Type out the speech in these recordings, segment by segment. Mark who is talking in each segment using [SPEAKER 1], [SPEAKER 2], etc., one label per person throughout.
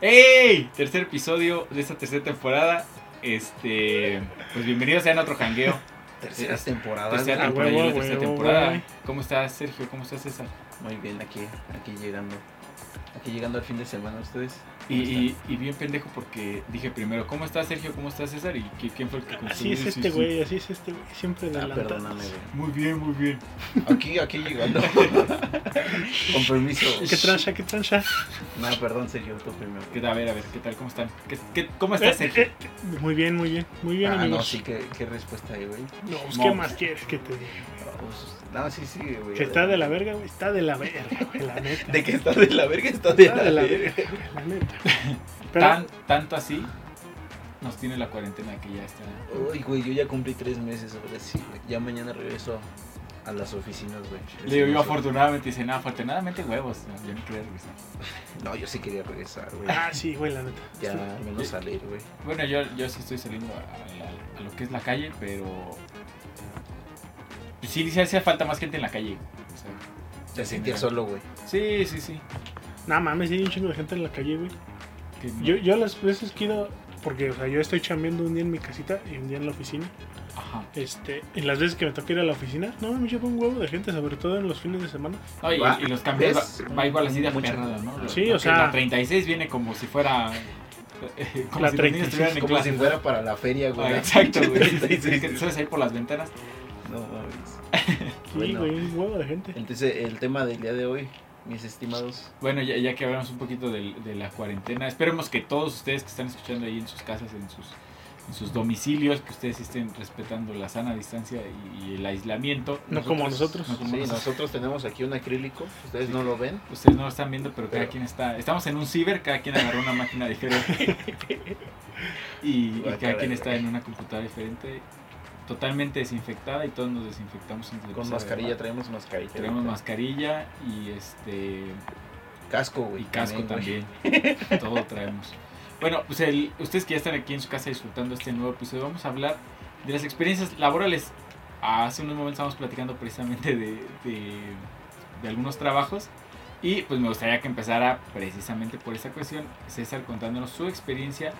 [SPEAKER 1] ¡Ey! Tercer episodio de esta tercera temporada. Este, pues bienvenidos sean a otro jangueo.
[SPEAKER 2] Terceras temporadas.
[SPEAKER 1] Tercera
[SPEAKER 2] güey.
[SPEAKER 3] Ah,
[SPEAKER 1] temporada, yo
[SPEAKER 3] huevo,
[SPEAKER 1] la tercera
[SPEAKER 3] huevo,
[SPEAKER 1] temporada.
[SPEAKER 3] güey.
[SPEAKER 1] ¿Cómo estás, Sergio? ¿Cómo estás, César?
[SPEAKER 2] Muy bien, aquí, aquí llegando. Aquí llegando al fin de semana ustedes.
[SPEAKER 1] Y, y- y bien pendejo porque dije primero, ¿cómo estás, Sergio? ¿Cómo estás, César? ¿Y qui- quién fue el que
[SPEAKER 3] Así
[SPEAKER 1] construyó?
[SPEAKER 3] es este güey, así es este güey. Siempre
[SPEAKER 2] Ah,
[SPEAKER 3] adelantado.
[SPEAKER 2] perdóname, güey.
[SPEAKER 1] Muy bien, muy bien.
[SPEAKER 2] Aquí, aquí llegando. Con permiso.
[SPEAKER 3] ¿Qué trancha, qué trancha?
[SPEAKER 2] No, perdón, Sergio, tú primero. Ah,
[SPEAKER 1] ¿Qué tal? A ver, a ver, ¿qué tal? ¿Cómo están? ¿Qué, qué- cómo
[SPEAKER 3] Eh,
[SPEAKER 1] estás, Sergio?
[SPEAKER 3] eh, eh, muy bien, muy bien, muy bien,
[SPEAKER 2] Ah, no,
[SPEAKER 3] amigos.
[SPEAKER 2] sí, qué, qué respuesta hay, güey.
[SPEAKER 3] No, pues,
[SPEAKER 1] No,
[SPEAKER 3] ¿qué
[SPEAKER 1] pues.
[SPEAKER 3] más quieres que te diga?
[SPEAKER 2] Pues, No, sí, sí, güey.
[SPEAKER 3] Que está de la verga, güey. Está de la verga, güey, la neta.
[SPEAKER 2] De que está de la verga, está de,
[SPEAKER 3] Está de la
[SPEAKER 2] la,
[SPEAKER 3] verga,
[SPEAKER 2] verga.
[SPEAKER 3] güey, la neta. Pero,
[SPEAKER 1] Tan, tanto así nos tiene la cuarentena que ya está.
[SPEAKER 2] Uy, güey, yo ya cumplí tres meses, ahora sí, güey. Ya mañana regreso a las oficinas, güey.
[SPEAKER 1] Le digo, yo afortunadamente, dice, no, afortunadamente huevos. No, Yo no quería regresar.
[SPEAKER 2] No, yo sí quería regresar, güey.
[SPEAKER 3] ah, sí, güey, la neta.
[SPEAKER 2] Ya, al menos salir, güey.
[SPEAKER 1] Bueno, yo, yo sí estoy saliendo a, a- a lo que es la calle, pero. pues Sí, sí hacía falta más gente en la calle. o sea,
[SPEAKER 2] Te
[SPEAKER 1] en
[SPEAKER 2] sentía
[SPEAKER 1] general.
[SPEAKER 2] solo, güey.
[SPEAKER 1] Sí, sí, sí.
[SPEAKER 3] Nada mames, hay un chingo de gente en la calle, güey.
[SPEAKER 1] Que-
[SPEAKER 3] Yo, yo las veces que he ido, porque, o sea, yo estoy chambeando un día en mi casita y un día en la oficina.
[SPEAKER 1] Ajá.
[SPEAKER 3] Este, y las veces que me toca ir a la oficina, no me llevo un huevo de gente, sobre todo en los fines de semana.
[SPEAKER 1] No, y,
[SPEAKER 2] Va,
[SPEAKER 1] y los cambios
[SPEAKER 2] ¿ves?
[SPEAKER 1] va, va igual así de
[SPEAKER 2] Mucho.
[SPEAKER 1] aperrada, ¿no?
[SPEAKER 3] Sí,
[SPEAKER 1] Porque
[SPEAKER 3] o sea-
[SPEAKER 1] La 36 viene como si fuera. eh, Como
[SPEAKER 3] La
[SPEAKER 1] si los niños
[SPEAKER 3] 36,
[SPEAKER 1] estuvieran en
[SPEAKER 2] Como si
[SPEAKER 1] clase.
[SPEAKER 2] fuera para la feria, güey.
[SPEAKER 1] Ah, exacto, güey.
[SPEAKER 2] Sí, sí, sí.
[SPEAKER 1] Que Subes ahí por las ventanas.
[SPEAKER 2] No mames.
[SPEAKER 3] Sí,
[SPEAKER 2] Bueno.
[SPEAKER 3] güey, un huevo de gente.
[SPEAKER 2] Entonces, el tema del día de hoy, mis estimados.
[SPEAKER 1] Bueno, ya, ya que hablamos un poquito del- de, la cuarentena, esperemos que todos ustedes que están escuchando ahí en sus casas, en sus, en sus domicilios, que ustedes estén respetando la sana distancia y, y el aislamiento.
[SPEAKER 3] No como nosotros.
[SPEAKER 1] no como
[SPEAKER 2] Sí,
[SPEAKER 1] nosotros.
[SPEAKER 2] nosotros tenemos aquí un acrílico. Ustedes
[SPEAKER 1] Sí.
[SPEAKER 2] no lo ven.
[SPEAKER 1] Ustedes no lo están viendo, pero cada
[SPEAKER 2] Pero-
[SPEAKER 1] quien está... Estamos en un ciber, cada quien agarró una máquina diferente. y, y
[SPEAKER 2] Ah,
[SPEAKER 1] cada
[SPEAKER 2] caray,
[SPEAKER 1] quien está
[SPEAKER 2] güey.
[SPEAKER 1] en una computadora diferente, totalmente desinfectada y todos nos desinfectamos. entre
[SPEAKER 2] Con
[SPEAKER 1] los-
[SPEAKER 2] mascarilla, traemos mascarilla.
[SPEAKER 1] Tenemos
[SPEAKER 2] ahorita.
[SPEAKER 1] mascarilla y este...
[SPEAKER 2] Casco, güey.
[SPEAKER 1] Y casco
[SPEAKER 2] güey.
[SPEAKER 1] también. Todo traemos. Bueno, pues el- ustedes que ya están aquí en su casa disfrutando este nuevo episodio, vamos a hablar de las experiencias laborales. Hace unos momentos estábamos platicando precisamente de, de- de algunos trabajos y pues me gustaría que empezara precisamente por esta cuestión César contándonos su experiencia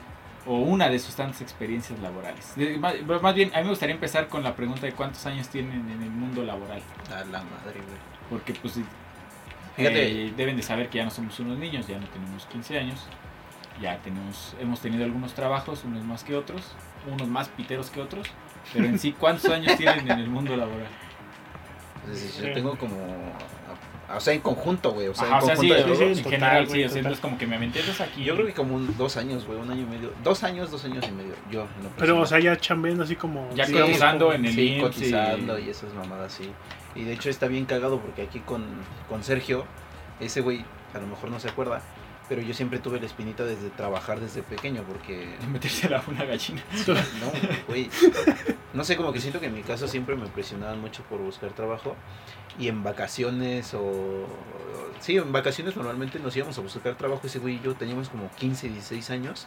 [SPEAKER 1] o una de sus tantas experiencias laborales. De- más, bueno, más bien, a mí me gustaría empezar con la pregunta de cuántos años tienen en el mundo laboral,
[SPEAKER 2] A la madre, güey.
[SPEAKER 1] porque pues
[SPEAKER 2] Fíjate.
[SPEAKER 1] eh, deben de saber que ya no somos unos niños, ya no tenemos 15 años. Ya tenemos, hemos tenido algunos trabajos, unos más que otros, unos más piteros que otros. Pero en sí, ¿cuántos años tienen en el mundo laboral?
[SPEAKER 2] Entonces,
[SPEAKER 3] Sí.
[SPEAKER 2] Yo tengo como. a- O sea, en conjunto, güey. O sea,
[SPEAKER 1] Ajá,
[SPEAKER 2] en
[SPEAKER 1] o sea, sí,
[SPEAKER 2] conjunto de
[SPEAKER 1] en
[SPEAKER 2] todos.
[SPEAKER 3] sí, en total,
[SPEAKER 1] general, sí,
[SPEAKER 3] güey,
[SPEAKER 1] o sea,
[SPEAKER 3] total.
[SPEAKER 1] entonces como que me metes aquí.
[SPEAKER 2] Yo creo que como un- dos años, güey. Un año y medio. Dos años, dos años y medio. Yo, en lo
[SPEAKER 3] Pero,
[SPEAKER 2] personal.
[SPEAKER 3] o sea, ya chambeando así como.
[SPEAKER 1] Ya
[SPEAKER 3] digamos,
[SPEAKER 1] cotizando
[SPEAKER 3] como-
[SPEAKER 1] en el
[SPEAKER 2] sí,
[SPEAKER 1] IMSS
[SPEAKER 2] cotizando
[SPEAKER 1] y-
[SPEAKER 2] y esas mamadas, sí. Y de hecho está bien cagado porque aquí con, con Sergio, ese güey a lo mejor no se acuerda, pero yo siempre tuve la espinita desde trabajar desde pequeño porque...
[SPEAKER 1] De metérsela a una gallina.
[SPEAKER 2] No, güey. No sé, como que siento que en mi caso siempre me presionaban mucho por buscar trabajo y en vacaciones o... Sí, en vacaciones normalmente nos íbamos a buscar trabajo ese güey y yo teníamos como 15, 16 años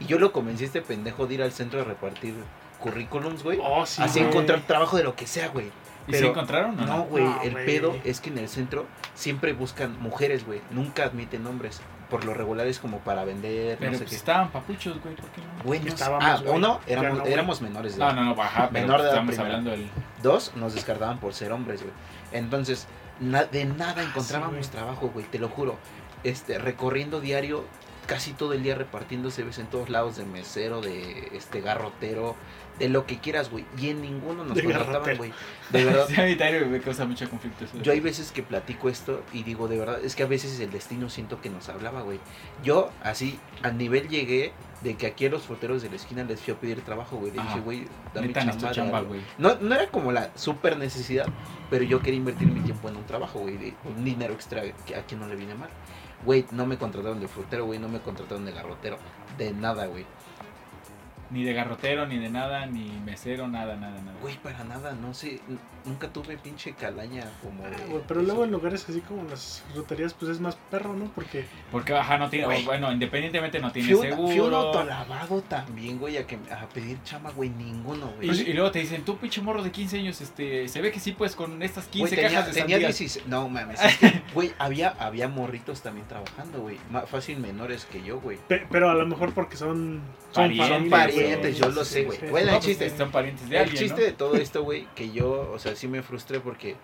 [SPEAKER 2] y yo lo convencí a este pendejo de ir al centro a repartir currículums, güey.
[SPEAKER 3] Oh, sí,
[SPEAKER 2] así
[SPEAKER 3] güey.
[SPEAKER 2] encontrar trabajo de lo que sea, güey.
[SPEAKER 1] ¿Y
[SPEAKER 2] Pero-
[SPEAKER 1] se encontraron o
[SPEAKER 2] No,
[SPEAKER 1] no?
[SPEAKER 2] güey,
[SPEAKER 3] No,
[SPEAKER 2] el
[SPEAKER 3] güey.
[SPEAKER 2] pedo es que en el centro siempre buscan mujeres, güey. Nunca admiten hombres. Por lo regular es como para vender,
[SPEAKER 1] pero
[SPEAKER 2] no sé
[SPEAKER 1] pues
[SPEAKER 2] qué.
[SPEAKER 1] estaban papuchos, güey, ¿por qué no?
[SPEAKER 2] Güey, no sé-
[SPEAKER 3] Estábamos,
[SPEAKER 2] ah,
[SPEAKER 3] güey.
[SPEAKER 2] uno,
[SPEAKER 3] Ya
[SPEAKER 2] éramos,
[SPEAKER 3] no, güey.
[SPEAKER 2] éramos menores de
[SPEAKER 1] No,
[SPEAKER 2] edad.
[SPEAKER 1] no, no, baja, pero
[SPEAKER 2] Menor de edad
[SPEAKER 1] estamos
[SPEAKER 2] primero.
[SPEAKER 1] hablando del...
[SPEAKER 2] Dos, nos descartaban por ser hombres, güey. Entonces, na- de nada encontrábamos
[SPEAKER 3] Ah, güey.
[SPEAKER 2] trabajo, güey, te lo juro. Este, recorriendo diario, casi todo el día repartiendo CVs en todos lados, de mesero, de este garrotero, de lo que quieras, güey. Y en ninguno nos
[SPEAKER 3] De
[SPEAKER 2] contrataban,
[SPEAKER 3] garrotero.
[SPEAKER 2] güey. De verdad,
[SPEAKER 1] sanitario me causa mucho conflicto eso.
[SPEAKER 2] Yo hay veces que platico esto y digo, de verdad, es que a veces el destino siento que nos hablaba, güey. Yo así, al nivel llegué de que aquí a los fruteros de la esquina les fui a pedir trabajo, güey. Le
[SPEAKER 1] Ajá.
[SPEAKER 2] dije, güey, dame
[SPEAKER 1] Neta, necesito
[SPEAKER 2] chamba,
[SPEAKER 1] chamba,
[SPEAKER 2] dale".
[SPEAKER 1] güey.
[SPEAKER 2] No, no era como la super necesidad, pero yo quería invertir mi tiempo en un trabajo, güey, de un dinero extra que a quien no le viene mal. Güey, no me contrataron de frutero, güey, no me contrataron de garrotero, de nada, güey.
[SPEAKER 1] Ni de garrotero, ni de nada, ni mesero, nada, nada, nada.
[SPEAKER 2] Güey, para nada, no sé. n- Nunca tuve pinche calaña como. de-
[SPEAKER 3] Ah, güey, pero luego en lugares así como las roterías, pues es más perro, ¿no? Porque
[SPEAKER 1] Porque, ajá, no tiene.
[SPEAKER 2] Güey.
[SPEAKER 1] Bueno, independientemente no tiene
[SPEAKER 2] Fui un-
[SPEAKER 1] seguro.
[SPEAKER 2] fui un autolavado también, güey, a, que, a pedir chama, güey, ninguno,
[SPEAKER 1] Y,
[SPEAKER 2] güey.
[SPEAKER 1] y luego te dicen, tú pinche morro de 15 años, este, se ve que sí pues con estas 15
[SPEAKER 2] Güey, tenía,
[SPEAKER 1] cajas de
[SPEAKER 2] tenía
[SPEAKER 1] sandías.
[SPEAKER 2] 16. No mames, es que, güey, había, había morritos también trabajando, güey. Más fácil menores que yo, güey.
[SPEAKER 3] pe- pero a lo mejor porque son
[SPEAKER 1] Parientes,
[SPEAKER 3] familia,
[SPEAKER 1] son
[SPEAKER 2] parientes, yo lo
[SPEAKER 3] sí,
[SPEAKER 2] sé,
[SPEAKER 3] sí,
[SPEAKER 2] güey.
[SPEAKER 3] sí,
[SPEAKER 2] Bueno,
[SPEAKER 3] sí.
[SPEAKER 1] No, pues,
[SPEAKER 2] chiste.
[SPEAKER 1] son parientes de
[SPEAKER 2] El
[SPEAKER 1] alguien,
[SPEAKER 2] chiste
[SPEAKER 1] ¿no?
[SPEAKER 2] de todo esto, güey, que yo, o sea, sí me frustré porque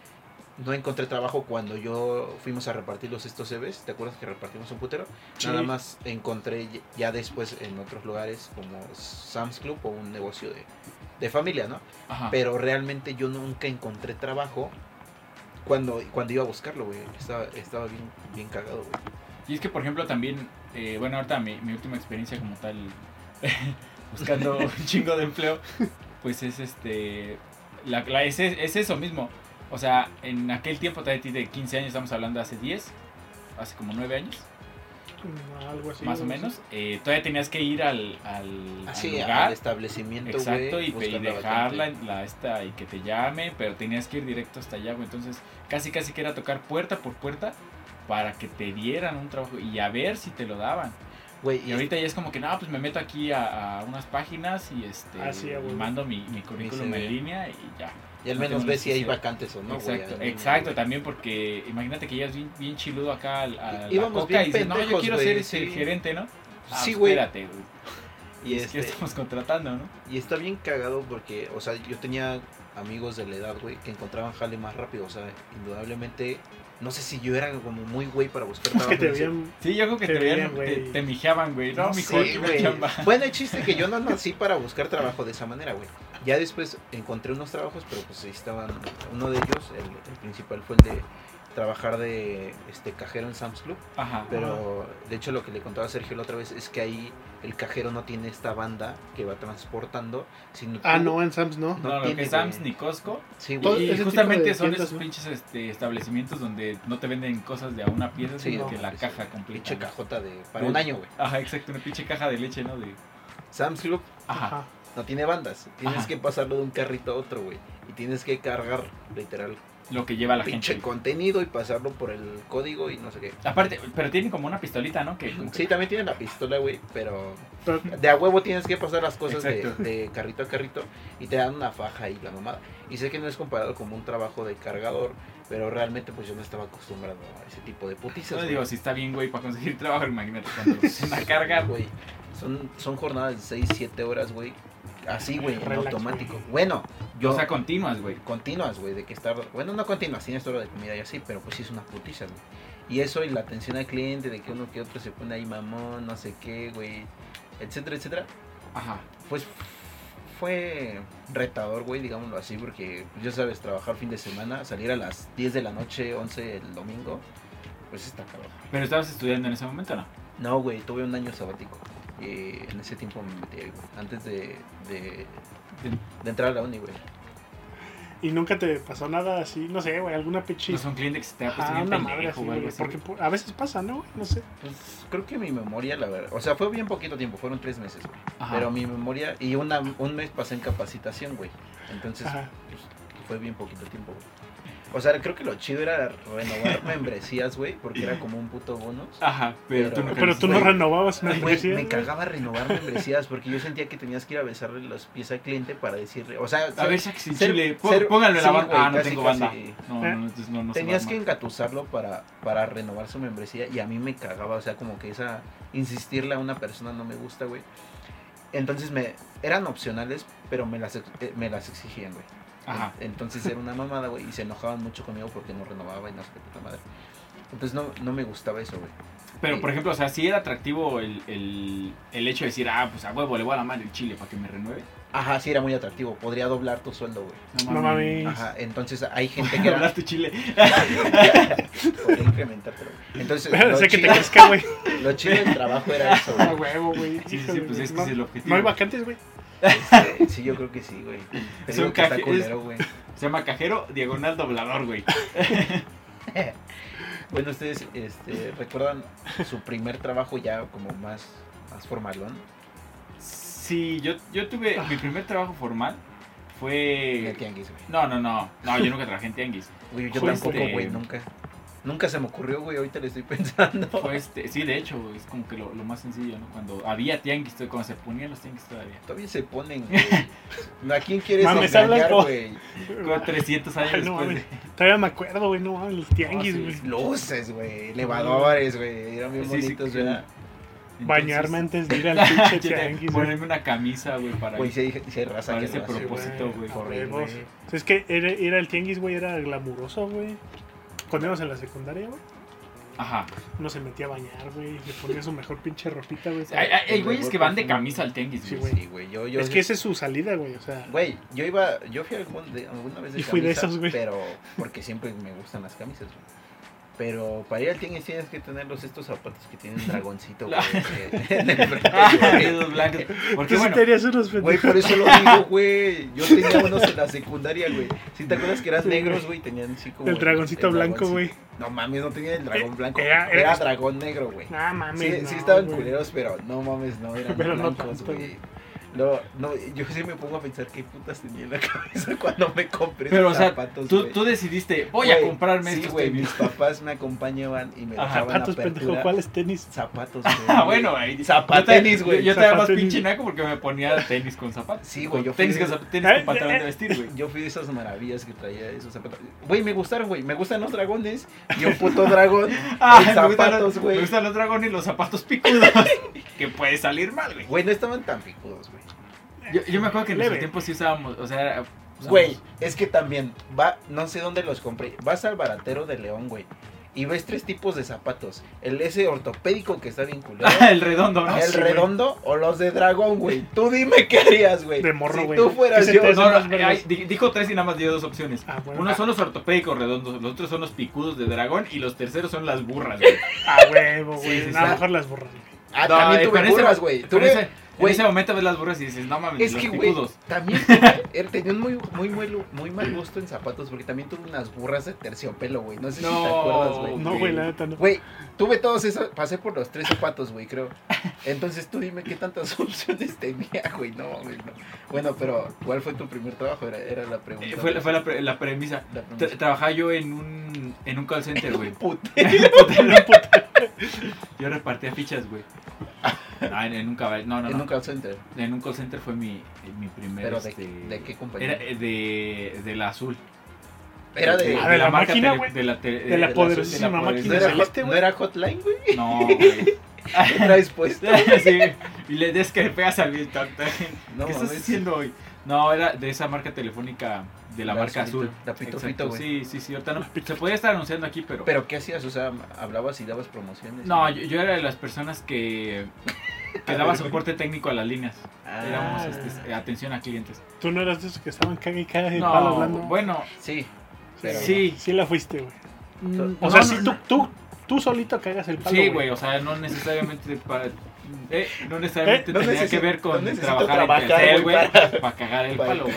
[SPEAKER 2] no encontré trabajo cuando yo fuimos a repartir los estos CVs. ¿Te acuerdas que repartimos un putero?
[SPEAKER 3] Sí.
[SPEAKER 2] Nada más encontré ya- ya después en otros lugares como Sam's Club o un negocio de, de familia, ¿no?
[SPEAKER 1] Ajá.
[SPEAKER 2] Pero realmente yo nunca encontré trabajo cuando, cuando iba a buscarlo, güey. Estaba, estaba bien, bien cagado, güey.
[SPEAKER 1] Y es que, por ejemplo, también, eh, bueno, ahorita mi, mi última experiencia como tal, buscando un chingo de empleo, pues es este, la, la- es, es eso mismo. O sea, en aquel tiempo, tal vez de 15 años, estamos hablando hace 10, hace como 9 años,
[SPEAKER 3] Mm, Algo así.
[SPEAKER 1] más o
[SPEAKER 3] algo así.
[SPEAKER 1] meos, eh, todavía tenías que ir al, al, al
[SPEAKER 2] Así, al
[SPEAKER 1] lugar.
[SPEAKER 2] establecimiento, güey.
[SPEAKER 1] Exacto, y, pe- y
[SPEAKER 2] buscar la
[SPEAKER 1] dejarla
[SPEAKER 2] vacante.
[SPEAKER 1] la esta y que te llame, pero tenías que ir directo hasta allá, güey. Entonces, casi casi que era tocar puerta por puerta para que te dieran un trabajo y a ver si te lo daban.
[SPEAKER 2] Güey,
[SPEAKER 1] Y ahorita ya es como que, no, pues me meto aquí a, a unas páginas y este
[SPEAKER 3] Ah, sí, a
[SPEAKER 1] y
[SPEAKER 3] huevo.
[SPEAKER 1] mando mi, mi currículum
[SPEAKER 2] CV.
[SPEAKER 1] en línea y ya.
[SPEAKER 2] y al
[SPEAKER 1] no
[SPEAKER 2] menos
[SPEAKER 1] tengo
[SPEAKER 2] ves si hay
[SPEAKER 1] necesidad.
[SPEAKER 2] vacantes o no, güey.
[SPEAKER 1] exacto,
[SPEAKER 2] Al menos,
[SPEAKER 1] exacto,
[SPEAKER 2] güey.
[SPEAKER 1] también porque imagínate que llegas bien, bien chiludo acá al- a, la
[SPEAKER 2] Íbamos
[SPEAKER 1] coca y
[SPEAKER 2] bien
[SPEAKER 1] dices, no, yo
[SPEAKER 2] pendejos,
[SPEAKER 1] quiero
[SPEAKER 2] güey,
[SPEAKER 1] ser este, el
[SPEAKER 2] sí.
[SPEAKER 1] gerente, ¿no? Ah,
[SPEAKER 2] Sí,
[SPEAKER 1] pues,
[SPEAKER 2] güey.
[SPEAKER 1] Espérate, güey.
[SPEAKER 2] Y,
[SPEAKER 1] es que
[SPEAKER 2] este,
[SPEAKER 1] estamos contratando, ¿no?
[SPEAKER 2] y está bien cagado porque, o sea, yo tenía amigos de la edad, güey, que encontraban jale más rápido. O sea, indudablemente, no sé si yo era como muy güey para buscar trabajo.
[SPEAKER 3] Que te
[SPEAKER 2] no sé.
[SPEAKER 3] veían.
[SPEAKER 1] Sí, yo creo que
[SPEAKER 3] Te
[SPEAKER 1] te, veían,
[SPEAKER 3] veían,
[SPEAKER 1] te,
[SPEAKER 3] güey.
[SPEAKER 1] te mijaban, güey. No,
[SPEAKER 2] No
[SPEAKER 1] mi
[SPEAKER 2] sé,
[SPEAKER 1] hijo, qué
[SPEAKER 2] güey.
[SPEAKER 1] chamba.
[SPEAKER 2] Bueno, el chiste que yo no nací para buscar trabajo de esa manera, güey. Ya después encontré unos trabajos, pero pues ahí estaban. Uno de ellos, el, el principal, fue el de trabajar de este cajero en Sam's Club.
[SPEAKER 1] Ajá.
[SPEAKER 2] Pero de hecho, lo que le contaba Sergio la otra vez es que ahí el cajero no tiene esta banda que va transportando, sino.
[SPEAKER 3] Ah,
[SPEAKER 2] tú-
[SPEAKER 3] no, en Sam's no.
[SPEAKER 1] No, lo
[SPEAKER 2] tiene,
[SPEAKER 1] que es Sam's
[SPEAKER 2] güey.
[SPEAKER 1] ni Costco.
[SPEAKER 2] Sí,
[SPEAKER 3] Todo-
[SPEAKER 2] güey.
[SPEAKER 1] Y
[SPEAKER 3] ese tipo
[SPEAKER 1] justamente
[SPEAKER 3] de
[SPEAKER 1] son
[SPEAKER 3] tiendas,
[SPEAKER 1] esos
[SPEAKER 3] ¿no?
[SPEAKER 1] pinches este, establecimientos donde no te venden cosas de a una pieza,
[SPEAKER 2] Sí,
[SPEAKER 1] sino
[SPEAKER 2] no,
[SPEAKER 1] que la
[SPEAKER 2] sí,
[SPEAKER 1] caja
[SPEAKER 2] sí.
[SPEAKER 1] completa.
[SPEAKER 2] Pinche
[SPEAKER 1] ¿no?
[SPEAKER 2] cajota de. Para
[SPEAKER 1] De-
[SPEAKER 2] un año, güey.
[SPEAKER 1] Ajá, exacto, una pinche caja de leche, ¿no? De...
[SPEAKER 2] Sam's Club
[SPEAKER 1] Ajá.
[SPEAKER 3] Ajá.
[SPEAKER 2] no tiene bandas. Tienes
[SPEAKER 1] Ajá.
[SPEAKER 2] que pasarlo de un carrito a otro, güey. Y tienes que cargar, literal,
[SPEAKER 1] Lo que lleva la
[SPEAKER 2] pinche
[SPEAKER 1] gente.
[SPEAKER 2] contenido y pasarlo por el código y no sé qué.
[SPEAKER 1] Aparte, pero tienen como una pistolita, ¿no? Que como que-
[SPEAKER 2] Sí, también tienen la pistola, güey, pero
[SPEAKER 3] Pero-
[SPEAKER 2] de a huevo tienes que pasar las cosas de,
[SPEAKER 1] Exacto.
[SPEAKER 2] de carrito a carrito y te dan una faja y la mamada. Y sé que no es comparado como un trabajo de cargador, pero realmente pues yo no estaba acostumbrado a ese tipo de putizas.
[SPEAKER 1] No
[SPEAKER 2] güey.
[SPEAKER 1] digo, si está bien, güey, para conseguir trabajo, imagínate cuando se la carga.
[SPEAKER 2] Ah, güey. Son, son jornadas de 6, 7 horas, güey. Así, güey, en
[SPEAKER 3] Relax,
[SPEAKER 2] automático.
[SPEAKER 3] güey.
[SPEAKER 2] Bueno, yo...
[SPEAKER 1] O sea, continuas, güey.
[SPEAKER 2] continuas, güey, de que estar... Bueno, no continuas, tienes hora de comida y así, pero pues sí es una putiza, güey. Y eso y la atención al cliente, de que uno que otro se pone ahí mamón, no sé qué, güey, etcétera, etcétera.
[SPEAKER 1] Ajá.
[SPEAKER 2] Pues fue retador, güey, digámoslo así, porque pues, ya sabes, trabajar fin de semana, salir a las 10 de la noche, 11 el domingo, pues está cabrón.
[SPEAKER 1] Pero estabas estudiando en ese momento, ¿no?
[SPEAKER 2] No, güey, tuve un año sabático. Y en ese tiempo me metí ahí, güey, antes de, de, de entrar a la uni, güey.
[SPEAKER 3] Y nunca te pasó nada así, no sé, güey, alguna pinche.
[SPEAKER 1] No son clientes que se te ha puesto
[SPEAKER 3] Ah,
[SPEAKER 1] bien
[SPEAKER 3] una madre
[SPEAKER 1] pendejo
[SPEAKER 3] así,
[SPEAKER 1] o algo
[SPEAKER 3] güey,
[SPEAKER 1] así.
[SPEAKER 3] Porque pu- a veces pasa, ¿no? güey? No sé.
[SPEAKER 2] Pues creo que mi memoria, la verdad. O sea, fue bien poquito tiempo, fueron tres meses, güey.
[SPEAKER 1] Ajá.
[SPEAKER 2] Pero mi memoria. Y una, un mes pasé en capacitación, güey. Entonces,
[SPEAKER 3] Ajá.
[SPEAKER 2] pues, fue bien poquito tiempo, güey. O sea, creo que lo chido era renovar membresías, güey, porque era como un puto bonus.
[SPEAKER 1] Ajá, pero,
[SPEAKER 2] Pero-
[SPEAKER 1] tú nunca
[SPEAKER 3] Pero
[SPEAKER 1] dices,
[SPEAKER 3] tú no
[SPEAKER 1] güey,
[SPEAKER 3] renovabas
[SPEAKER 2] Güey,
[SPEAKER 3] membresía.
[SPEAKER 2] me cagaba renovar membresías porque yo sentía que tenías que ir a besarle los pies al cliente para decirle. O sea,
[SPEAKER 1] A
[SPEAKER 2] ser-
[SPEAKER 1] ver, Jack, sin
[SPEAKER 2] ser-
[SPEAKER 1] chile, pó-
[SPEAKER 2] ser-
[SPEAKER 1] pónganlo en la
[SPEAKER 2] sí,
[SPEAKER 1] banda.
[SPEAKER 2] güey,
[SPEAKER 1] ah, no
[SPEAKER 2] casi,
[SPEAKER 1] tengo
[SPEAKER 2] casi.
[SPEAKER 1] banda. No,
[SPEAKER 3] ¿Eh?
[SPEAKER 1] no, entonces no, no se
[SPEAKER 2] Tenías
[SPEAKER 1] va
[SPEAKER 2] que
[SPEAKER 1] mal.
[SPEAKER 2] engatusarlo para, para renovar su membresía y a mí me cagaba, o sea, como que esa insistirle a una persona no me gusta, güey. Entonces me eran opcionales, pero me las ex- eh, me las exigían, güey.
[SPEAKER 1] Ajá.
[SPEAKER 2] En- Entonces era una mamada, güey, y se enojaban mucho conmigo porque no renovaba y no sé qué puta madre. Entonces no, no me gustaba eso, güey.
[SPEAKER 1] Pero, por ejemplo, o sea, sí era atractivo el, el, el hecho de decir, ah, pues a huevo le voy a la madre el chile para que me renueve.
[SPEAKER 2] Ajá, sí era muy atractivo, podría doblar tu sueldo, güey.
[SPEAKER 3] No mames.
[SPEAKER 2] Ajá, entonces hay gente que
[SPEAKER 1] Que
[SPEAKER 2] era
[SPEAKER 1] hablaste chile.
[SPEAKER 2] podría incrementártelo. güey. Entonces
[SPEAKER 3] Pero
[SPEAKER 2] lo,
[SPEAKER 3] sé que te
[SPEAKER 2] chido,
[SPEAKER 3] crezca, güey.
[SPEAKER 2] lo chido del trabajo era eso,
[SPEAKER 3] A
[SPEAKER 2] güey.
[SPEAKER 3] huevo, güey.
[SPEAKER 1] Sí, sí,
[SPEAKER 3] Híjole,
[SPEAKER 1] sí, pues
[SPEAKER 3] güey,
[SPEAKER 1] es que
[SPEAKER 3] no-
[SPEAKER 1] es el objetivo.
[SPEAKER 3] No hay vacantes, güey.
[SPEAKER 2] Este, sí, yo creo que sí, güey.
[SPEAKER 1] Es
[SPEAKER 2] Pero
[SPEAKER 1] un
[SPEAKER 2] que está
[SPEAKER 1] caje-
[SPEAKER 2] culero, güey.
[SPEAKER 1] Se llama cajero diagonal doblador, güey.
[SPEAKER 2] Bueno, ustedes este, recuerdan su primer trabajo ya como más, más formalón.
[SPEAKER 1] Sí, yo, yo tuve.
[SPEAKER 3] Ah.
[SPEAKER 1] Mi primer trabajo formal
[SPEAKER 2] En
[SPEAKER 1] fue.
[SPEAKER 2] el tianguis, güey.
[SPEAKER 1] No, no, no. No, yo nunca trabajé en tianguis.
[SPEAKER 2] Güey, yo
[SPEAKER 1] Fue
[SPEAKER 2] tampoco,
[SPEAKER 1] este-
[SPEAKER 2] güey, nunca. Nunca se me ocurrió, güey, ahorita le estoy pensando.
[SPEAKER 1] Fue este, sí, de hecho, güey, es como que lo, lo más sencillo, ¿no? Cuando había tianguis, cuando se ponían los tianguis todavía.
[SPEAKER 2] Todavía se ponen, güey. ¿A quién quieres
[SPEAKER 3] Mames,
[SPEAKER 2] engañar,
[SPEAKER 3] hablas vos.
[SPEAKER 2] güey?
[SPEAKER 1] Como 300 años
[SPEAKER 3] Ay, no
[SPEAKER 1] después.
[SPEAKER 3] mames. Todavía me acuerdo, güey, no mames, los
[SPEAKER 2] Ah,
[SPEAKER 3] tianguis,
[SPEAKER 1] sí,
[SPEAKER 3] güey.
[SPEAKER 1] sí,
[SPEAKER 2] Luces, güey, elevadores, güey. Eran bien
[SPEAKER 1] Sí, sí,
[SPEAKER 2] bonitos,
[SPEAKER 1] sí.
[SPEAKER 2] ¿verdad?
[SPEAKER 1] de-
[SPEAKER 3] Bañarme antes de ir al
[SPEAKER 1] Entonces-
[SPEAKER 3] pinche tianguis, güey.
[SPEAKER 1] Ponerme una camisa, güey, para.
[SPEAKER 2] Güey, sí, hay- sí hay raza
[SPEAKER 1] Para
[SPEAKER 2] que
[SPEAKER 1] ese
[SPEAKER 2] lo hace, güey.
[SPEAKER 1] propósito. güey.
[SPEAKER 3] a
[SPEAKER 2] Correr,
[SPEAKER 3] huevos.
[SPEAKER 2] güey.
[SPEAKER 3] O sea, Es que era, era el tianguis, güey, era glamuroso, güey. Cuando íbamos en la secundaria, güey,
[SPEAKER 1] Ajá.
[SPEAKER 3] uno se metía a bañar, güey, le ponía su mejor pinche ropita, güey.
[SPEAKER 1] Hay, hay- hay güeyes que van de camisa al tianguis,
[SPEAKER 3] Sí,
[SPEAKER 1] güey.
[SPEAKER 3] güey.
[SPEAKER 2] Sí, güey, yo, yo...
[SPEAKER 3] Es que esa es su salida, güey, o sea.
[SPEAKER 2] Güey, yo iba, yo fui algún de- alguna vez de
[SPEAKER 3] Y fui de
[SPEAKER 2] camisa,
[SPEAKER 3] esos, güey.
[SPEAKER 2] Pero, porque siempre me gustan las camisas, güey. Pero para ir al tianguis tienes que tener los estos zapatos que tienen dragoncito, güey. en el frente,
[SPEAKER 1] Ah,
[SPEAKER 2] güey.
[SPEAKER 1] dedos blancos. Porque
[SPEAKER 3] Tú sí
[SPEAKER 1] bueno,
[SPEAKER 3] tenías unos
[SPEAKER 2] Güey,
[SPEAKER 3] pendejos.
[SPEAKER 2] por eso lo digo, güey. Yo tenía unos en la secundaria, güey. Si te acuerdas que eran negros, güey, tenían así como.
[SPEAKER 3] El dragoncito
[SPEAKER 2] el
[SPEAKER 3] blanco,
[SPEAKER 2] dragoncito.
[SPEAKER 3] güey.
[SPEAKER 2] No mames, no tenía el dragón
[SPEAKER 3] Eh,
[SPEAKER 2] blanco. Era,
[SPEAKER 3] era- era-
[SPEAKER 2] dragón negro, güey.
[SPEAKER 3] Ah, mames.
[SPEAKER 2] Sí, sí
[SPEAKER 3] no,
[SPEAKER 2] estaban
[SPEAKER 3] güey.
[SPEAKER 2] culeros, pero no mames, no eran
[SPEAKER 3] Pero no
[SPEAKER 2] blancos,
[SPEAKER 3] tanto,
[SPEAKER 2] güey. No, no, yo sí me pongo a pensar qué putas tenía en la cabeza cuando me compré
[SPEAKER 1] pero o
[SPEAKER 2] esos
[SPEAKER 1] sea,
[SPEAKER 2] zapatos,
[SPEAKER 1] tú,
[SPEAKER 2] güey.
[SPEAKER 1] tú decidiste, voy a
[SPEAKER 2] Güey,
[SPEAKER 1] comprarme
[SPEAKER 2] sí,
[SPEAKER 1] estos
[SPEAKER 2] güey,
[SPEAKER 1] tenis.
[SPEAKER 2] mis papás me acompañaban y me
[SPEAKER 1] Ah,
[SPEAKER 2] dejaban
[SPEAKER 3] Zapatos,
[SPEAKER 2] apertura.
[SPEAKER 3] pendejo, ¿cuáles tenis?
[SPEAKER 2] Zapatos, güey.
[SPEAKER 1] Ah, bueno, ahí.
[SPEAKER 2] Zapatenis, güey.
[SPEAKER 1] Yo, te estaba más
[SPEAKER 3] Zapatenis.
[SPEAKER 1] pinche naco porque me ponía tenis con zapatos.
[SPEAKER 2] Sí, güey, yo fui-
[SPEAKER 1] Tenis con zapatos, tenis con
[SPEAKER 3] Eh,
[SPEAKER 1] pantalón
[SPEAKER 3] eh,
[SPEAKER 1] de vestir, güey.
[SPEAKER 2] Yo fui de esas maravillas que traía esos zapatos. Güey, me gustaron, güey. Me gustan los dragones. Y un puto dragón.
[SPEAKER 1] Ah,
[SPEAKER 2] en
[SPEAKER 1] me gustan
[SPEAKER 2] zapatos,
[SPEAKER 1] los-
[SPEAKER 2] güey.
[SPEAKER 1] Me gustan los dragones y los zapatos picudos. que puede salir mal, güey.
[SPEAKER 2] Güey, no estaban tan picudos, güey.
[SPEAKER 1] Yo, yo me acuerdo que en nuestro
[SPEAKER 3] Leve.
[SPEAKER 1] tiempo sí usábamos, o sea, era- usábamos-
[SPEAKER 2] Güey, es que también, va, no sé dónde los compré. Vas al baratero de León, güey. Y ves tres tipos de zapatos. El ese ortopédico que está vinculado.
[SPEAKER 1] Ah, el redondo, ¿no?
[SPEAKER 2] el
[SPEAKER 1] Sí, güey.
[SPEAKER 2] redondo o los de dragón, güey. Tú dime qué harías, güey.
[SPEAKER 3] De morro,
[SPEAKER 2] si
[SPEAKER 3] güey.
[SPEAKER 2] tú fueras
[SPEAKER 3] Ese
[SPEAKER 2] yo.
[SPEAKER 3] te-
[SPEAKER 1] No, no,
[SPEAKER 3] Esos más
[SPEAKER 1] eh,
[SPEAKER 3] verdes.
[SPEAKER 1] di- dijo tres y nada más dio dos opciones.
[SPEAKER 3] Ah, bueno.
[SPEAKER 1] Unos son los ortopédicos redondos, los otros son los picudos de dragón y los terceros son las burras, güey.
[SPEAKER 3] Ah, huevo,
[SPEAKER 1] Sí,
[SPEAKER 3] güey.
[SPEAKER 1] sí,
[SPEAKER 3] a
[SPEAKER 2] sí.
[SPEAKER 3] lo mejor las borran, güey.
[SPEAKER 2] Ah,
[SPEAKER 1] No, eh,
[SPEAKER 2] también
[SPEAKER 1] pero
[SPEAKER 2] tuve
[SPEAKER 1] ese-
[SPEAKER 2] burras, güey.
[SPEAKER 1] Pero
[SPEAKER 2] Tuve
[SPEAKER 1] ese- en
[SPEAKER 2] güey.
[SPEAKER 1] ese momento ves las burras y dices, no mames,
[SPEAKER 2] Es
[SPEAKER 1] los
[SPEAKER 2] que, güey,
[SPEAKER 1] picudos.
[SPEAKER 2] también güey, él tenía un muy, muy, muy, lu- muy mal gusto en zapatos porque también tuve unas burras de terciopelo, güey. No sé si
[SPEAKER 1] No,
[SPEAKER 2] te acuerdas, güey.
[SPEAKER 3] No, güey, la neta no.
[SPEAKER 2] Güey, tuve todos esos, pasé por los tres zapatos, güey, creo. Entonces tú dime qué tantas opciones tenía, güey. No, güey, no. Bueno, pero ¿cuál fue tu primer trabajo? Era, era la pregunta.
[SPEAKER 1] Eh, Fue, la- fue la, pre- la premisa.
[SPEAKER 2] La
[SPEAKER 1] Tra-
[SPEAKER 2] pregunta.
[SPEAKER 1] trabajaba yo en un, en un call center, güey.
[SPEAKER 2] Pute.
[SPEAKER 1] Yo repartía fichas, güey. No, en, en un cabal, no, no,
[SPEAKER 2] En
[SPEAKER 1] no.
[SPEAKER 2] un call center.
[SPEAKER 1] En un call center fue mi, eh, mi primer.
[SPEAKER 2] Pero de,
[SPEAKER 1] este,
[SPEAKER 2] ¿de qué compañía?
[SPEAKER 1] Era
[SPEAKER 2] Era,
[SPEAKER 1] eh, de, de la azul.
[SPEAKER 2] de.
[SPEAKER 3] Ah, de la
[SPEAKER 1] marca
[SPEAKER 3] máquina,
[SPEAKER 1] tele-
[SPEAKER 3] güey.
[SPEAKER 1] De la, tele-
[SPEAKER 3] De la
[SPEAKER 1] azul,
[SPEAKER 3] poderosísima
[SPEAKER 2] ¿No
[SPEAKER 3] máquina
[SPEAKER 2] era,
[SPEAKER 3] celeste,
[SPEAKER 2] hot-
[SPEAKER 1] este,
[SPEAKER 2] no era hotline, güey?
[SPEAKER 1] No, güey.
[SPEAKER 2] ¿Qué traes puesto?
[SPEAKER 1] sí, y le des que le pegas al viento.
[SPEAKER 2] No,
[SPEAKER 1] Este, ¿Qué estás
[SPEAKER 2] mames.
[SPEAKER 1] haciendo hoy? No, era de esa marca telefónica de la,
[SPEAKER 2] La
[SPEAKER 1] marca
[SPEAKER 2] azulito,
[SPEAKER 1] azul.
[SPEAKER 2] la pito
[SPEAKER 1] Exacto,
[SPEAKER 2] pito, güey.
[SPEAKER 1] Sí, sí, sí. Ahorita no. Se podría estar anunciando aquí, pero.
[SPEAKER 2] ¿Pero qué hacías? O sea, hablabas y dabas promociones.
[SPEAKER 1] no, yo, yo era de las personas que, que daba soporte técnico a las líneas.
[SPEAKER 2] Ah,
[SPEAKER 1] Éramos este, atención a clientes.
[SPEAKER 3] Tú no eras de esos que estaban caga y caga de palo
[SPEAKER 1] No,
[SPEAKER 3] hablando.
[SPEAKER 1] bueno,
[SPEAKER 2] Sí. pero-
[SPEAKER 1] sí.
[SPEAKER 3] Sí la fuiste, güey.
[SPEAKER 1] mm,
[SPEAKER 3] O
[SPEAKER 1] no,
[SPEAKER 3] sea,
[SPEAKER 1] no,
[SPEAKER 3] sí, tú, tú, tú solito cagas el palo,
[SPEAKER 1] Sí, güey, o sea, no necesariamente para. eh, no necesariamente
[SPEAKER 2] Eh, no
[SPEAKER 1] tenía
[SPEAKER 2] necesito-
[SPEAKER 1] que ver
[SPEAKER 2] no
[SPEAKER 1] con
[SPEAKER 2] necesito
[SPEAKER 1] trabajar,
[SPEAKER 2] trabajar,
[SPEAKER 1] en tercer,
[SPEAKER 2] güey,
[SPEAKER 1] güey,
[SPEAKER 2] para-
[SPEAKER 1] para, cagar el
[SPEAKER 2] para
[SPEAKER 1] palo, güey.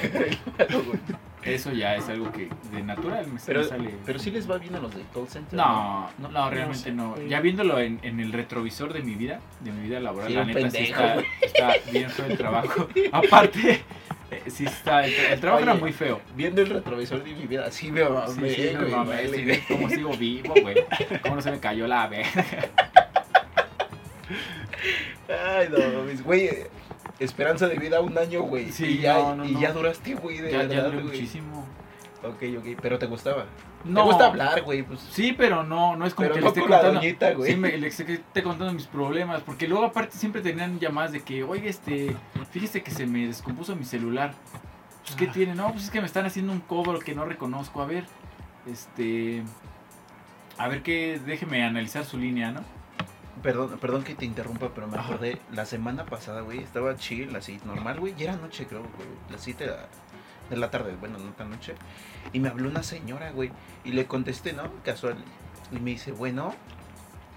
[SPEAKER 2] Claro, güey.
[SPEAKER 1] Eso ya es algo que de natural me
[SPEAKER 2] Pero,
[SPEAKER 1] sale.
[SPEAKER 2] pero sí les va bien a los de call center.
[SPEAKER 1] No,
[SPEAKER 2] No,
[SPEAKER 1] no, realmente
[SPEAKER 3] no sé,
[SPEAKER 1] no.
[SPEAKER 3] güey.
[SPEAKER 1] Ya viéndolo en, en el retrovisor de mi vida, de mi vida laboral,
[SPEAKER 2] Sí,
[SPEAKER 1] la
[SPEAKER 2] un
[SPEAKER 1] neta sí
[SPEAKER 2] pendejo,
[SPEAKER 1] está,
[SPEAKER 2] güey.
[SPEAKER 1] está bien feo el trabajo. Aparte, eh, sí está, el, tra- el trabajo era
[SPEAKER 2] Oye,
[SPEAKER 1] muy feo.
[SPEAKER 2] Viendo el retrovisor de mi vida, sí me va
[SPEAKER 1] Sí,
[SPEAKER 2] me-
[SPEAKER 1] sí, no
[SPEAKER 2] güey,
[SPEAKER 1] mames,
[SPEAKER 2] vale,
[SPEAKER 1] sí,
[SPEAKER 2] güey.
[SPEAKER 1] ¿Cómo sigo vivo, güey? ¿Cómo no se me cayó la ave?
[SPEAKER 2] Ay, no, mames, güey. eh, Esperanza de vida un año, güey.
[SPEAKER 1] Sí,
[SPEAKER 2] y ya,
[SPEAKER 1] no, no,
[SPEAKER 2] y
[SPEAKER 1] no.
[SPEAKER 2] ya duraste, güey, de
[SPEAKER 1] Ya, ya
[SPEAKER 2] verdad,
[SPEAKER 1] duré
[SPEAKER 2] güey.
[SPEAKER 1] muchísimo.
[SPEAKER 2] Ok, ok, pero te gustaba.
[SPEAKER 1] No,
[SPEAKER 2] Te gusta hablar, güey, pues.
[SPEAKER 1] Sí, pero no, no es como
[SPEAKER 2] Pero
[SPEAKER 1] que
[SPEAKER 2] no
[SPEAKER 1] le esté
[SPEAKER 2] con la
[SPEAKER 1] contando.
[SPEAKER 2] doñita, güey.
[SPEAKER 1] sí, me, le esté contando mis problemas. Porque luego, aparte, siempre tenían llamadas de que, oye, este, fíjese que se me descompuso mi celular. Pues, ¿qué
[SPEAKER 3] Ah.
[SPEAKER 1] tiene? No, pues es que me están haciendo un cobro que no reconozco. A ver, este. A ver qué, déjeme analizar su línea, ¿no?
[SPEAKER 2] Perdón, perdón que te interrumpa, pero me
[SPEAKER 1] Ajá.
[SPEAKER 2] acordé, la semana pasada, güey, estaba chill, así, normal, güey, y era noche, creo, güey, las 7 de la- de la tarde, bueno, no tan noche, y me habló una señora, güey, y le contesté, ¿no? Casual, y me dice, bueno,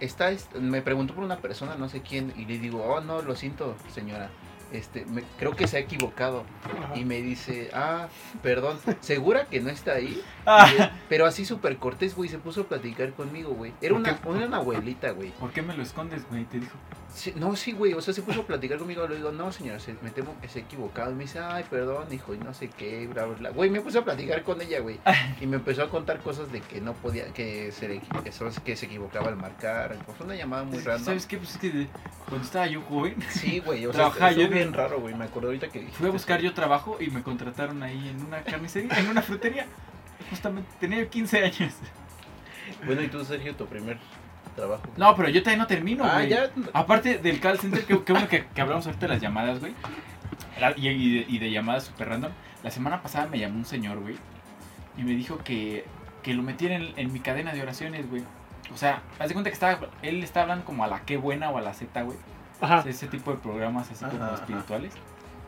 [SPEAKER 2] está, es- me preguntó por una persona, no sé quién, y le digo, oh, no, lo siento, señora, este, me- creo que se ha equivocado,
[SPEAKER 3] Ajá.
[SPEAKER 2] y me dice, ah, perdón, ¿segura que no está ahí? Y
[SPEAKER 1] Ah,
[SPEAKER 2] le- Pero así súper cortés, güey, se puso a platicar conmigo, güey, era
[SPEAKER 1] ¿Por
[SPEAKER 2] una, una abuelita, güey.
[SPEAKER 1] ¿Por qué me lo escondes, güey? Te dijo.
[SPEAKER 2] Sí, no, sí, güey, o sea, se puso a platicar conmigo, le digo, no, señora, se, me temo que se ha equivocado. Y me dice, ay, perdón, hijo, y no sé qué, bla, bla, bla. Güey, me puse a platicar con ella, güey. Y me empezó a contar cosas de que no podía, que se, le- que, se- que se equivocaba al marcar. Fue una llamada muy
[SPEAKER 1] Es que,
[SPEAKER 2] random.
[SPEAKER 1] ¿Sabes qué? Pues es que de- cuando estaba yo joven,
[SPEAKER 2] Sí, güey, o sea,
[SPEAKER 1] Trabajaba
[SPEAKER 2] estuvo
[SPEAKER 1] yo en-
[SPEAKER 2] bien raro, güey. Me acuerdo ahorita que dijiste
[SPEAKER 1] fui a buscar
[SPEAKER 2] eso.
[SPEAKER 1] yo trabajo y me contrataron ahí en una carnicería, en una frutería. Justamente tenía 15 años.
[SPEAKER 2] Bueno, y tú, Sergio, tu primer trabajo.
[SPEAKER 1] No, pero yo todavía no termino,
[SPEAKER 2] ah,
[SPEAKER 1] güey.
[SPEAKER 2] ya.
[SPEAKER 1] Aparte del call center, qué, qué bueno que, que hablamos ahorita de las llamadas, güey. La- Y, y de, y de llamadas super random. La semana pasada me llamó un señor, güey. Y me dijo que, que lo metiera en, en mi cadena de oraciones, güey. O sea, haz de cuenta que estaba, él estaba hablando como a la qué buena o a la Z, güey. O
[SPEAKER 3] Ajá.
[SPEAKER 1] sea, ese tipo de programas así como
[SPEAKER 2] Ah. Ajá, ajá.
[SPEAKER 1] espirituales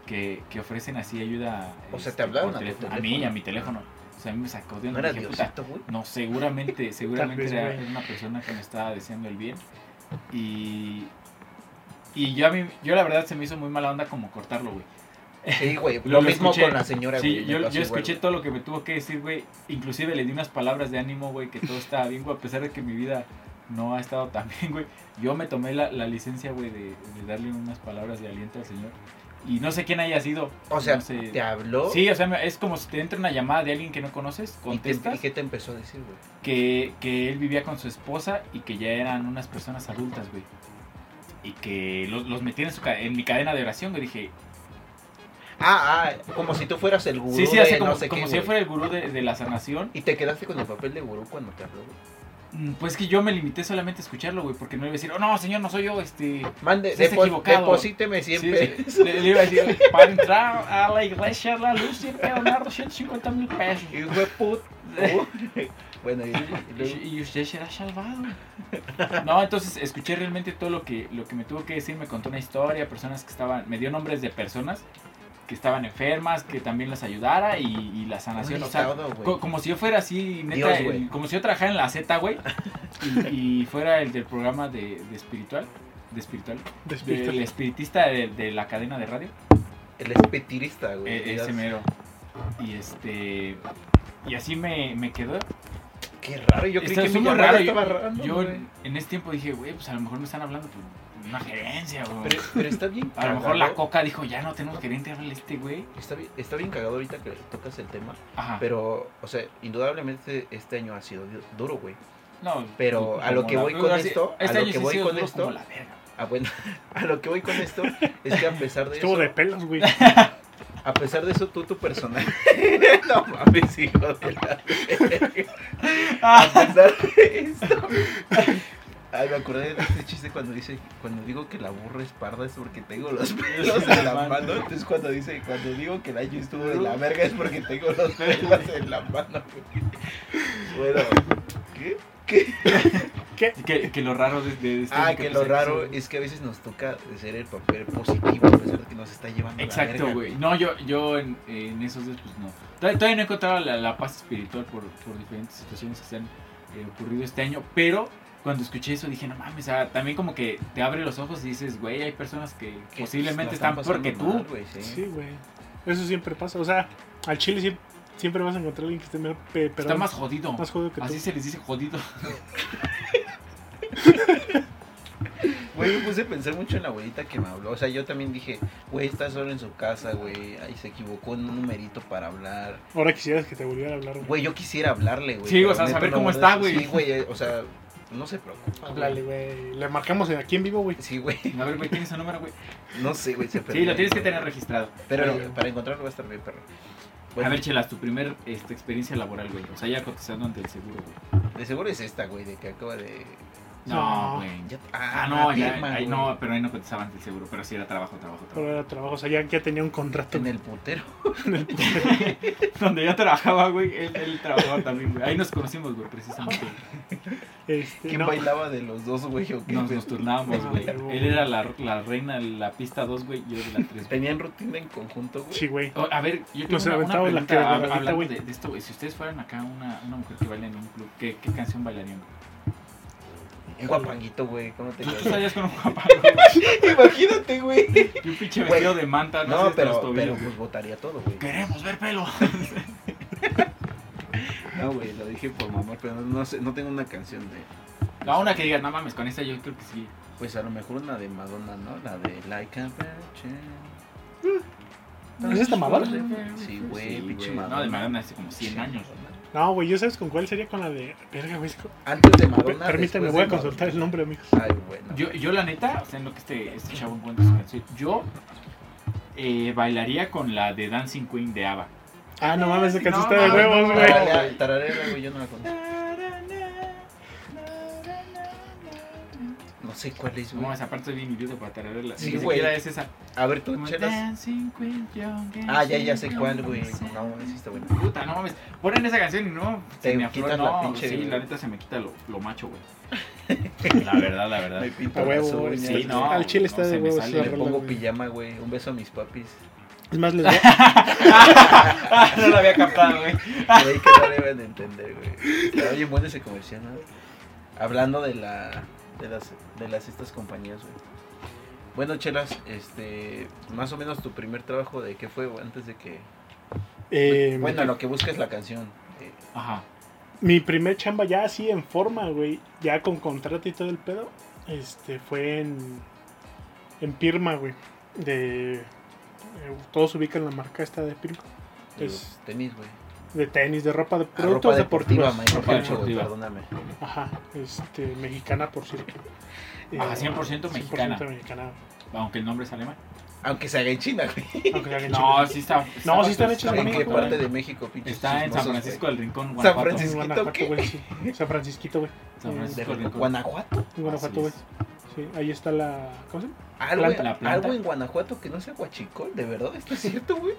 [SPEAKER 1] que, que ofrecen así ayuda.
[SPEAKER 2] O sea,
[SPEAKER 1] este,
[SPEAKER 2] ¿te hablaron
[SPEAKER 1] por
[SPEAKER 2] a tu
[SPEAKER 1] teléfono.
[SPEAKER 2] teléfono?
[SPEAKER 1] mí y a mi teléfono. O sea, a mí me sacó de
[SPEAKER 2] ¿No
[SPEAKER 1] onda,
[SPEAKER 2] era
[SPEAKER 1] dije, puta,
[SPEAKER 2] Diosito, güey?
[SPEAKER 1] no, seguramente, seguramente
[SPEAKER 3] Tal vez,
[SPEAKER 1] era,
[SPEAKER 3] güey.
[SPEAKER 1] era una persona que me estaba deseando el bien. Y, y yo a mí, yo la verdad se me hizo muy mala onda como cortarlo, güey.
[SPEAKER 2] Sí, güey.
[SPEAKER 1] Lo
[SPEAKER 2] Lo,
[SPEAKER 1] que
[SPEAKER 2] mismo
[SPEAKER 1] escuché.
[SPEAKER 2] con la señora,
[SPEAKER 1] Sí,
[SPEAKER 2] güey. me
[SPEAKER 1] yo,
[SPEAKER 2] pasó
[SPEAKER 1] yo
[SPEAKER 2] igual,
[SPEAKER 1] escuché
[SPEAKER 2] güey.
[SPEAKER 1] todo lo que me tuvo que decir, güey. Inclusive le di unas palabras de ánimo, güey, que todo estaba bien, güey, a pesar de que mi vida no ha estado tan bien, güey. Yo me tomé la, la licencia, güey, de, de darle unas palabras de aliento al señor. Y no sé quién haya sido.
[SPEAKER 2] O sea,
[SPEAKER 1] no sé.
[SPEAKER 2] te habló.
[SPEAKER 1] Sí, o sea, me- es como si te entra una llamada de alguien que no conoces,
[SPEAKER 2] ¿Y, te-
[SPEAKER 1] contestas
[SPEAKER 2] y qué te empezó a decir, güey?
[SPEAKER 1] que, que él vivía con su esposa y que ya eran unas personas adultas, güey. Y que los, los metí en, su, ca- en mi cadena de oración, güey. Dije,
[SPEAKER 2] Ah, ah, como si tú fueras el gurú.
[SPEAKER 1] sí, sí, hace
[SPEAKER 2] de
[SPEAKER 1] como,
[SPEAKER 2] no sé
[SPEAKER 1] como
[SPEAKER 2] qué,
[SPEAKER 1] si yo
[SPEAKER 2] güey.
[SPEAKER 1] fuera el gurú de, de la sanación.
[SPEAKER 2] Y te quedaste con el papel de gurú cuando te habló, güey.
[SPEAKER 1] Mm, Pues que yo me limité solamente a escucharlo, güey, porque no le iba a decir, oh, no, señor, no soy yo, este...
[SPEAKER 2] Mande,
[SPEAKER 1] Estás
[SPEAKER 2] depo-
[SPEAKER 1] equivocado.
[SPEAKER 2] deposíteme siempre.
[SPEAKER 1] Sí, sí. Le, le iba a decir, para entrar a la iglesia, la luz tiene que donar 150 mil pesos.
[SPEAKER 2] Y fue put. bueno, y, y
[SPEAKER 1] Y,
[SPEAKER 2] luego-
[SPEAKER 1] y usted será salvado. No, entonces escuché realmente todo lo que, lo que me tuvo que decir. Me contó una historia, personas que estaban, me dio nombres de personas que estaban enfermas, que también las ayudara y, y la sanación. O
[SPEAKER 2] Un
[SPEAKER 1] sea,
[SPEAKER 2] listado, güey.
[SPEAKER 1] co- como si yo fuera así, neta,
[SPEAKER 2] Dios,
[SPEAKER 1] el-
[SPEAKER 2] güey.
[SPEAKER 1] como si yo trabajara en la Z, güey, y, y fuera el del programa de, de espiritual, de espiritual,
[SPEAKER 3] Despierta.
[SPEAKER 1] del espiritista de, de la cadena de radio,
[SPEAKER 2] el espetirista, güey.
[SPEAKER 1] eh,
[SPEAKER 2] Dios,
[SPEAKER 1] ese mero. Y este, y así me, me quedó.
[SPEAKER 2] Qué raro, yo creí
[SPEAKER 1] Está-
[SPEAKER 2] que
[SPEAKER 1] está
[SPEAKER 2] mi
[SPEAKER 1] muy
[SPEAKER 2] llamada
[SPEAKER 1] raro,
[SPEAKER 2] estaba
[SPEAKER 1] yo-
[SPEAKER 2] random,
[SPEAKER 1] Yo
[SPEAKER 2] güey.
[SPEAKER 1] en ese tiempo dije, güey, pues a lo mejor me están hablando por una gerencia, o
[SPEAKER 2] Pero, pero está bien
[SPEAKER 1] A lo mejor la
[SPEAKER 2] cagado.
[SPEAKER 1] coca dijo, ya no tenemos gerente, háblale a este güey.
[SPEAKER 2] Está bien, está bien cagado ahorita que tocas el tema.
[SPEAKER 1] Ajá.
[SPEAKER 2] Pero, o sea, indudablemente este año ha sido du- duro, güey.
[SPEAKER 1] no,
[SPEAKER 2] pero a lo
[SPEAKER 1] como
[SPEAKER 2] que voy con
[SPEAKER 1] ahora sí,
[SPEAKER 2] esto, a
[SPEAKER 1] este
[SPEAKER 2] lo
[SPEAKER 1] año sí
[SPEAKER 2] que
[SPEAKER 1] ha
[SPEAKER 2] voy
[SPEAKER 1] sido
[SPEAKER 2] con
[SPEAKER 1] duro
[SPEAKER 2] esto-
[SPEAKER 1] como la verga.
[SPEAKER 2] Ah, bueno, a lo que voy con esto es que a pesar de
[SPEAKER 3] Estuvo
[SPEAKER 2] eso,
[SPEAKER 3] de pelos, güey.
[SPEAKER 2] a pesar de eso, tú, tu personaje. no mames, hijo de la. a pesar de esto. Ay, me acordé de este chiste cuando dice, cuando digo que la burra es parda es porque tengo los pelos en la mano. Entonces cuando dice, cuando digo que el año estuvo de la verga es porque tengo los pelos en la mano. güey. Bueno, ¿qué?
[SPEAKER 3] ¿Qué?
[SPEAKER 1] Que, que lo raro de, de este
[SPEAKER 2] Ah,
[SPEAKER 1] año
[SPEAKER 2] que
[SPEAKER 1] pues,
[SPEAKER 2] lo
[SPEAKER 1] ha
[SPEAKER 2] raro
[SPEAKER 1] sido-
[SPEAKER 2] es que a veces nos toca de ser el papel positivo a pesar de que nos está llevando la
[SPEAKER 1] Exacto,
[SPEAKER 2] verga.
[SPEAKER 1] güey. No, yo, yo en, en esos días, pues no. Todavía, todavía no he encontrado la, la paz espiritual por, por diferentes situaciones que se han eh, ocurrido este año. Pero cuando escuché eso dije, no mames, o sea, también como que te abre los ojos y dices, güey, hay personas que,
[SPEAKER 2] Que pues,
[SPEAKER 1] posiblemente
[SPEAKER 2] la
[SPEAKER 1] están
[SPEAKER 2] pasando
[SPEAKER 1] porque tú.
[SPEAKER 2] mal, güey, sí.
[SPEAKER 3] Sí, güey. Eso siempre pasa. O sea, al chile siempre, siempre vas a encontrar a alguien que esté mejor, pe- pero
[SPEAKER 1] está más jodido.
[SPEAKER 3] más jodido que tú.
[SPEAKER 1] Así se les dice jodido.
[SPEAKER 2] Güey, yo puse a pensar mucho en la abuelita que me habló. O sea, yo también dije, güey, está solo en su casa, güey. Ahí se equivocó en un numerito para hablar.
[SPEAKER 3] Ahora quisieras que te volviera a hablar, güey.
[SPEAKER 2] Güey, yo quisiera hablarle, güey.
[SPEAKER 1] Sí, o
[SPEAKER 2] pero
[SPEAKER 1] sea,
[SPEAKER 2] neta
[SPEAKER 1] saber
[SPEAKER 2] no
[SPEAKER 1] cómo
[SPEAKER 2] guardo
[SPEAKER 1] está,
[SPEAKER 2] eso.
[SPEAKER 1] güey.
[SPEAKER 2] Sí, güey, eh, o sea, no se preocupa.
[SPEAKER 3] Háblale, güey. Le marcamos aquí en vivo, güey.
[SPEAKER 2] Sí, güey.
[SPEAKER 1] A ver, güey, tienes su número, güey.
[SPEAKER 2] No sé, güey, se
[SPEAKER 1] Sí,
[SPEAKER 2] perdió.
[SPEAKER 1] lo tienes que tener registrado.
[SPEAKER 2] Pero
[SPEAKER 3] Oye.
[SPEAKER 2] para encontrarlo va a estar bien, perro. Pues,
[SPEAKER 1] A
[SPEAKER 2] Bueno,
[SPEAKER 1] ver, Chelas, tu primer este, experiencia laboral, güey. O sea, ya cotizando ante el seguro, güey.
[SPEAKER 2] de seguro es esta, güey, de que acaba de.
[SPEAKER 1] No,
[SPEAKER 3] No.
[SPEAKER 1] güey.
[SPEAKER 2] Ya-
[SPEAKER 1] Ah, no,
[SPEAKER 2] una
[SPEAKER 1] ya,
[SPEAKER 2] firma,
[SPEAKER 1] ahí
[SPEAKER 2] güey,
[SPEAKER 1] no, pero ahí no cotizaba ante el seguro, pero sí era trabajo, trabajo, trabajo.
[SPEAKER 3] Pero era trabajo. O sea, ya, ya tenía un contrato.
[SPEAKER 2] En el putero.
[SPEAKER 1] Donde yo trabajaba, güey, él, él trabajaba también, güey. Ahí nos conocimos, güey, precisamente.
[SPEAKER 3] Este,
[SPEAKER 2] ¿Quién
[SPEAKER 3] no.
[SPEAKER 2] bailaba de los dos, güey? o qué?
[SPEAKER 1] Nos, nos turnábamos,
[SPEAKER 3] No,
[SPEAKER 1] güey.
[SPEAKER 3] güey.
[SPEAKER 1] Él era la, la reina de la pista 2, güey, y yo de la 3.
[SPEAKER 2] Tenían rutina en conjunto, güey.
[SPEAKER 3] Sí, güey.
[SPEAKER 1] A ver, yo tengo
[SPEAKER 3] Nos
[SPEAKER 1] una, una
[SPEAKER 3] aventamos la
[SPEAKER 1] pregunta
[SPEAKER 3] que- la
[SPEAKER 1] hab-
[SPEAKER 3] que-
[SPEAKER 1] hablando
[SPEAKER 3] güey.
[SPEAKER 1] de, de esto, güey. Si ustedes fueran acá una, una mujer que baila en un club, ¿qué, qué canción bailarían? güey?
[SPEAKER 2] Un guapanguito, güey. ¿Cómo te
[SPEAKER 1] ¿Tú, tú
[SPEAKER 2] quedas?
[SPEAKER 1] salías con un guapago, güey,
[SPEAKER 2] Imagínate, güey.
[SPEAKER 1] y un pinche vestido de manta, no,
[SPEAKER 2] No,
[SPEAKER 1] sé, pero, los
[SPEAKER 2] pero, pero
[SPEAKER 1] tobillos.
[SPEAKER 2] pues votaría todo, güey.
[SPEAKER 1] Queremos ver pelo.
[SPEAKER 2] No, güey, lo dije por mamar, pero no, sé, no tengo una canción de,
[SPEAKER 1] No, una que digas, no mames, con esta yo creo que sí.
[SPEAKER 2] Pues a lo mejor una de Madonna, ¿no? La de Like a Virgin.
[SPEAKER 3] ¿Es esta mamada?
[SPEAKER 2] Sí, güey,
[SPEAKER 1] Sí,
[SPEAKER 2] pinche
[SPEAKER 1] güey.
[SPEAKER 2] Madonna.
[SPEAKER 1] No, de Madonna hace como 100 años.
[SPEAKER 3] No, güey, ¿yo sabes con cuál sería? Con la de. Verga, güey. es co-
[SPEAKER 2] Antes de
[SPEAKER 3] per-
[SPEAKER 2] Madonna.
[SPEAKER 3] Permíteme,
[SPEAKER 2] después
[SPEAKER 3] voy a
[SPEAKER 2] de
[SPEAKER 3] consultar el nombre, amigos.
[SPEAKER 2] Madonna. Ay, bueno.
[SPEAKER 1] Yo, yo la neta, o sea, en lo que este, este chavo encuentra su canción, yo eh, bailaría con la de Dancing Queen de ABBA.
[SPEAKER 3] Ah, no mames, esa canción
[SPEAKER 1] No,
[SPEAKER 3] está de
[SPEAKER 1] no,
[SPEAKER 3] huevos,
[SPEAKER 1] no,
[SPEAKER 3] güey.
[SPEAKER 1] no.
[SPEAKER 2] Tararea, tararea, güey, yo no la conozco. No sé cuál es,
[SPEAKER 1] No,
[SPEAKER 2] güey.
[SPEAKER 1] esa parte es bien idiota para tararla.
[SPEAKER 2] Sí,
[SPEAKER 1] Ni
[SPEAKER 2] güey.
[SPEAKER 1] siquiera es esa.
[SPEAKER 2] A ver, tú,
[SPEAKER 1] Como "Ah,
[SPEAKER 2] chelas.
[SPEAKER 1] Dancing Queen, young and
[SPEAKER 2] Ah, ya, ya sé
[SPEAKER 1] single,
[SPEAKER 2] cuál, güey.
[SPEAKER 1] single.
[SPEAKER 2] No, sí está bueno.
[SPEAKER 1] Puta, no mames. Ponen esa canción y no.
[SPEAKER 2] Te
[SPEAKER 1] se me aflora.
[SPEAKER 2] quitan la
[SPEAKER 1] No,
[SPEAKER 2] pinche-
[SPEAKER 1] sí, la neta se me quita lo, lo macho, güey. La verdad, la verdad.
[SPEAKER 2] Me pinto
[SPEAKER 3] A huevo,
[SPEAKER 2] las
[SPEAKER 3] güey.
[SPEAKER 2] uñas,
[SPEAKER 1] Sí, no.
[SPEAKER 3] Al chile está
[SPEAKER 1] no,
[SPEAKER 3] de
[SPEAKER 1] se me
[SPEAKER 3] huevos.
[SPEAKER 1] sale,
[SPEAKER 3] esa
[SPEAKER 2] Le
[SPEAKER 3] rola,
[SPEAKER 2] pongo
[SPEAKER 3] güey.
[SPEAKER 2] pijama, güey. Un beso a mis papis.
[SPEAKER 3] Es más, les voy,
[SPEAKER 1] no la había captado, güey.
[SPEAKER 2] Creí que no lo iban a entender, güey. Está bien bueno ese comercial, ¿no? Hablando de la. de las. de las estas compañías, güey. Bueno, Chelas, este. Más o menos tu primer trabajo de qué fue, güey, antes de que.
[SPEAKER 3] eh,
[SPEAKER 2] bueno, lo que busca es la canción. eh,
[SPEAKER 1] Ajá.
[SPEAKER 3] Mi primer chamba ya así en forma, güey. Ya con contrato y todo el pedo. Este fue en. En Pirma, güey. De. eh, todos ubican la marca esta de Pirma.
[SPEAKER 2] de
[SPEAKER 3] Es-
[SPEAKER 2] los tenis, güey. Ah,
[SPEAKER 3] De tenis, de ropa, de Pues, productos
[SPEAKER 2] ropa deportiva,
[SPEAKER 3] deportivos.
[SPEAKER 2] me
[SPEAKER 1] Ah, Ropa
[SPEAKER 2] ropa
[SPEAKER 1] deportiva.
[SPEAKER 2] perdóname.
[SPEAKER 3] Ajá, este, mexicana, por cierto. Eh,
[SPEAKER 1] Ah, 100% mexicana.
[SPEAKER 3] 100% mexicana.
[SPEAKER 1] Aunque el nombre es alemán.
[SPEAKER 2] Aunque se haga en China, güey.
[SPEAKER 3] Aunque la hagan
[SPEAKER 1] No,
[SPEAKER 3] chica.
[SPEAKER 1] sí está.
[SPEAKER 3] No, sí están hechos
[SPEAKER 1] está
[SPEAKER 2] ¿En
[SPEAKER 3] en
[SPEAKER 2] qué
[SPEAKER 3] México,
[SPEAKER 2] parte
[SPEAKER 1] güey.
[SPEAKER 2] de México, pinche?
[SPEAKER 1] Está en San Francisco del Rincón,
[SPEAKER 2] San
[SPEAKER 1] Guanajuato.
[SPEAKER 3] En
[SPEAKER 2] Francisco, ¿qué?
[SPEAKER 3] Guanajuato, güey, sí. San Francisquito, güey.
[SPEAKER 1] San Francisco del Rincón.
[SPEAKER 2] Guanajuato.
[SPEAKER 3] En
[SPEAKER 1] Así
[SPEAKER 3] Guanajuato, güey.
[SPEAKER 1] es.
[SPEAKER 3] Sí, ahí está la. ¿Cómo se llama?
[SPEAKER 2] Algo,
[SPEAKER 3] Planta,
[SPEAKER 1] la
[SPEAKER 2] en,
[SPEAKER 1] planta.
[SPEAKER 2] algo en Guanajuato que no sea huachicol, de verdad, esto es cierto, güey.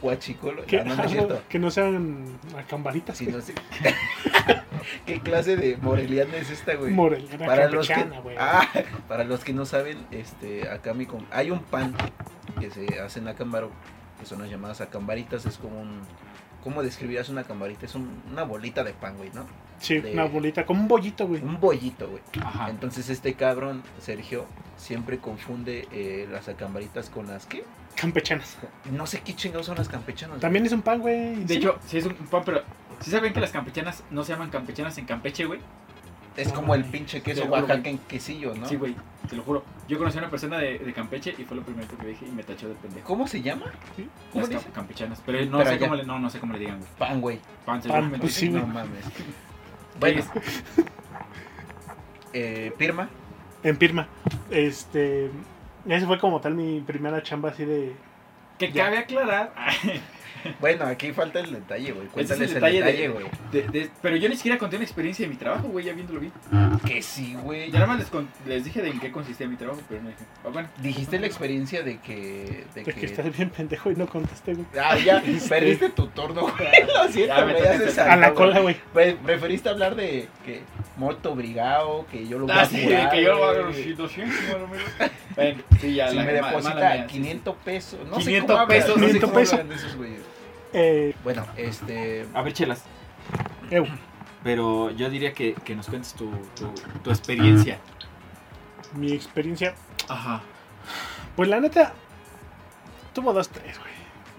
[SPEAKER 2] Huachicol,
[SPEAKER 3] Que,
[SPEAKER 2] no, no es cierto.
[SPEAKER 3] que no sean acambaritas.
[SPEAKER 2] Si no sé- ¿Qué clase de moreliana es esta, güey?
[SPEAKER 3] Morelia,
[SPEAKER 2] Para los, que,
[SPEAKER 3] campechana, güey.
[SPEAKER 2] Ah, para los que no saben, este, acá mi com- hay un pan que se hace en Acámbaro, que son las llamadas acambaritas, es como un... ¿Cómo describirás una acambarita? Es un- una bolita de pan, güey, ¿no?
[SPEAKER 3] sí,
[SPEAKER 2] de-
[SPEAKER 3] una bolita, como un bollito, güey.
[SPEAKER 2] Un bollito, güey.
[SPEAKER 3] Ah.
[SPEAKER 1] Ajá.
[SPEAKER 2] Entonces este cabrón, Sergio, siempre confunde eh, las acambaritas con las que...
[SPEAKER 3] Campechanas.
[SPEAKER 2] No sé qué chingados son las campechanas.
[SPEAKER 3] También es un pan, güey.
[SPEAKER 1] De hecho, sí es un pan, pero. ¿Sí saben que las campechanas no se llaman campechanas en Campeche, güey?
[SPEAKER 2] Es como el pinche queso
[SPEAKER 1] Seguro,
[SPEAKER 2] Oaxaca
[SPEAKER 1] güey.
[SPEAKER 2] en quesillo, ¿no?
[SPEAKER 1] Sí, güey, te lo juro. Yo conocí a una persona de, de Campeche y fue lo primero que dije y me tachó de pendejo.
[SPEAKER 2] ¿Cómo se llama? ¿Cómo
[SPEAKER 1] Las
[SPEAKER 2] dice?
[SPEAKER 1] cam- campechanas. Pero no,
[SPEAKER 2] Pero
[SPEAKER 1] sé
[SPEAKER 2] allá.
[SPEAKER 1] cómo le, no, no sé cómo le digan, güey.
[SPEAKER 2] Pan, güey.
[SPEAKER 1] Pan,
[SPEAKER 3] Pan, pues sí,
[SPEAKER 1] seguramente.
[SPEAKER 3] güey.
[SPEAKER 2] No mames.
[SPEAKER 1] Bueno,
[SPEAKER 2] Bueno, eh, Pirma.
[SPEAKER 3] En Pirma. Este. Ese fue como tal mi primera chamba así de.
[SPEAKER 1] que
[SPEAKER 3] Ya.
[SPEAKER 1] cabe aclarar.
[SPEAKER 2] Bueno, aquí falta el detalle, güey. Cuéntales
[SPEAKER 1] el
[SPEAKER 2] el
[SPEAKER 1] detalle de-
[SPEAKER 2] detalle, güey.
[SPEAKER 1] de- de- pero yo ni siquiera conté una experiencia de mi trabajo, güey, ya viéndolo bien.
[SPEAKER 2] Que sí, güey.
[SPEAKER 1] Yo nada más les, con- les dije de en qué consistía mi trabajo, pero no dije. Ah, bueno,
[SPEAKER 2] Dijiste la experiencia de que. De
[SPEAKER 3] de que
[SPEAKER 2] que...
[SPEAKER 3] estás bien pendejo y no contesté, güey.
[SPEAKER 2] Ah, ya, perdiste tu torno, güey. Lo
[SPEAKER 1] Ya
[SPEAKER 2] siento,
[SPEAKER 1] me
[SPEAKER 2] güey,
[SPEAKER 1] toqué
[SPEAKER 2] ya se
[SPEAKER 1] el-
[SPEAKER 2] saltó,
[SPEAKER 3] A la
[SPEAKER 2] güey.
[SPEAKER 3] cola, güey.
[SPEAKER 2] Pre- preferiste hablar de que muerto brigado, que yo lo voy
[SPEAKER 1] Ah,
[SPEAKER 2] a
[SPEAKER 1] sí,
[SPEAKER 2] curar,
[SPEAKER 1] que yo lo hago
[SPEAKER 2] güey.
[SPEAKER 1] los 200, más o menos. Bueno, sí, ya
[SPEAKER 2] Si
[SPEAKER 1] la
[SPEAKER 2] me
[SPEAKER 1] ma- mala mía,
[SPEAKER 2] deposita
[SPEAKER 1] sí,
[SPEAKER 2] 500 pesos. No
[SPEAKER 1] 500
[SPEAKER 2] sé cómo
[SPEAKER 1] pesos,
[SPEAKER 2] hablan, no sé
[SPEAKER 3] 500
[SPEAKER 2] cómo
[SPEAKER 3] pesos.
[SPEAKER 2] hablan esos güeyes.
[SPEAKER 3] Eh,
[SPEAKER 2] Bueno, este.
[SPEAKER 1] sí. A ver, chelas.
[SPEAKER 3] eu.
[SPEAKER 1] Pero yo diría que, que nos cuentes tu, tu, tu experiencia.
[SPEAKER 3] mi experiencia.
[SPEAKER 1] Ah. Ajá.
[SPEAKER 3] Pues la neta. Tuvo dos, tres, güey.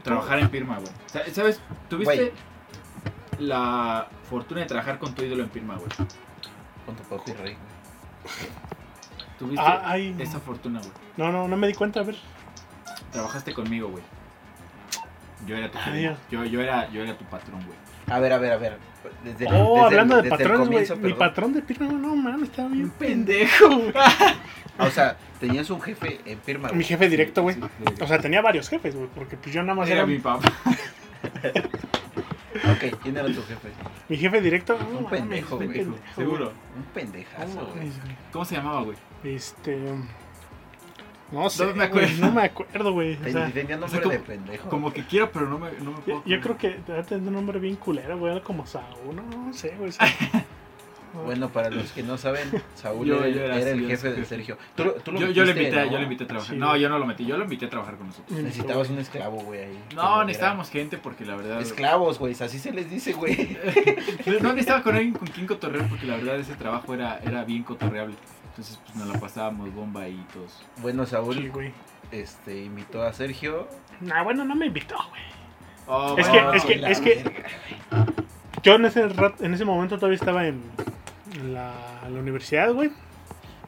[SPEAKER 1] Trabajar en Pirma, güey. O sea, ¿Sabes? Tuviste
[SPEAKER 2] Güey.
[SPEAKER 1] la fortuna de trabajar con tu ídolo en Pirma, güey.
[SPEAKER 2] Con tu pajo rey.
[SPEAKER 1] Tuviste
[SPEAKER 3] Ah, ay.
[SPEAKER 1] esa fortuna, güey.
[SPEAKER 3] No, no, no me di cuenta, a ver.
[SPEAKER 1] Trabajaste conmigo, güey. Yo era tu
[SPEAKER 3] Ah,
[SPEAKER 1] jefe.
[SPEAKER 3] ya.
[SPEAKER 1] yo, yo, era, yo era tu patrón, güey.
[SPEAKER 2] A ver, a ver, a ver. Desde el-
[SPEAKER 3] Oh,
[SPEAKER 2] desde el-
[SPEAKER 3] hablando de
[SPEAKER 2] desde el
[SPEAKER 3] patrones, güey.
[SPEAKER 2] comienzo,
[SPEAKER 3] Mi
[SPEAKER 2] perdón. Mm.
[SPEAKER 3] patrón de pirma, no, mames, estaba bien pendejo.
[SPEAKER 1] pendejo.
[SPEAKER 2] Ah, O sea, tenías un jefe en firma.
[SPEAKER 3] Mi jefe directo, güey. O sea, tenía varios jefes, güey, porque pues yo nada más
[SPEAKER 1] era
[SPEAKER 3] era
[SPEAKER 1] mi
[SPEAKER 3] mi
[SPEAKER 1] papá.
[SPEAKER 2] Ok, ¿quién era tu jefe?
[SPEAKER 3] jefe directo. no,
[SPEAKER 2] Un
[SPEAKER 3] mames,
[SPEAKER 2] pendejo,
[SPEAKER 3] un
[SPEAKER 2] güey.
[SPEAKER 3] pendejo,
[SPEAKER 1] Seguro.
[SPEAKER 2] Un
[SPEAKER 3] güey. No,
[SPEAKER 2] pendejazo, güey.
[SPEAKER 3] mames, güey.
[SPEAKER 1] ¿Cómo se llamaba, güey?
[SPEAKER 3] Este. No sé.
[SPEAKER 1] me
[SPEAKER 3] güey,
[SPEAKER 1] acuerdo.
[SPEAKER 3] No me acuerdo, güey. O sea,
[SPEAKER 2] Ten- Tenía nombre
[SPEAKER 1] como-
[SPEAKER 2] de pendejo.
[SPEAKER 1] Como que quiero, pero no me, no me puedo.
[SPEAKER 3] yo, yo creo que debe tener un nombre bien culero, güey. Era como Saúl, no, no sé, güey. o sea.
[SPEAKER 2] Bueno, para los que no saben, Saúl
[SPEAKER 1] Yo-
[SPEAKER 2] era, el-
[SPEAKER 1] yo era
[SPEAKER 2] era
[SPEAKER 1] así,
[SPEAKER 2] el
[SPEAKER 1] yo
[SPEAKER 2] jefe
[SPEAKER 1] era
[SPEAKER 2] de
[SPEAKER 1] su
[SPEAKER 2] Sergio. Tú lo- tú lo
[SPEAKER 1] Yo, yo le
[SPEAKER 2] metiste,
[SPEAKER 1] invité, a-
[SPEAKER 2] ¿no?
[SPEAKER 1] yo le invité a trabajar.
[SPEAKER 3] Sí. Mm.
[SPEAKER 1] no, yo no lo metí, yo lo invité a trabajar con nosotros.
[SPEAKER 2] Necesitabas un esclavo, güey, ahí. que
[SPEAKER 1] No,
[SPEAKER 2] lo
[SPEAKER 1] necesitábamos gente porque la
[SPEAKER 2] viera.
[SPEAKER 1] verdad.
[SPEAKER 2] Esclavos, güey, así se les dice, güey.
[SPEAKER 1] no necesitaba con alguien con quien cotorrear porque la verdad ese trabajo era, era bien cotorreable. Entonces pues nos la pasábamos bomba ahí todos.
[SPEAKER 2] Bueno,
[SPEAKER 3] Sí,
[SPEAKER 2] Saúl
[SPEAKER 3] güey.
[SPEAKER 2] este, invitó a Sergio.
[SPEAKER 3] Nah, bueno, no me invitó, güey.
[SPEAKER 1] Oh,
[SPEAKER 3] Es
[SPEAKER 1] bueno,
[SPEAKER 3] que- es que-
[SPEAKER 2] Ah, la
[SPEAKER 3] es que-
[SPEAKER 2] verga.
[SPEAKER 3] Yo en ese, rat- en ese momento todavía estaba en, en la, en la universidad, güey.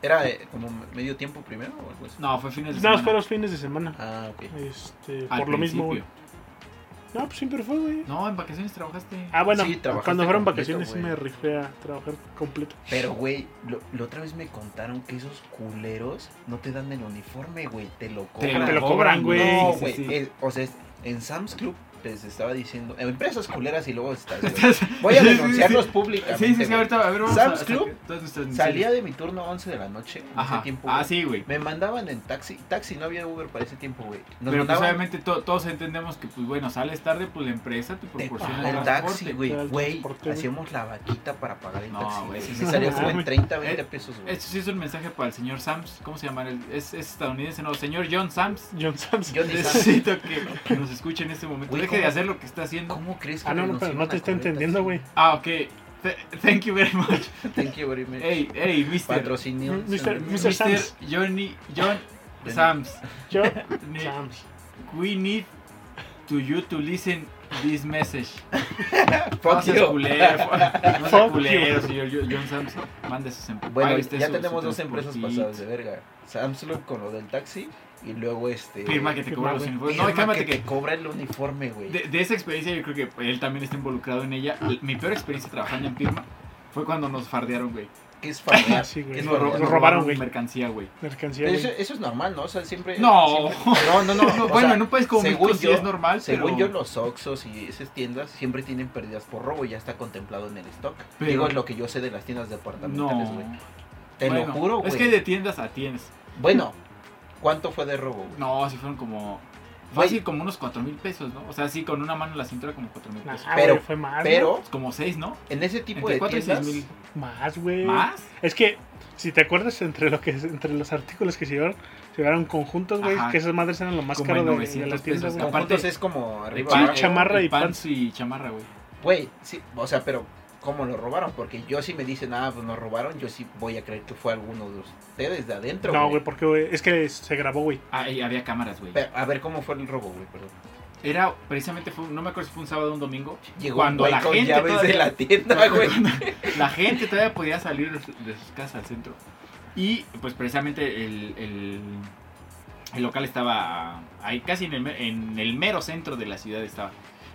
[SPEAKER 2] ¿Era eh, como medio tiempo primero o algo así?
[SPEAKER 1] No, fue fines de
[SPEAKER 3] No,
[SPEAKER 1] semana.
[SPEAKER 3] fue los fines de semana.
[SPEAKER 2] Ah, ok.
[SPEAKER 3] Este,
[SPEAKER 1] Al
[SPEAKER 3] por lo mismo, güey.
[SPEAKER 1] principio.
[SPEAKER 3] No, pues siempre fue, güey.
[SPEAKER 1] No, en vacaciones trabajaste.
[SPEAKER 3] Ah, bueno,
[SPEAKER 2] Sí, trabajaste
[SPEAKER 3] cuando fueron
[SPEAKER 2] completo,
[SPEAKER 3] vacaciones sí
[SPEAKER 2] güey.
[SPEAKER 3] me rifé a trabajar completo.
[SPEAKER 2] Pero, güey, lo- la otra vez me contaron que esos culeros no te dan el uniforme, güey. Te lo cobran.
[SPEAKER 3] te lo cobran, güey.
[SPEAKER 2] No,
[SPEAKER 1] Sí,
[SPEAKER 2] güey.
[SPEAKER 1] sí.
[SPEAKER 2] eh, o sea, es- en Sam's Club les estaba diciendo. eh, Empresas culeras y luego estás. güey.
[SPEAKER 1] Estás-
[SPEAKER 2] Voy a
[SPEAKER 1] Sí, sí,
[SPEAKER 2] denunciarlos
[SPEAKER 1] sí.
[SPEAKER 2] públicamente.
[SPEAKER 1] Sí, sí, sí,
[SPEAKER 2] güey.
[SPEAKER 1] ahorita, a ver, vamos
[SPEAKER 2] Sam's
[SPEAKER 1] a- a
[SPEAKER 2] Club
[SPEAKER 1] sacar todas nuestras
[SPEAKER 2] Salía
[SPEAKER 1] misiones.
[SPEAKER 2] de mi turno a 11 de la noche. En
[SPEAKER 1] Ajá.
[SPEAKER 2] ese tiempo.
[SPEAKER 1] ah,
[SPEAKER 2] güey.
[SPEAKER 1] sí, güey.
[SPEAKER 2] Me mandaban en taxi. Taxi no había Uber para ese tiempo, güey. Nos
[SPEAKER 1] Pero pues
[SPEAKER 2] mandaban
[SPEAKER 1] obviamente to- todos entendemos que, pues bueno, sales tarde, pues la empresa te
[SPEAKER 2] te
[SPEAKER 1] proporciona
[SPEAKER 2] paga
[SPEAKER 1] el
[SPEAKER 2] el
[SPEAKER 1] transporte.
[SPEAKER 2] taxi, güey.
[SPEAKER 3] Era el
[SPEAKER 2] Güey,
[SPEAKER 3] transporte, güey.
[SPEAKER 2] hacíamos la vaquita para pagar el
[SPEAKER 1] No,
[SPEAKER 2] taxi.
[SPEAKER 1] güey,
[SPEAKER 2] güey.
[SPEAKER 1] sí,
[SPEAKER 2] Me
[SPEAKER 1] sí,
[SPEAKER 2] salía
[SPEAKER 3] sí.
[SPEAKER 2] como en 30, 20
[SPEAKER 1] Eh,
[SPEAKER 2] pesos, güey.
[SPEAKER 1] Esto sí es un mensaje para el señor Sams. ¿Cómo se llama? El- Es, es estadounidense, no, señor John Sams.
[SPEAKER 3] John Samson.
[SPEAKER 2] Yo ni sabía.
[SPEAKER 1] Necesito que nos escuche en este momento.
[SPEAKER 2] Güey,
[SPEAKER 1] Deje
[SPEAKER 2] ¿cómo?
[SPEAKER 1] de hacer lo que está haciendo.
[SPEAKER 2] ¿Cómo crees que
[SPEAKER 3] Ah, no, no, pero
[SPEAKER 2] renunciaron
[SPEAKER 3] no te
[SPEAKER 2] a
[SPEAKER 3] está
[SPEAKER 2] correr
[SPEAKER 3] entendiendo, güey.
[SPEAKER 1] Ah, ok. Th- thank you very much.
[SPEAKER 2] taxi? Thank you very much.
[SPEAKER 1] Hey, hey, mister.
[SPEAKER 2] Patrocinio.
[SPEAKER 3] Mister- Mister-
[SPEAKER 1] Mr.
[SPEAKER 3] Sams.
[SPEAKER 1] Johnny, John Sams.
[SPEAKER 3] Yo,
[SPEAKER 1] Ne-
[SPEAKER 3] Sams.
[SPEAKER 1] We need to you to listen this message. No
[SPEAKER 2] Fuck
[SPEAKER 1] seas
[SPEAKER 2] you.
[SPEAKER 1] culero, no seas
[SPEAKER 3] Fuck
[SPEAKER 1] culero,
[SPEAKER 3] you.
[SPEAKER 1] señor John- John Sams. Mande sus empresas.
[SPEAKER 2] Bueno, ya tenemos dos empresas pasadas de verga. Samsung con lo del taxi y luego este.
[SPEAKER 1] Firma que te
[SPEAKER 3] Firma,
[SPEAKER 1] cobra los
[SPEAKER 3] güey.
[SPEAKER 1] uniformes.
[SPEAKER 2] firma
[SPEAKER 1] No, cálmate que
[SPEAKER 2] te cobra el uniforme, güey.
[SPEAKER 1] De, de esa experiencia yo creo que él también está involucrado en ella. Mi peor experiencia trabajando en firma fue cuando nos fardearon, güey.
[SPEAKER 2] Que es
[SPEAKER 3] Ah,
[SPEAKER 2] farmacia.
[SPEAKER 3] sí, güey.
[SPEAKER 2] Es
[SPEAKER 1] Nos, ro-
[SPEAKER 2] Nos
[SPEAKER 1] nos
[SPEAKER 3] robaron,
[SPEAKER 1] robaron
[SPEAKER 3] güey.
[SPEAKER 1] mercancía, güey.
[SPEAKER 3] Mercancía,
[SPEAKER 2] Pero eso,
[SPEAKER 3] güey.
[SPEAKER 2] eso es normal, ¿no? O sea, siempre.
[SPEAKER 1] No.
[SPEAKER 2] siempre- no, no, no. o
[SPEAKER 1] bueno,
[SPEAKER 2] sea,
[SPEAKER 1] en un país como
[SPEAKER 2] según
[SPEAKER 1] México sí
[SPEAKER 2] yo-
[SPEAKER 1] es normal,
[SPEAKER 2] Según
[SPEAKER 1] pero...
[SPEAKER 2] yo, los Oxxos y esas tiendas siempre tienen pérdidas por robo, ya está contemplado en el stock.
[SPEAKER 1] Pero-
[SPEAKER 2] Digo, es lo que yo sé de las tiendas departamentales,
[SPEAKER 1] No.
[SPEAKER 2] güey. Te
[SPEAKER 1] Bueno,
[SPEAKER 2] lo juro, güey.
[SPEAKER 1] Es que de tiendas a tiendas.
[SPEAKER 2] Bueno, ¿cuánto fue de robo, güey?
[SPEAKER 1] No, si fueron como...
[SPEAKER 2] Güey.
[SPEAKER 1] Fácil, como unos cuatro mil pesos, ¿no? O sea, sí, con una mano en la cintura como cuatro mil
[SPEAKER 3] Nah,
[SPEAKER 1] pesos.
[SPEAKER 2] Pero-
[SPEAKER 3] güey, fue más,
[SPEAKER 2] Pero
[SPEAKER 1] Es como seis, ¿no?
[SPEAKER 2] en ese tipo
[SPEAKER 1] Entre
[SPEAKER 2] de
[SPEAKER 1] cuatro y seis
[SPEAKER 2] tiendas,
[SPEAKER 1] mil.
[SPEAKER 3] güey. Más, güey.
[SPEAKER 1] ¿Más?
[SPEAKER 3] Es que, si te acuerdas, entre lo que entre los artículos que se llevaron, se llevaron conjuntos, güey,
[SPEAKER 1] Ajá.
[SPEAKER 3] que esas madres eran lo más
[SPEAKER 1] Como
[SPEAKER 3] caro
[SPEAKER 1] en
[SPEAKER 3] de, de
[SPEAKER 1] 900
[SPEAKER 3] la tienda,
[SPEAKER 1] pesos,
[SPEAKER 3] güey.
[SPEAKER 1] capaz.
[SPEAKER 2] conjuntos
[SPEAKER 1] aparte-
[SPEAKER 2] es como arriba.
[SPEAKER 1] Pan-
[SPEAKER 2] abajo.
[SPEAKER 3] chamarra y
[SPEAKER 1] pants. Y chamarra, güey.
[SPEAKER 2] Güey, sí, o sea, pero ¿cómo lo robaron? Porque yo si me dicen, ah, pues nos robaron, yo sí voy a creer que fue alguno de ustedes de adentro.
[SPEAKER 3] No, güey, porque güey, es que se grabó, güey.
[SPEAKER 1] Ah, y había cámaras, güey.
[SPEAKER 2] Pero, a ver cómo fue el robo, güey, perdón.
[SPEAKER 1] Era, precisamente, fue, no me acuerdo si fue un sábado o un domingo.
[SPEAKER 2] Llegó
[SPEAKER 1] Cuando
[SPEAKER 2] un güey
[SPEAKER 1] la
[SPEAKER 2] con
[SPEAKER 1] gente
[SPEAKER 2] llaves de
[SPEAKER 1] todavía-
[SPEAKER 2] la tienda, güey.
[SPEAKER 1] La gente todavía podía salir de su- de sus casas al centro. Y pues precisamente el, el, el local estaba ahí casi en el, me- en el mero centro de la ciudad estaba.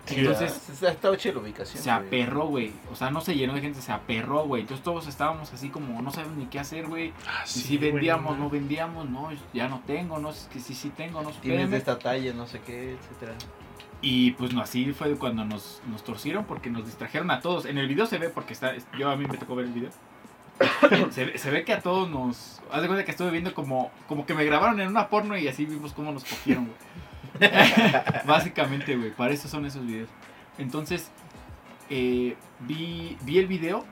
[SPEAKER 1] Entonces
[SPEAKER 2] está, está ocho la ubicación.
[SPEAKER 1] se
[SPEAKER 2] güey.
[SPEAKER 1] aperró, güey. O sea, no se llenó de gente, se aperró, güey. Entonces todos estábamos así como no sabemos ni qué hacer, güey.
[SPEAKER 3] Ah,
[SPEAKER 1] Y si
[SPEAKER 3] güey,
[SPEAKER 1] vendíamos,
[SPEAKER 3] no.
[SPEAKER 1] no vendíamos, no, ya no tengo, no, es que sí, sí tengo, no,
[SPEAKER 2] Tienes de
[SPEAKER 1] espérenme.
[SPEAKER 2] esta talla, no sé qué, etcétera.
[SPEAKER 1] Y pues no, así fue cuando nos, nos torcieron porque nos distrajeron a todos. En el video se ve, porque está, yo a mí me tocó ver el video. se, ve- se ve que a todos nos. Haz de cuenta que estuve viendo como, como que me grabaron en una porno y así vimos cómo nos cogieron, güey. Básicamente, güey, para eso son esos videos. Entonces, eh, vi, vi el video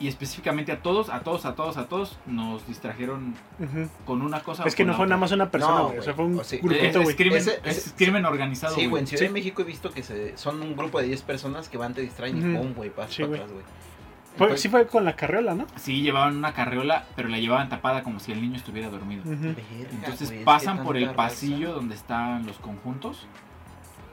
[SPEAKER 1] y específicamente a todos, a todos, a todos, a todos nos distrajeron
[SPEAKER 3] Ujú.
[SPEAKER 1] con una cosa. o
[SPEAKER 3] Es que
[SPEAKER 1] con
[SPEAKER 3] no
[SPEAKER 1] la
[SPEAKER 3] fue
[SPEAKER 1] otra.
[SPEAKER 3] nada más una persona,
[SPEAKER 2] No,
[SPEAKER 3] güey. o sea,
[SPEAKER 2] güey.
[SPEAKER 3] fue un
[SPEAKER 2] O sea,
[SPEAKER 1] Es,
[SPEAKER 3] grupito,
[SPEAKER 1] es
[SPEAKER 3] güey.
[SPEAKER 1] crimen,
[SPEAKER 2] Ese-
[SPEAKER 1] es
[SPEAKER 2] ese-
[SPEAKER 1] crimen organizado.
[SPEAKER 2] Sí, güey,
[SPEAKER 1] güey.
[SPEAKER 2] en Ciudad de México he visto que se, son un grupo de 10 personas que van, te distraen y
[SPEAKER 3] Ujú.
[SPEAKER 2] pum, güey, pasas
[SPEAKER 3] Sí,
[SPEAKER 2] para
[SPEAKER 3] güey.
[SPEAKER 2] atrás, güey.
[SPEAKER 3] Fue-
[SPEAKER 2] Entonces-
[SPEAKER 3] sí fue con la carriola, ¿no?
[SPEAKER 1] Sí, llevaban una carreola, pero la llevaban tapada como si el niño estuviera dormido.
[SPEAKER 3] Ujú.
[SPEAKER 2] Verga,
[SPEAKER 1] Entonces
[SPEAKER 2] güey, es que
[SPEAKER 1] pasan por el
[SPEAKER 2] Mm. Pues, tanta raza.
[SPEAKER 1] pasillo donde están los conjuntos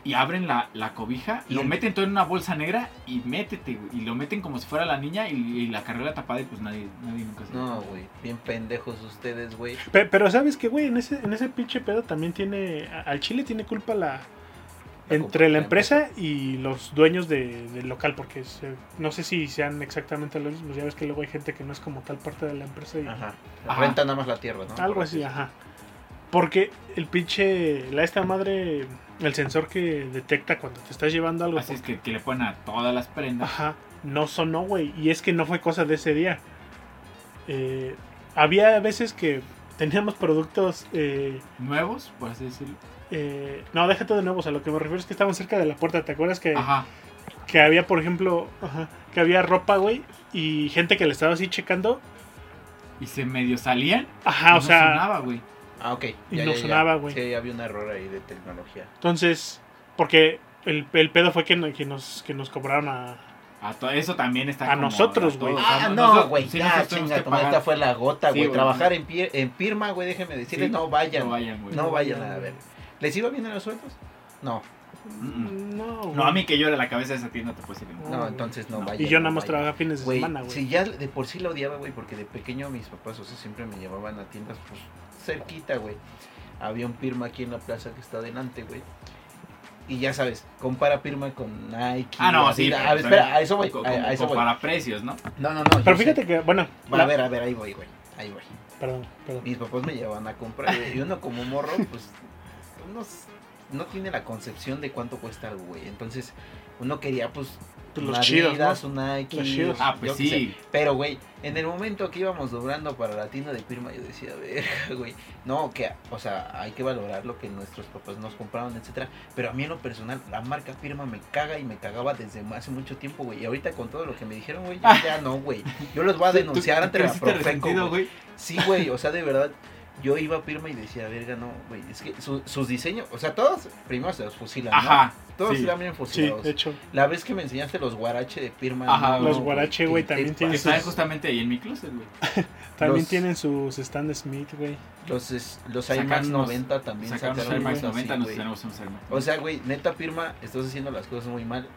[SPEAKER 1] y abren la, la cobija,
[SPEAKER 2] Y
[SPEAKER 1] lo
[SPEAKER 2] el-
[SPEAKER 1] meten todo en una bolsa negra y métete, güey. Y lo meten como si fuera la niña y, y la carriola tapada y pues nadie, nadie nunca se
[SPEAKER 2] No, güey, bien pendejos ustedes, güey.
[SPEAKER 3] Pe- Pero sabes que, güey, en ese, en ese pinche pedo también tiene. a- Al Chile tiene culpa la.
[SPEAKER 2] La
[SPEAKER 3] Entre la
[SPEAKER 2] compa-
[SPEAKER 3] empresa y los dueños de- del local, porque se- no sé si sean exactamente los mismos. Ya ves que luego hay gente que no es como tal parte de la empresa y
[SPEAKER 2] Ajá.
[SPEAKER 1] Ajá.
[SPEAKER 2] Renta nada más la tierra, ¿no?
[SPEAKER 3] algo
[SPEAKER 2] Por
[SPEAKER 3] así, ajá. Porque el pinche. La esta madre. El sensor que detecta cuando te estás llevando algo.
[SPEAKER 1] Así es que, que le ponen a todas las prendas.
[SPEAKER 3] Ajá, no sonó, güey. Y es que no fue cosa de ese día. Eh, había veces que teníamos productos. eh,
[SPEAKER 1] ¿Nuevos? Por así decirlo.
[SPEAKER 3] eh, no, déjate de nuevo. O sea, lo que me refiero es que estaban cerca de la puerta. ¿Te acuerdas que,
[SPEAKER 1] Ajá.
[SPEAKER 3] que había, por ejemplo, ajá, que había ropa, güey? Y gente que le estaba así checando.
[SPEAKER 1] Y se medio salían.
[SPEAKER 3] Ajá,
[SPEAKER 1] y
[SPEAKER 3] o
[SPEAKER 1] no
[SPEAKER 3] sea.
[SPEAKER 1] sonaba, güey.
[SPEAKER 2] Ah, ok.
[SPEAKER 3] Y no sonaba, güey.
[SPEAKER 2] Sí, había un error ahí de tecnología.
[SPEAKER 3] Entonces, porque el, el pedo fue que, no- que nos, que nos cobraron a.
[SPEAKER 1] A to- eso también está
[SPEAKER 3] A
[SPEAKER 1] como
[SPEAKER 3] nosotros,
[SPEAKER 1] a
[SPEAKER 3] güey.
[SPEAKER 1] todos. O
[SPEAKER 2] Ah,
[SPEAKER 1] sea,
[SPEAKER 2] no,
[SPEAKER 1] nosotros-
[SPEAKER 2] güey,
[SPEAKER 1] sí,
[SPEAKER 2] ya,
[SPEAKER 1] nosotros tenemos
[SPEAKER 2] chinga,
[SPEAKER 1] que
[SPEAKER 2] tu madre, esta
[SPEAKER 1] pagar.
[SPEAKER 2] fue la gota,
[SPEAKER 1] Sí,
[SPEAKER 2] güey.
[SPEAKER 1] güey.
[SPEAKER 2] Trabajar en, pie- en firma, güey, déjeme decirles,
[SPEAKER 1] Sí,
[SPEAKER 2] no vayan.
[SPEAKER 1] No
[SPEAKER 2] No vayan,
[SPEAKER 1] vayan, güey.
[SPEAKER 2] a ver. ¿Les iba bien en los sueldos? No.
[SPEAKER 1] Mm,
[SPEAKER 3] Mm. No, güey.
[SPEAKER 1] No, a mí que yo era la cabeza de esa tienda te puedo decir. que no.
[SPEAKER 3] No,
[SPEAKER 2] No,
[SPEAKER 3] güey.
[SPEAKER 2] entonces no,
[SPEAKER 1] No.
[SPEAKER 2] vaya.
[SPEAKER 3] Y yo
[SPEAKER 2] no
[SPEAKER 3] nada más
[SPEAKER 2] vaya.
[SPEAKER 3] trabajaba fines de
[SPEAKER 2] Güey,
[SPEAKER 3] semana, güey.
[SPEAKER 2] si ya de por sí la odiaba, güey, porque de pequeño mis papás, o sea, siempre me llevaban a tiendas pues, cerquita, güey. Había un Pirma aquí en la plaza que está adelante, güey. Y ya sabes, compara Pirma con Nike.
[SPEAKER 1] Ah, no,
[SPEAKER 2] Adidas.
[SPEAKER 1] sí.
[SPEAKER 2] A ver, espera, a eso voy.
[SPEAKER 1] Como,
[SPEAKER 2] A, a eso voy. Pues,
[SPEAKER 1] para precios, ¿no?
[SPEAKER 2] No, no, no.
[SPEAKER 3] Pero
[SPEAKER 2] yo
[SPEAKER 3] fíjate
[SPEAKER 2] sé.
[SPEAKER 3] que, bueno,
[SPEAKER 2] Va,
[SPEAKER 3] la-
[SPEAKER 2] A ver, a ver, ahí voy, güey. Ahí voy.
[SPEAKER 3] perdón, perdón.
[SPEAKER 2] Mis papás me llevaban a comprar, güey. Y uno como morro, pues, uno s- no tiene la concepción de cuánto cuesta algo, güey. Entonces, uno quería, pues,
[SPEAKER 3] Pues los
[SPEAKER 2] un
[SPEAKER 3] chidos,
[SPEAKER 2] Adidas, un Nike.
[SPEAKER 3] Los chidos.
[SPEAKER 1] Ah, pues
[SPEAKER 2] yo qué sé.
[SPEAKER 1] sí.
[SPEAKER 2] Pero, güey, en el momento que íbamos doblando para la tienda de firma, yo decía, verga, güey, no, que, o sea, hay que valorar lo que nuestros papás nos compraron, etcétera. Pero a mí en lo personal, la marca firma me caga y me cagaba desde hace mucho tiempo, güey. Y ahorita con todo lo que me dijeron, güey, yo ya no, güey. Yo los voy a
[SPEAKER 1] Ah. Tú-
[SPEAKER 2] denunciar
[SPEAKER 1] tú-
[SPEAKER 2] ante
[SPEAKER 1] tú
[SPEAKER 2] la
[SPEAKER 1] creciste
[SPEAKER 2] Profeco,
[SPEAKER 1] resentido,
[SPEAKER 2] güey.
[SPEAKER 1] güey.
[SPEAKER 2] Sí, güey, o sea, de verdad, yo iba a firma y decía, verga, no, güey, es que su- sus diseños, o sea, todos, primero se los fusilan, ¿no?
[SPEAKER 1] Ajá.
[SPEAKER 2] Todos
[SPEAKER 1] sí.
[SPEAKER 2] se bien
[SPEAKER 3] Sí,
[SPEAKER 2] fusilados.
[SPEAKER 3] de hecho,
[SPEAKER 2] La vez que me enseñaste los guarache de firma.
[SPEAKER 1] Ajá, los
[SPEAKER 3] guarache, güey,
[SPEAKER 2] ¿qué
[SPEAKER 3] también
[SPEAKER 2] te
[SPEAKER 1] Que
[SPEAKER 3] tienen
[SPEAKER 2] pasa?
[SPEAKER 1] está justamente ahí en mi closet, güey.
[SPEAKER 3] también
[SPEAKER 2] Los-
[SPEAKER 3] tienen sus Stan Smith, güey.
[SPEAKER 2] Los, es- los
[SPEAKER 1] Sacaron
[SPEAKER 2] IMAX
[SPEAKER 1] unos-
[SPEAKER 2] 90 también
[SPEAKER 1] Sacaron los
[SPEAKER 2] sacaron
[SPEAKER 1] Air Max
[SPEAKER 2] unos así,
[SPEAKER 1] 90, nos
[SPEAKER 2] güey.
[SPEAKER 1] tenemos unos Air Max.
[SPEAKER 2] O sea, güey, neta firma, estás haciendo las cosas muy mal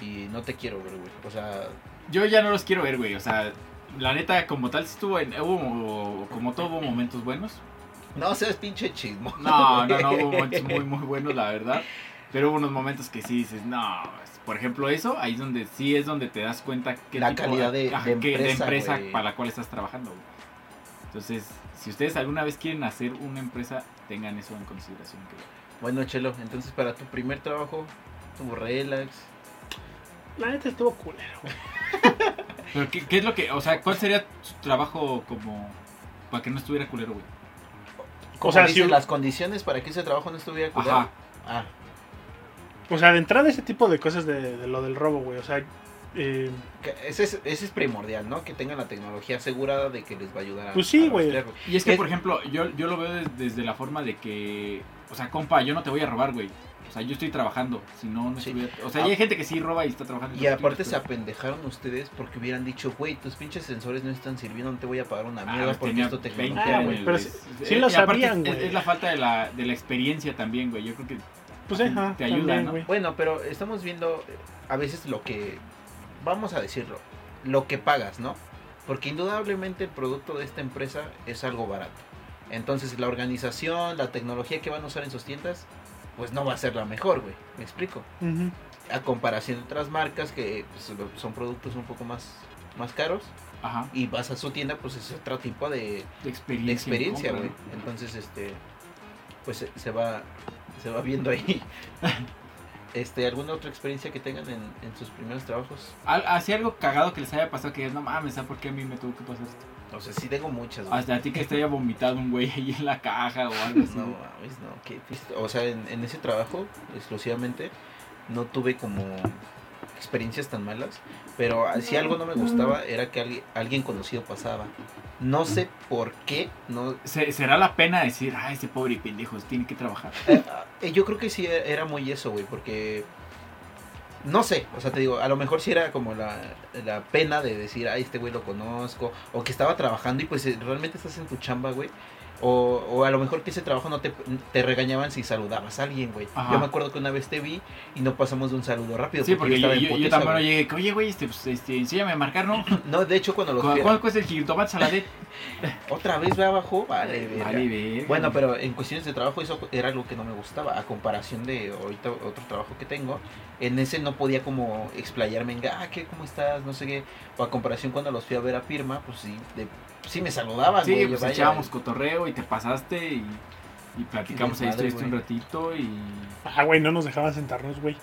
[SPEAKER 2] y no te quiero ver, güey. O sea,
[SPEAKER 1] Yo ya no los quiero ver, güey. O sea, la neta, como tal, sí estuvo en. Hubo, como todo, hubo momentos buenos.
[SPEAKER 2] no seas pinche chismo.
[SPEAKER 1] No, no, no, hubo momentos muy, muy buenos, la verdad. Pero hubo unos momentos que sí dices, no. es- Por ejemplo, eso, ahí es donde sí es donde te das cuenta que
[SPEAKER 2] La calidad de- de empresa, güey.
[SPEAKER 1] para la cual estás trabajando, güey. Entonces, si ustedes alguna vez quieren hacer una empresa, tengan eso en consideración. Que
[SPEAKER 2] Bueno, Chelo, entonces para tu primer trabajo, tu relax.
[SPEAKER 3] La neta estuvo culero, güey.
[SPEAKER 1] Pero, ¿qué, qué es lo que.? O sea, ¿cuál sería tu trabajo como. para que no estuviera culero, güey?
[SPEAKER 2] Como
[SPEAKER 3] O sea,
[SPEAKER 2] dices,
[SPEAKER 3] si-
[SPEAKER 2] las condiciones para que ese trabajo no estuviera cuidado.
[SPEAKER 1] Ajá.
[SPEAKER 2] Ah,
[SPEAKER 3] O sea, de entrada ese tipo de cosas de, de lo del robo, güey. O sea, eh,
[SPEAKER 2] que ese es, ese es primordial, ¿no? Que tengan la tecnología asegurada de que les va a ayudar a.
[SPEAKER 3] Pues sí,
[SPEAKER 2] a
[SPEAKER 3] güey.
[SPEAKER 2] rastrear,
[SPEAKER 1] Y es que,
[SPEAKER 2] Es-
[SPEAKER 1] por ejemplo, yo, yo lo veo des- desde, la forma de que, o sea, compa, yo no te voy a robar, güey. O sea, yo estoy trabajando, si no, no
[SPEAKER 2] Sí. Ah.
[SPEAKER 1] estuviera... O sea, y hay gente que sí roba y está trabajando.
[SPEAKER 2] Y aparte se
[SPEAKER 1] esa
[SPEAKER 2] apendejaron ustedes porque hubieran dicho, güey, tus pinches sensores no están sirviendo, no te voy a pagar
[SPEAKER 1] Ah,
[SPEAKER 2] una mierda porque esto te
[SPEAKER 3] Ah, güey, pero sí- sí lo sabían,
[SPEAKER 1] Eh, es,
[SPEAKER 3] güey.
[SPEAKER 1] es la falta de la, de la experiencia también, güey. Yo creo que
[SPEAKER 3] pues ajá,
[SPEAKER 1] Te ayuda,
[SPEAKER 3] también,
[SPEAKER 1] ¿no?
[SPEAKER 3] güey.
[SPEAKER 2] Bueno, pero estamos viendo eh, a veces lo que, vamos a decirlo, lo que pagas, ¿no? Porque indudablemente el producto de esta empresa es algo barato. Entonces la organización, la tecnología que van a usar en sus tiendas, pues no va a ser la mejor, güey. ¿Me explico?
[SPEAKER 3] Ujú.
[SPEAKER 2] A comparación de otras marcas que pues, lo- son productos un poco más, más caros
[SPEAKER 1] Ajá,
[SPEAKER 2] y vas a su tienda, pues es otro tipo de,
[SPEAKER 1] de experiencia.
[SPEAKER 2] de experiencia,
[SPEAKER 1] compra,
[SPEAKER 2] güey.
[SPEAKER 1] ¿no?
[SPEAKER 2] Entonces, este, pues se, se va, se va viendo ahí. Este, ¿alguna otra experiencia que tengan en, en sus primeros trabajos?
[SPEAKER 1] Al- Así algo cagado que les haya pasado que digas, no mames, ¿sabes por qué a mí me tuvo que pasar esto?
[SPEAKER 2] O sea, sí tengo muchas. güey.
[SPEAKER 1] Hasta a ti que te haya vomitado un güey ahí en la caja o algo así.
[SPEAKER 2] No,
[SPEAKER 1] güey.
[SPEAKER 2] mames, no, qué triste. O sea, en, en ese trabajo, exclusivamente, no tuve como experiencias tan malas, pero si algo no me gustaba era que alguien, alguien conocido pasaba. No sé por qué, no,
[SPEAKER 1] Se- ¿Será la pena decir, ay, ese pobre pendejo tiene que trabajar?
[SPEAKER 2] Eh, eh, yo creo que sí era muy eso, güey, porque no sé, o sea, te digo, a lo mejor sí era como la, la pena de decir, ay, este güey lo conozco, o que estaba trabajando y pues eh, realmente estás en tu chamba, güey. O, o a lo mejor que ese trabajo no te, te regañaban si saludabas a alguien, güey.
[SPEAKER 1] Ajá.
[SPEAKER 2] Yo me acuerdo que una vez te vi y no pasamos de un saludo rápido.
[SPEAKER 1] Sí, porque yo,
[SPEAKER 2] estaba en
[SPEAKER 1] yo, yo
[SPEAKER 2] putiza,
[SPEAKER 1] tampoco
[SPEAKER 2] güey.
[SPEAKER 1] llegué que, oye, güey, este, pues, este, enséñame a marcar, ¿no?
[SPEAKER 2] No, de hecho, cuando los
[SPEAKER 1] ¿Cu-
[SPEAKER 2] fui a-
[SPEAKER 1] ¿Cuánto cuesta el jitomate saladet?
[SPEAKER 2] otra vez ve abajo, vale, verga.
[SPEAKER 1] Vale, verga.
[SPEAKER 2] Bueno, pero en cuestiones de trabajo eso era algo que no me gustaba, a comparación de ahorita otro trabajo que tengo. En ese no podía como explayarme en, ah, ¿qué? ¿Cómo estás? No sé qué. O a comparación cuando los fui a ver a firma, pues sí, de- sí me saludaban.
[SPEAKER 1] Sí,
[SPEAKER 2] güey,
[SPEAKER 1] pues
[SPEAKER 2] vaya.
[SPEAKER 1] echábamos cotorreo y te pasaste y, y platicamos
[SPEAKER 2] Qué
[SPEAKER 1] ahí,
[SPEAKER 2] desmadre,
[SPEAKER 1] estuviste un
[SPEAKER 2] güey.
[SPEAKER 1] ratito y...
[SPEAKER 3] Ah, güey, no nos dejaban sentarnos, güey.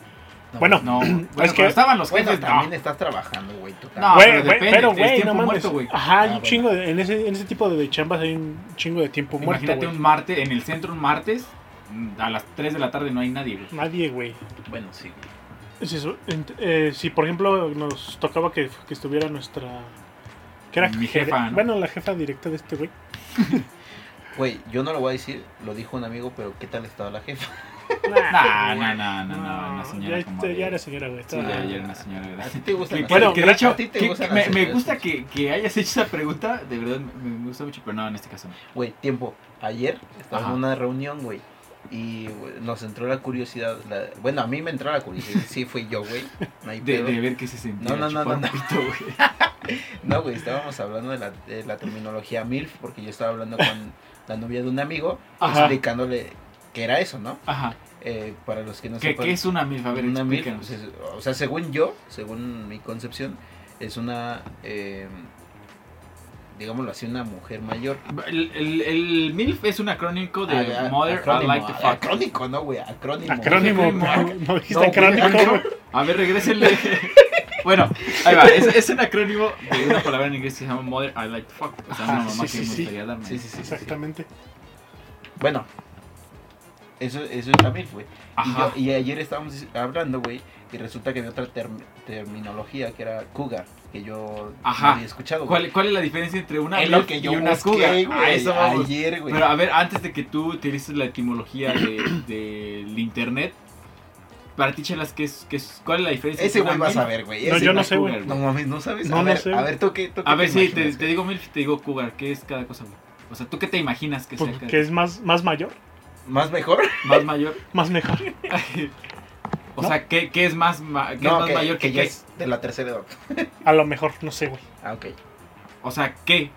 [SPEAKER 2] No,
[SPEAKER 3] Bueno,
[SPEAKER 1] No, bueno,
[SPEAKER 3] Es que-
[SPEAKER 1] cuando estaban los
[SPEAKER 2] bueno,
[SPEAKER 1] jefes,
[SPEAKER 2] también
[SPEAKER 1] no.
[SPEAKER 2] estás trabajando, güey. tú
[SPEAKER 1] No,
[SPEAKER 2] también.
[SPEAKER 1] Ah,
[SPEAKER 3] Güey,
[SPEAKER 1] pero
[SPEAKER 3] güey,
[SPEAKER 1] depende,
[SPEAKER 3] pero,
[SPEAKER 1] es
[SPEAKER 3] güey,
[SPEAKER 1] tiempo
[SPEAKER 3] no mames.
[SPEAKER 1] muerto, güey.
[SPEAKER 3] Ajá, hay
[SPEAKER 2] Ah,
[SPEAKER 3] un
[SPEAKER 2] bueno.
[SPEAKER 3] chingo de, en ese, en ese tipo de chambas hay un chingo de tiempo muerto,
[SPEAKER 1] Imagínate
[SPEAKER 3] güey.
[SPEAKER 1] un martes, en el centro un martes, mm, a las 3 de la tarde no hay nadie, güey.
[SPEAKER 3] Nadie, güey.
[SPEAKER 2] Bueno, sí. güey.
[SPEAKER 3] Si, su- ent- eh, si, por ejemplo nos tocaba que, que estuviera nuestra... Que era
[SPEAKER 1] Mi jefa, ¿no?
[SPEAKER 3] Bueno, la jefa directa de este güey.
[SPEAKER 2] Güey, yo no lo voy a decir, lo dijo un amigo, pero ¿qué tal estaba la jefa?
[SPEAKER 1] No, no, no, no, no, una señora
[SPEAKER 3] ya,
[SPEAKER 1] como
[SPEAKER 3] ya
[SPEAKER 1] de-
[SPEAKER 3] era señora, güey.
[SPEAKER 1] Sí,
[SPEAKER 3] estaba-
[SPEAKER 1] ya, ya era una señora, ¿verdad?
[SPEAKER 2] ¿A ti te gustan
[SPEAKER 1] Que-
[SPEAKER 2] las
[SPEAKER 3] Bueno,
[SPEAKER 1] que
[SPEAKER 2] señoras?
[SPEAKER 1] de
[SPEAKER 2] ¿A
[SPEAKER 1] hecho,
[SPEAKER 2] ti te
[SPEAKER 1] que-
[SPEAKER 2] gustan
[SPEAKER 1] que me,
[SPEAKER 2] las
[SPEAKER 1] me
[SPEAKER 2] señoras?
[SPEAKER 1] gusta que, que hayas hecho esa pregunta, de verdad me, me gusta mucho, pero no, en este caso no.
[SPEAKER 2] Güey, tiempo. Ayer estaba
[SPEAKER 1] Ajá.
[SPEAKER 2] en una reunión, güey. Y güey, nos entró la curiosidad. la- bueno, a mí me entró la curiosidad. Sí, fui yo, güey. No hay
[SPEAKER 1] De,
[SPEAKER 2] pedo.
[SPEAKER 1] de ver qué se sentía.
[SPEAKER 2] No, no, no,
[SPEAKER 1] chupar
[SPEAKER 2] no,
[SPEAKER 1] un pito, güey.
[SPEAKER 2] No, güey, estábamos hablando de la, de la terminología MILF, porque yo estaba hablando con la novia de un amigo,
[SPEAKER 1] Ajá.
[SPEAKER 2] explicándole qué era eso, ¿no?
[SPEAKER 1] Ajá.
[SPEAKER 2] Eh, para los que no
[SPEAKER 1] ¿Qué,
[SPEAKER 2] sepan.
[SPEAKER 1] qué es una milf? A ver,
[SPEAKER 2] una MILF,
[SPEAKER 1] explícanos.
[SPEAKER 2] pues, es- o sea, según yo, según mi concepción, es una, eh, digámoslo así, una mujer mayor.
[SPEAKER 1] El, el, el MILF es un acrónico de
[SPEAKER 2] Ah,
[SPEAKER 1] Mother I
[SPEAKER 2] acrónimo,
[SPEAKER 1] Like to Fuck.
[SPEAKER 2] Acrónico, no, güey, acrónimo.
[SPEAKER 3] Acrónimo,
[SPEAKER 1] Acrónimo. pues,
[SPEAKER 3] no, no dijiste
[SPEAKER 2] No,
[SPEAKER 3] acrónimo,
[SPEAKER 2] güey,
[SPEAKER 3] güey.
[SPEAKER 1] A ver, regrésenle. bueno, ahí va. Es, es un acrónimo de una palabra en inglés que se llama Mother I Like to Fuck. O sea,
[SPEAKER 3] Ajá,
[SPEAKER 1] una mamá
[SPEAKER 3] sí,
[SPEAKER 1] que
[SPEAKER 3] sí,
[SPEAKER 1] me
[SPEAKER 3] sí.
[SPEAKER 1] gustaría darme.
[SPEAKER 2] Sí, sí, sí, sí, sí.
[SPEAKER 3] Exactamente.
[SPEAKER 2] Bueno, eso, eso es la MILF, güey. Y,
[SPEAKER 1] Ajá.
[SPEAKER 2] yo- y ayer estábamos dis- hablando, güey, y resulta que había otra term- terminología que era cougar, que yo
[SPEAKER 1] Ajá.
[SPEAKER 2] no había escuchado. güey.
[SPEAKER 1] ¿Cuál, ¿Cuál es la diferencia entre una
[SPEAKER 2] Es lo
[SPEAKER 1] MILF
[SPEAKER 2] que
[SPEAKER 1] y
[SPEAKER 2] yo
[SPEAKER 1] una
[SPEAKER 2] busqué,
[SPEAKER 1] cougar?
[SPEAKER 2] güey,
[SPEAKER 1] Ah, eso vamos.
[SPEAKER 2] ayer, güey.
[SPEAKER 1] Pero a ver, antes de que tú utilices la etimología de- del internet, para ti, Chelas, ¿qué es, qué es, ¿cuál es la diferencia?
[SPEAKER 2] Ese
[SPEAKER 1] entre
[SPEAKER 2] güey
[SPEAKER 1] una
[SPEAKER 2] va a
[SPEAKER 1] MILF
[SPEAKER 2] saber, güey.
[SPEAKER 3] No,
[SPEAKER 2] ese
[SPEAKER 3] yo
[SPEAKER 1] y
[SPEAKER 3] no
[SPEAKER 1] una
[SPEAKER 2] güey-
[SPEAKER 3] sé, güey.
[SPEAKER 1] cougar,
[SPEAKER 2] No mames, no sabes.
[SPEAKER 3] No,
[SPEAKER 2] a
[SPEAKER 3] no
[SPEAKER 2] ver,
[SPEAKER 3] sé,
[SPEAKER 2] a
[SPEAKER 3] güey.
[SPEAKER 2] ver, tú qué. tú
[SPEAKER 1] A
[SPEAKER 2] qué
[SPEAKER 1] ver, sí, te,
[SPEAKER 2] imaginas,
[SPEAKER 1] te digo MILF y te digo cougar. ¿Qué es cada cosa, güey? O sea, ¿tú qué te imaginas que sea
[SPEAKER 3] Pues,
[SPEAKER 1] cada-
[SPEAKER 3] que es más, más mayor,
[SPEAKER 2] güey? ¿Más mejor?
[SPEAKER 1] más mayor?
[SPEAKER 3] más mejor.
[SPEAKER 1] o
[SPEAKER 3] ¿No?
[SPEAKER 1] sea, ¿qué, qué es más, ma- qué es más mayor que,
[SPEAKER 2] ya
[SPEAKER 1] qué?
[SPEAKER 2] es de la tercera edad.
[SPEAKER 3] A lo mejor, no sé, güey.
[SPEAKER 2] Ah, ok.
[SPEAKER 1] O sea, ¿qué?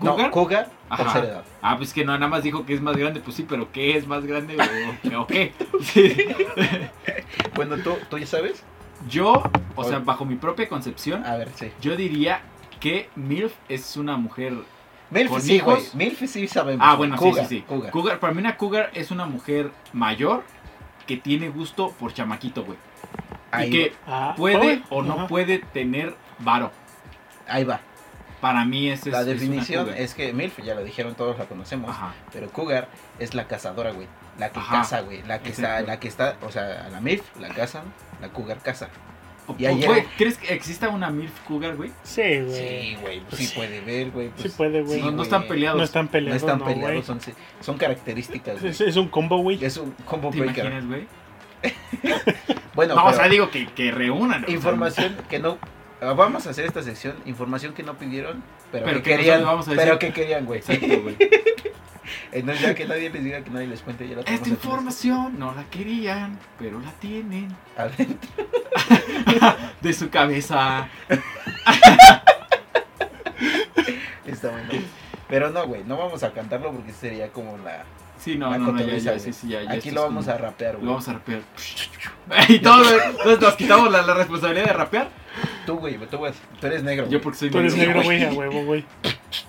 [SPEAKER 2] No,
[SPEAKER 1] ¿Cougar?
[SPEAKER 2] cougar,
[SPEAKER 1] Ajá.
[SPEAKER 2] tercera edad.
[SPEAKER 1] ah, pues que no, nada más dijo que es más grande. Pues sí, pero ¿qué es más grande o, o qué? Sí.
[SPEAKER 2] Bueno, tú, tú ya sabes.
[SPEAKER 1] Yo, o sea, bajo mi propia concepción,
[SPEAKER 2] A ver, sí.
[SPEAKER 1] yo diría que MILF es una mujer
[SPEAKER 2] Milf
[SPEAKER 1] Con
[SPEAKER 2] sí, güey.
[SPEAKER 1] hijos.
[SPEAKER 2] Milf sí sabemos.
[SPEAKER 1] Ah, bueno,
[SPEAKER 2] Cougar,
[SPEAKER 1] sí, sí, sí. Cougar.
[SPEAKER 2] cougar.
[SPEAKER 1] Para mí una cougar es una mujer mayor que tiene gusto por chamaquito, güey.
[SPEAKER 2] Ahí,
[SPEAKER 1] y que
[SPEAKER 3] Ah,
[SPEAKER 1] puede
[SPEAKER 3] güey.
[SPEAKER 1] o no
[SPEAKER 3] Ajá.
[SPEAKER 1] puede tener varo.
[SPEAKER 2] ahí va.
[SPEAKER 1] Para mí esa es
[SPEAKER 2] La
[SPEAKER 1] es una
[SPEAKER 2] definición
[SPEAKER 1] cougar.
[SPEAKER 2] es, que Milf, ya lo dijeron todos, la conocemos.
[SPEAKER 1] Ajá.
[SPEAKER 2] Pero Cougar es la cazadora, güey. La que
[SPEAKER 1] Ajá,
[SPEAKER 2] caza, güey. La que está,
[SPEAKER 1] exacto.
[SPEAKER 2] la que está, o sea, a la MILF la cazan, la Cougar caza.
[SPEAKER 1] O-
[SPEAKER 2] Y
[SPEAKER 1] o,
[SPEAKER 2] ayer-
[SPEAKER 1] güey, ¿crees que exista una MILF cougar, güey?
[SPEAKER 3] Sí, güey.
[SPEAKER 2] Sí, güey, pues
[SPEAKER 3] Pues
[SPEAKER 2] sí
[SPEAKER 3] sí.
[SPEAKER 2] puede ver, güey.
[SPEAKER 3] Sí
[SPEAKER 2] pues,
[SPEAKER 3] puede, güey.
[SPEAKER 1] no, no
[SPEAKER 2] güey.
[SPEAKER 1] están peleados.
[SPEAKER 3] No están
[SPEAKER 2] No
[SPEAKER 3] peleados,
[SPEAKER 2] están
[SPEAKER 3] no, güey.
[SPEAKER 2] peleados, son, son características, güey.
[SPEAKER 3] Es, es un combo, güey.
[SPEAKER 2] Es un combo
[SPEAKER 1] ¿Te
[SPEAKER 2] breaker.
[SPEAKER 1] imaginas, güey?
[SPEAKER 2] Bueno,
[SPEAKER 1] No,
[SPEAKER 2] pero
[SPEAKER 1] o sea, digo que, que reúnan. o sea,
[SPEAKER 2] información que no... ah, Vamos a hacer esta sección, información que no pidieron, pero,
[SPEAKER 1] Pero
[SPEAKER 2] que
[SPEAKER 1] que
[SPEAKER 2] querían,
[SPEAKER 1] nosotros vamos a decir.
[SPEAKER 2] pero que querían, güey.
[SPEAKER 1] Exacto, güey.
[SPEAKER 2] Entonces ya que nadie les diga, que nadie les cuente, ya la tenemos
[SPEAKER 1] Esta
[SPEAKER 2] aquí.
[SPEAKER 1] información no la querían, pero la tienen
[SPEAKER 2] Adentro.
[SPEAKER 1] de su cabeza.
[SPEAKER 2] Está bueno. Pero no, güey, no vamos a cantarlo porque sería como la...
[SPEAKER 1] Sí, no,
[SPEAKER 2] La
[SPEAKER 1] no, no, ya,
[SPEAKER 2] cotorriza,
[SPEAKER 1] ya,
[SPEAKER 2] güey.
[SPEAKER 1] sí, sí, ya, ya
[SPEAKER 2] Aquí
[SPEAKER 1] esto es
[SPEAKER 2] lo vamos
[SPEAKER 1] como-
[SPEAKER 2] a rapear,
[SPEAKER 1] Lo
[SPEAKER 2] güey.
[SPEAKER 1] vamos a rapear. Y todos nos- nos quitamos la, la responsabilidad de rapear.
[SPEAKER 2] Tú, güey, tú, güey, tú eres negro.
[SPEAKER 1] Yo
[SPEAKER 2] güey.
[SPEAKER 1] porque soy
[SPEAKER 3] Tú eres
[SPEAKER 1] negro.
[SPEAKER 3] negro, güey, a huevo, güey.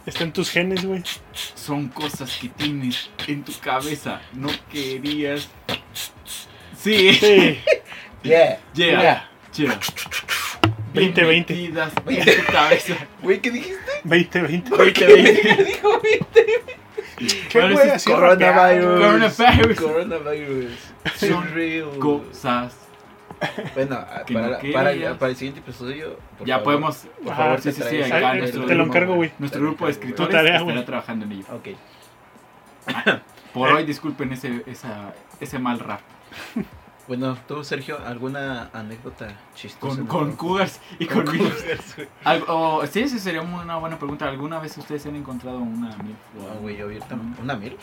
[SPEAKER 3] Está en tus genes, güey.
[SPEAKER 1] Son cosas que tienes en tu cabeza. No querías. Sí,
[SPEAKER 3] Sí.
[SPEAKER 2] Yeah.
[SPEAKER 1] yeah,
[SPEAKER 3] Mira,
[SPEAKER 1] yeah.
[SPEAKER 3] 20-20.
[SPEAKER 1] Bienvenidas En tu cabeza.
[SPEAKER 2] Güey, ¿qué dijiste?
[SPEAKER 3] 20-20.
[SPEAKER 2] ¿Qué dijo, güey?
[SPEAKER 3] ¿Qué,
[SPEAKER 1] Bueno,
[SPEAKER 3] güey?
[SPEAKER 1] ese es
[SPEAKER 3] Así rapeado, güey.
[SPEAKER 1] Coronavirus.
[SPEAKER 2] Coronavirus.
[SPEAKER 1] Son
[SPEAKER 2] Real.
[SPEAKER 1] Cosas.
[SPEAKER 2] Bueno, a-
[SPEAKER 1] que
[SPEAKER 2] para,
[SPEAKER 1] no querías.
[SPEAKER 2] para, para el siguiente episodio. por
[SPEAKER 1] Ya
[SPEAKER 2] favor,
[SPEAKER 1] podemos. Ah,
[SPEAKER 2] Por
[SPEAKER 3] Ajá,
[SPEAKER 2] favor,
[SPEAKER 1] sí,
[SPEAKER 2] te
[SPEAKER 1] sí, sí,
[SPEAKER 2] traes
[SPEAKER 1] acá
[SPEAKER 2] el
[SPEAKER 1] nuestro-
[SPEAKER 2] tema,
[SPEAKER 1] te lo
[SPEAKER 3] encargo, güey.
[SPEAKER 1] Nuestro grupo de escritores
[SPEAKER 3] Tu tarea, güey.
[SPEAKER 1] estará trabajando en ello.
[SPEAKER 2] Ok. ¿Eh?
[SPEAKER 1] Por hoy disculpen ese, esa, ese mal rap.
[SPEAKER 2] Bueno, tú, Sergio, ¿alguna anécdota chistosa?
[SPEAKER 1] Con,
[SPEAKER 2] ¿no?
[SPEAKER 1] con cougars y
[SPEAKER 2] Con
[SPEAKER 1] con, mil.
[SPEAKER 2] cougars, güey.
[SPEAKER 1] Algo- o- sí, esa sería una buena pregunta. ¿Alguna vez ustedes se han encontrado una MILF? o-
[SPEAKER 2] No, güey, yo vi tam- una mil.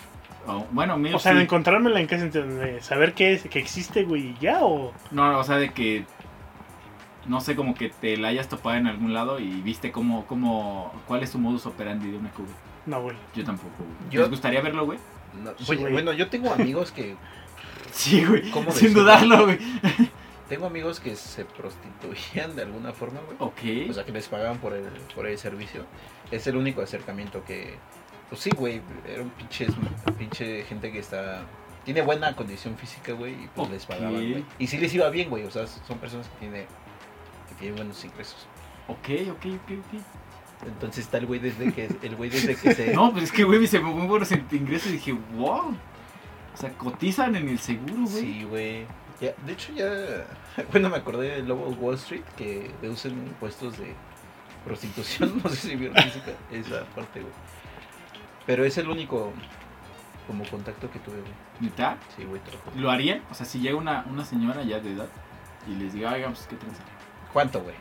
[SPEAKER 1] o- bueno, MILF.
[SPEAKER 3] O sea,
[SPEAKER 1] sí.
[SPEAKER 3] de encontrármela en qué sentido, de saber que, es, que existe, güey, y ya, o...
[SPEAKER 1] No, no, o sea, de que. No sé, como que te la hayas topado en algún lado y viste cómo. cómo ¿Cuál es su modus operandi de una cougar?
[SPEAKER 3] No, güey.
[SPEAKER 1] Yo tampoco, güey.
[SPEAKER 2] Yo-
[SPEAKER 1] ¿Les gustaría verlo, güey?
[SPEAKER 2] No,
[SPEAKER 3] Sí,
[SPEAKER 2] oye,
[SPEAKER 3] güey.
[SPEAKER 2] bueno, yo tengo amigos que
[SPEAKER 1] Sí, güey.
[SPEAKER 2] ¿Cómo
[SPEAKER 1] Sin
[SPEAKER 2] decirlo?
[SPEAKER 1] dudarlo, güey.
[SPEAKER 2] tengo amigos que se prostituían de alguna forma, güey.
[SPEAKER 1] Ok.
[SPEAKER 2] O sea, que les pagaban por el, por el servicio. Es el único acercamiento que... Pues sí, güey, era un pinche, pinche gente que está... Tiene buena condición física, güey, y pues les
[SPEAKER 1] Ok.
[SPEAKER 2] pagaban, güey. Y sí les iba bien, güey, o sea, son personas que, tiene, que tienen buenos ingresos.
[SPEAKER 1] ok, ok, ok, ok.
[SPEAKER 2] Entonces está el güey desde que... El güey desde que se...
[SPEAKER 1] No, pues es que, güey, me hice muy buenos en- ingresos y dije, wow. O sea, cotizan en el seguro, güey.
[SPEAKER 2] Sí, güey. Ya, de hecho, ya... Bueno, me acordé del Lobo Wall Street, que deducen impuestos de prostitución. No sé si vieron esa, esa parte, güey. Pero es el único como contacto que tuve, güey.
[SPEAKER 1] ¿Neta?
[SPEAKER 2] Sí, güey, te lo juro.
[SPEAKER 1] ¿Lo harían? O sea, si llega una, una señora ya de edad y les diga, oigan, pues qué tranza.
[SPEAKER 2] ¿Cuánto, güey?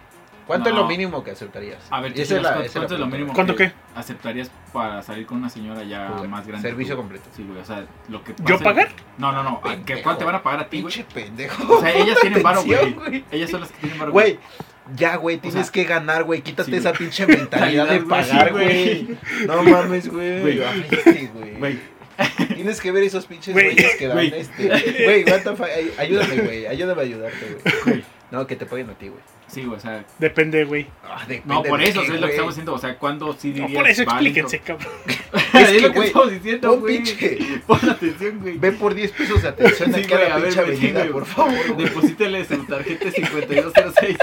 [SPEAKER 2] ¿Cuánto es
[SPEAKER 1] No.
[SPEAKER 2] lo mínimo que aceptarías?
[SPEAKER 1] A ver, tú
[SPEAKER 2] Esa
[SPEAKER 1] dinos,
[SPEAKER 2] la-
[SPEAKER 1] ¿cuánto-
[SPEAKER 2] esa la
[SPEAKER 1] cuánto es lo
[SPEAKER 2] pregunta.
[SPEAKER 1] mínimo?
[SPEAKER 3] ¿Cuánto qué?
[SPEAKER 1] ¿Aceptarías para salir con una señora ya
[SPEAKER 2] Pues, güey,
[SPEAKER 1] más grande?
[SPEAKER 2] servicio
[SPEAKER 1] que tú?
[SPEAKER 2] completo.
[SPEAKER 1] Sí, güey, o sea, lo que
[SPEAKER 3] ¿Yo
[SPEAKER 1] pase-
[SPEAKER 3] pagar?
[SPEAKER 1] No, no, no, ¿a qué-
[SPEAKER 2] Pendejo.
[SPEAKER 1] ¿cuánto te van a pagar a ti, güey?
[SPEAKER 2] Pinche pendejo.
[SPEAKER 1] O sea, ellas tienen varo, güey.
[SPEAKER 2] Atención, güey.
[SPEAKER 1] Ellas son las que tienen varo,
[SPEAKER 2] Güey, ya, güey, tienes
[SPEAKER 1] sea,
[SPEAKER 2] que ganar, güey. Quítate
[SPEAKER 1] sí,
[SPEAKER 2] esa pinche mentalidad de
[SPEAKER 1] Mentalidad, güey,
[SPEAKER 2] pagar,
[SPEAKER 1] sí,
[SPEAKER 2] güey. No mames, güey.
[SPEAKER 1] Güey.
[SPEAKER 2] Ay, este, güey.
[SPEAKER 1] Güey,
[SPEAKER 2] Tienes que ver esos pinches
[SPEAKER 3] Güey.
[SPEAKER 2] güeyes que dan
[SPEAKER 1] Güey.
[SPEAKER 2] este. Güey, what the fuck. Ay, Ayúdame, güey. Ayúdame a ayudarte, güey.
[SPEAKER 1] güey.
[SPEAKER 2] No, que te paguen a ti, güey.
[SPEAKER 1] Sí, güey, o sea,
[SPEAKER 3] Depende, güey.
[SPEAKER 2] Ah, depende
[SPEAKER 1] no, por
[SPEAKER 2] de
[SPEAKER 1] eso,
[SPEAKER 2] qué,
[SPEAKER 1] o sea, es lo que
[SPEAKER 2] güey.
[SPEAKER 1] estamos diciendo, o sea, ¿cuándo sí
[SPEAKER 3] No,
[SPEAKER 1] dirías?
[SPEAKER 3] por eso
[SPEAKER 1] válido?
[SPEAKER 3] explíquense, cabrón.
[SPEAKER 1] Es,
[SPEAKER 2] Es que,
[SPEAKER 1] lo que
[SPEAKER 2] güey,
[SPEAKER 1] estamos diciendo,
[SPEAKER 2] Pon
[SPEAKER 1] güey.
[SPEAKER 2] pinche.
[SPEAKER 1] Pon atención, güey.
[SPEAKER 2] Ve por 10 pesos de atención
[SPEAKER 1] Sí,
[SPEAKER 2] aquí a
[SPEAKER 1] güey,
[SPEAKER 2] la pinche
[SPEAKER 1] güey, sí,
[SPEAKER 2] avenida,
[SPEAKER 1] güey.
[SPEAKER 2] por favor, güey.
[SPEAKER 1] Deposítale su tarjeta 5206.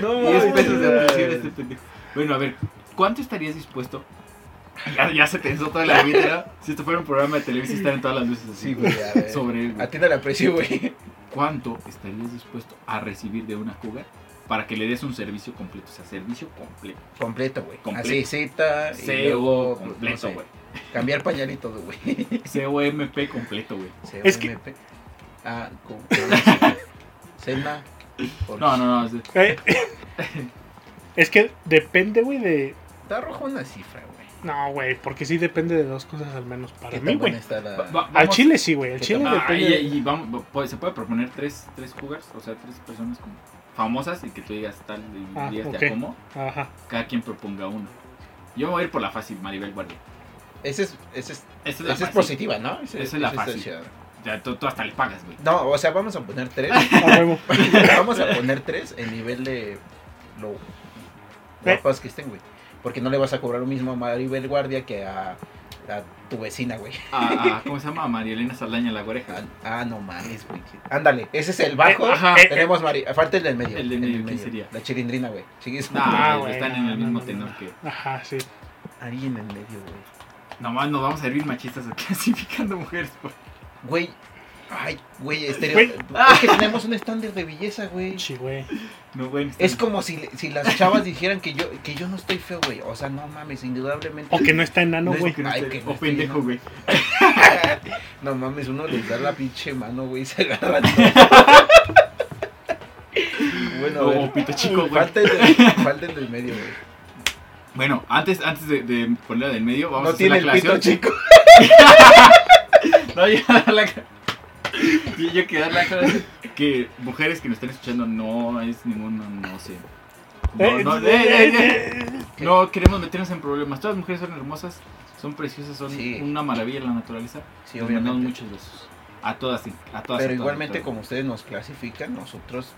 [SPEAKER 2] No,
[SPEAKER 1] 10 pesos de
[SPEAKER 2] güey.
[SPEAKER 1] atención este pendejo. Bueno, a ver, ¿cuánto estarías dispuesto? Ya, ya se tensó toda la vida. Si esto fuera un programa de televisión, estarían todas las luces así,
[SPEAKER 2] Sí,
[SPEAKER 1] güey.
[SPEAKER 2] güey, a ver.
[SPEAKER 1] Sobre él, güey.
[SPEAKER 2] Atiéndale a precio, güey.
[SPEAKER 1] ¿Cuánto estarías dispuesto a recibir de una cougar para que le des un servicio completo? O sea, servicio completo.
[SPEAKER 2] Completo, güey.
[SPEAKER 1] Completo.
[SPEAKER 2] Así, Z. y
[SPEAKER 1] CO
[SPEAKER 2] luego, no
[SPEAKER 1] completo,
[SPEAKER 2] sé,
[SPEAKER 1] güey.
[SPEAKER 2] Cambiar pañalitos, güey.
[SPEAKER 1] COMP completo, güey.
[SPEAKER 3] Es que-
[SPEAKER 2] CMP. Ah, con. Cena.
[SPEAKER 1] No, no, no. o sea,
[SPEAKER 3] Eh, es que depende, güey, de.
[SPEAKER 2] Está rojo una cifra, güey.
[SPEAKER 3] No, güey, porque sí depende de dos cosas al menos
[SPEAKER 2] ¿Qué
[SPEAKER 3] para
[SPEAKER 2] tan
[SPEAKER 3] mí,
[SPEAKER 2] buena
[SPEAKER 3] güey.
[SPEAKER 2] está la-
[SPEAKER 1] va- va-
[SPEAKER 3] Al
[SPEAKER 1] vamos-
[SPEAKER 3] chile sí, güey. Al
[SPEAKER 2] ¿Qué
[SPEAKER 3] chile
[SPEAKER 2] tal?
[SPEAKER 1] Ah,
[SPEAKER 3] depende.
[SPEAKER 1] y, y vamos, pues, se puede proponer tres, tres cougars, o sea, tres personas como famosas y que tú digas tal y
[SPEAKER 3] Ah,
[SPEAKER 1] digas
[SPEAKER 3] ok.
[SPEAKER 1] te acomo.
[SPEAKER 3] Ajá.
[SPEAKER 1] Cada quien proponga uno. Yo me voy a ir por la fácil, Maribel Guardia.
[SPEAKER 2] Ese es, ese es,
[SPEAKER 1] Esa es la
[SPEAKER 2] ese es
[SPEAKER 1] fácil.
[SPEAKER 2] positiva, ¿no? Ese-
[SPEAKER 1] Esa es la
[SPEAKER 2] ese
[SPEAKER 1] fácil.
[SPEAKER 2] chido.
[SPEAKER 1] Ya tú, tú hasta le pagas, güey.
[SPEAKER 2] No, o sea, vamos a poner tres.
[SPEAKER 3] A huevo.
[SPEAKER 2] vamos a poner tres en nivel de lo guapas que estén, güey. Porque no le vas a cobrar lo mismo a Maribel Guardia que a, a tu vecina, güey.
[SPEAKER 1] A, a- ¿Cómo se llama? A María Elena Saldaña la oreja.
[SPEAKER 2] Ah, ah, no mames, güey. Ándale, ese es el bajo.
[SPEAKER 1] Eh, ajá.
[SPEAKER 2] Tenemos Mari. Falta el del medio.
[SPEAKER 1] El del medio, ¿quién sería?
[SPEAKER 2] La chilindrina, güey. Chiquis.
[SPEAKER 1] Nah,
[SPEAKER 3] Ah,
[SPEAKER 1] güey,
[SPEAKER 3] güey,
[SPEAKER 1] están
[SPEAKER 3] no,
[SPEAKER 1] en el
[SPEAKER 3] no,
[SPEAKER 1] mismo
[SPEAKER 3] no,
[SPEAKER 1] tenor
[SPEAKER 3] no.
[SPEAKER 1] que.
[SPEAKER 3] Ajá, sí.
[SPEAKER 2] Ahí en el medio, güey.
[SPEAKER 1] Nomás nos vamos a servir machistas aquí clasificando mujeres. pues. por-
[SPEAKER 2] Güey. Ay, güey, estereo.
[SPEAKER 3] Güey.
[SPEAKER 2] Es que tenemos un estándar de belleza, güey.
[SPEAKER 3] Sí, güey.
[SPEAKER 1] No, bueno.
[SPEAKER 2] Es como si, si las chavas dijeran que yo, que yo no estoy feo, güey. O sea, no mames, indudablemente.
[SPEAKER 3] O que no está enano, güey.
[SPEAKER 1] que no
[SPEAKER 2] Ay,
[SPEAKER 1] esté-
[SPEAKER 2] que no
[SPEAKER 1] o
[SPEAKER 2] esté
[SPEAKER 1] pendejo,
[SPEAKER 2] lleno.
[SPEAKER 1] güey.
[SPEAKER 2] No mames, uno les da la pinche mano, güey, y se agarran. bueno, a ver.
[SPEAKER 1] O pito chico, güey.
[SPEAKER 2] Falta el, del- falta el del medio, güey.
[SPEAKER 1] Bueno, antes, antes de, de ponerla del medio, vamos a
[SPEAKER 2] No
[SPEAKER 1] hacer
[SPEAKER 2] tiene
[SPEAKER 1] la
[SPEAKER 2] el pito
[SPEAKER 1] aclaración.
[SPEAKER 2] chico.
[SPEAKER 1] No, ya la... Yo, yo quiero dar la cara que mujeres que nos están escuchando no es ningún, no sé. No,
[SPEAKER 3] Eh,
[SPEAKER 1] no,
[SPEAKER 3] eh,
[SPEAKER 1] eh, eh, eh.
[SPEAKER 3] eh, eh.
[SPEAKER 1] No queremos meternos en problemas. Todas las mujeres son hermosas, son preciosas, son
[SPEAKER 2] Sí.
[SPEAKER 1] una maravilla en la naturaleza.
[SPEAKER 2] Sí,
[SPEAKER 1] Les mandamos
[SPEAKER 2] obviamente.
[SPEAKER 1] muchos besos. A todas, sí, a todas. a
[SPEAKER 2] Pero
[SPEAKER 1] todas,
[SPEAKER 2] igualmente
[SPEAKER 1] a todas.
[SPEAKER 2] como ustedes nos clasifican, nosotros,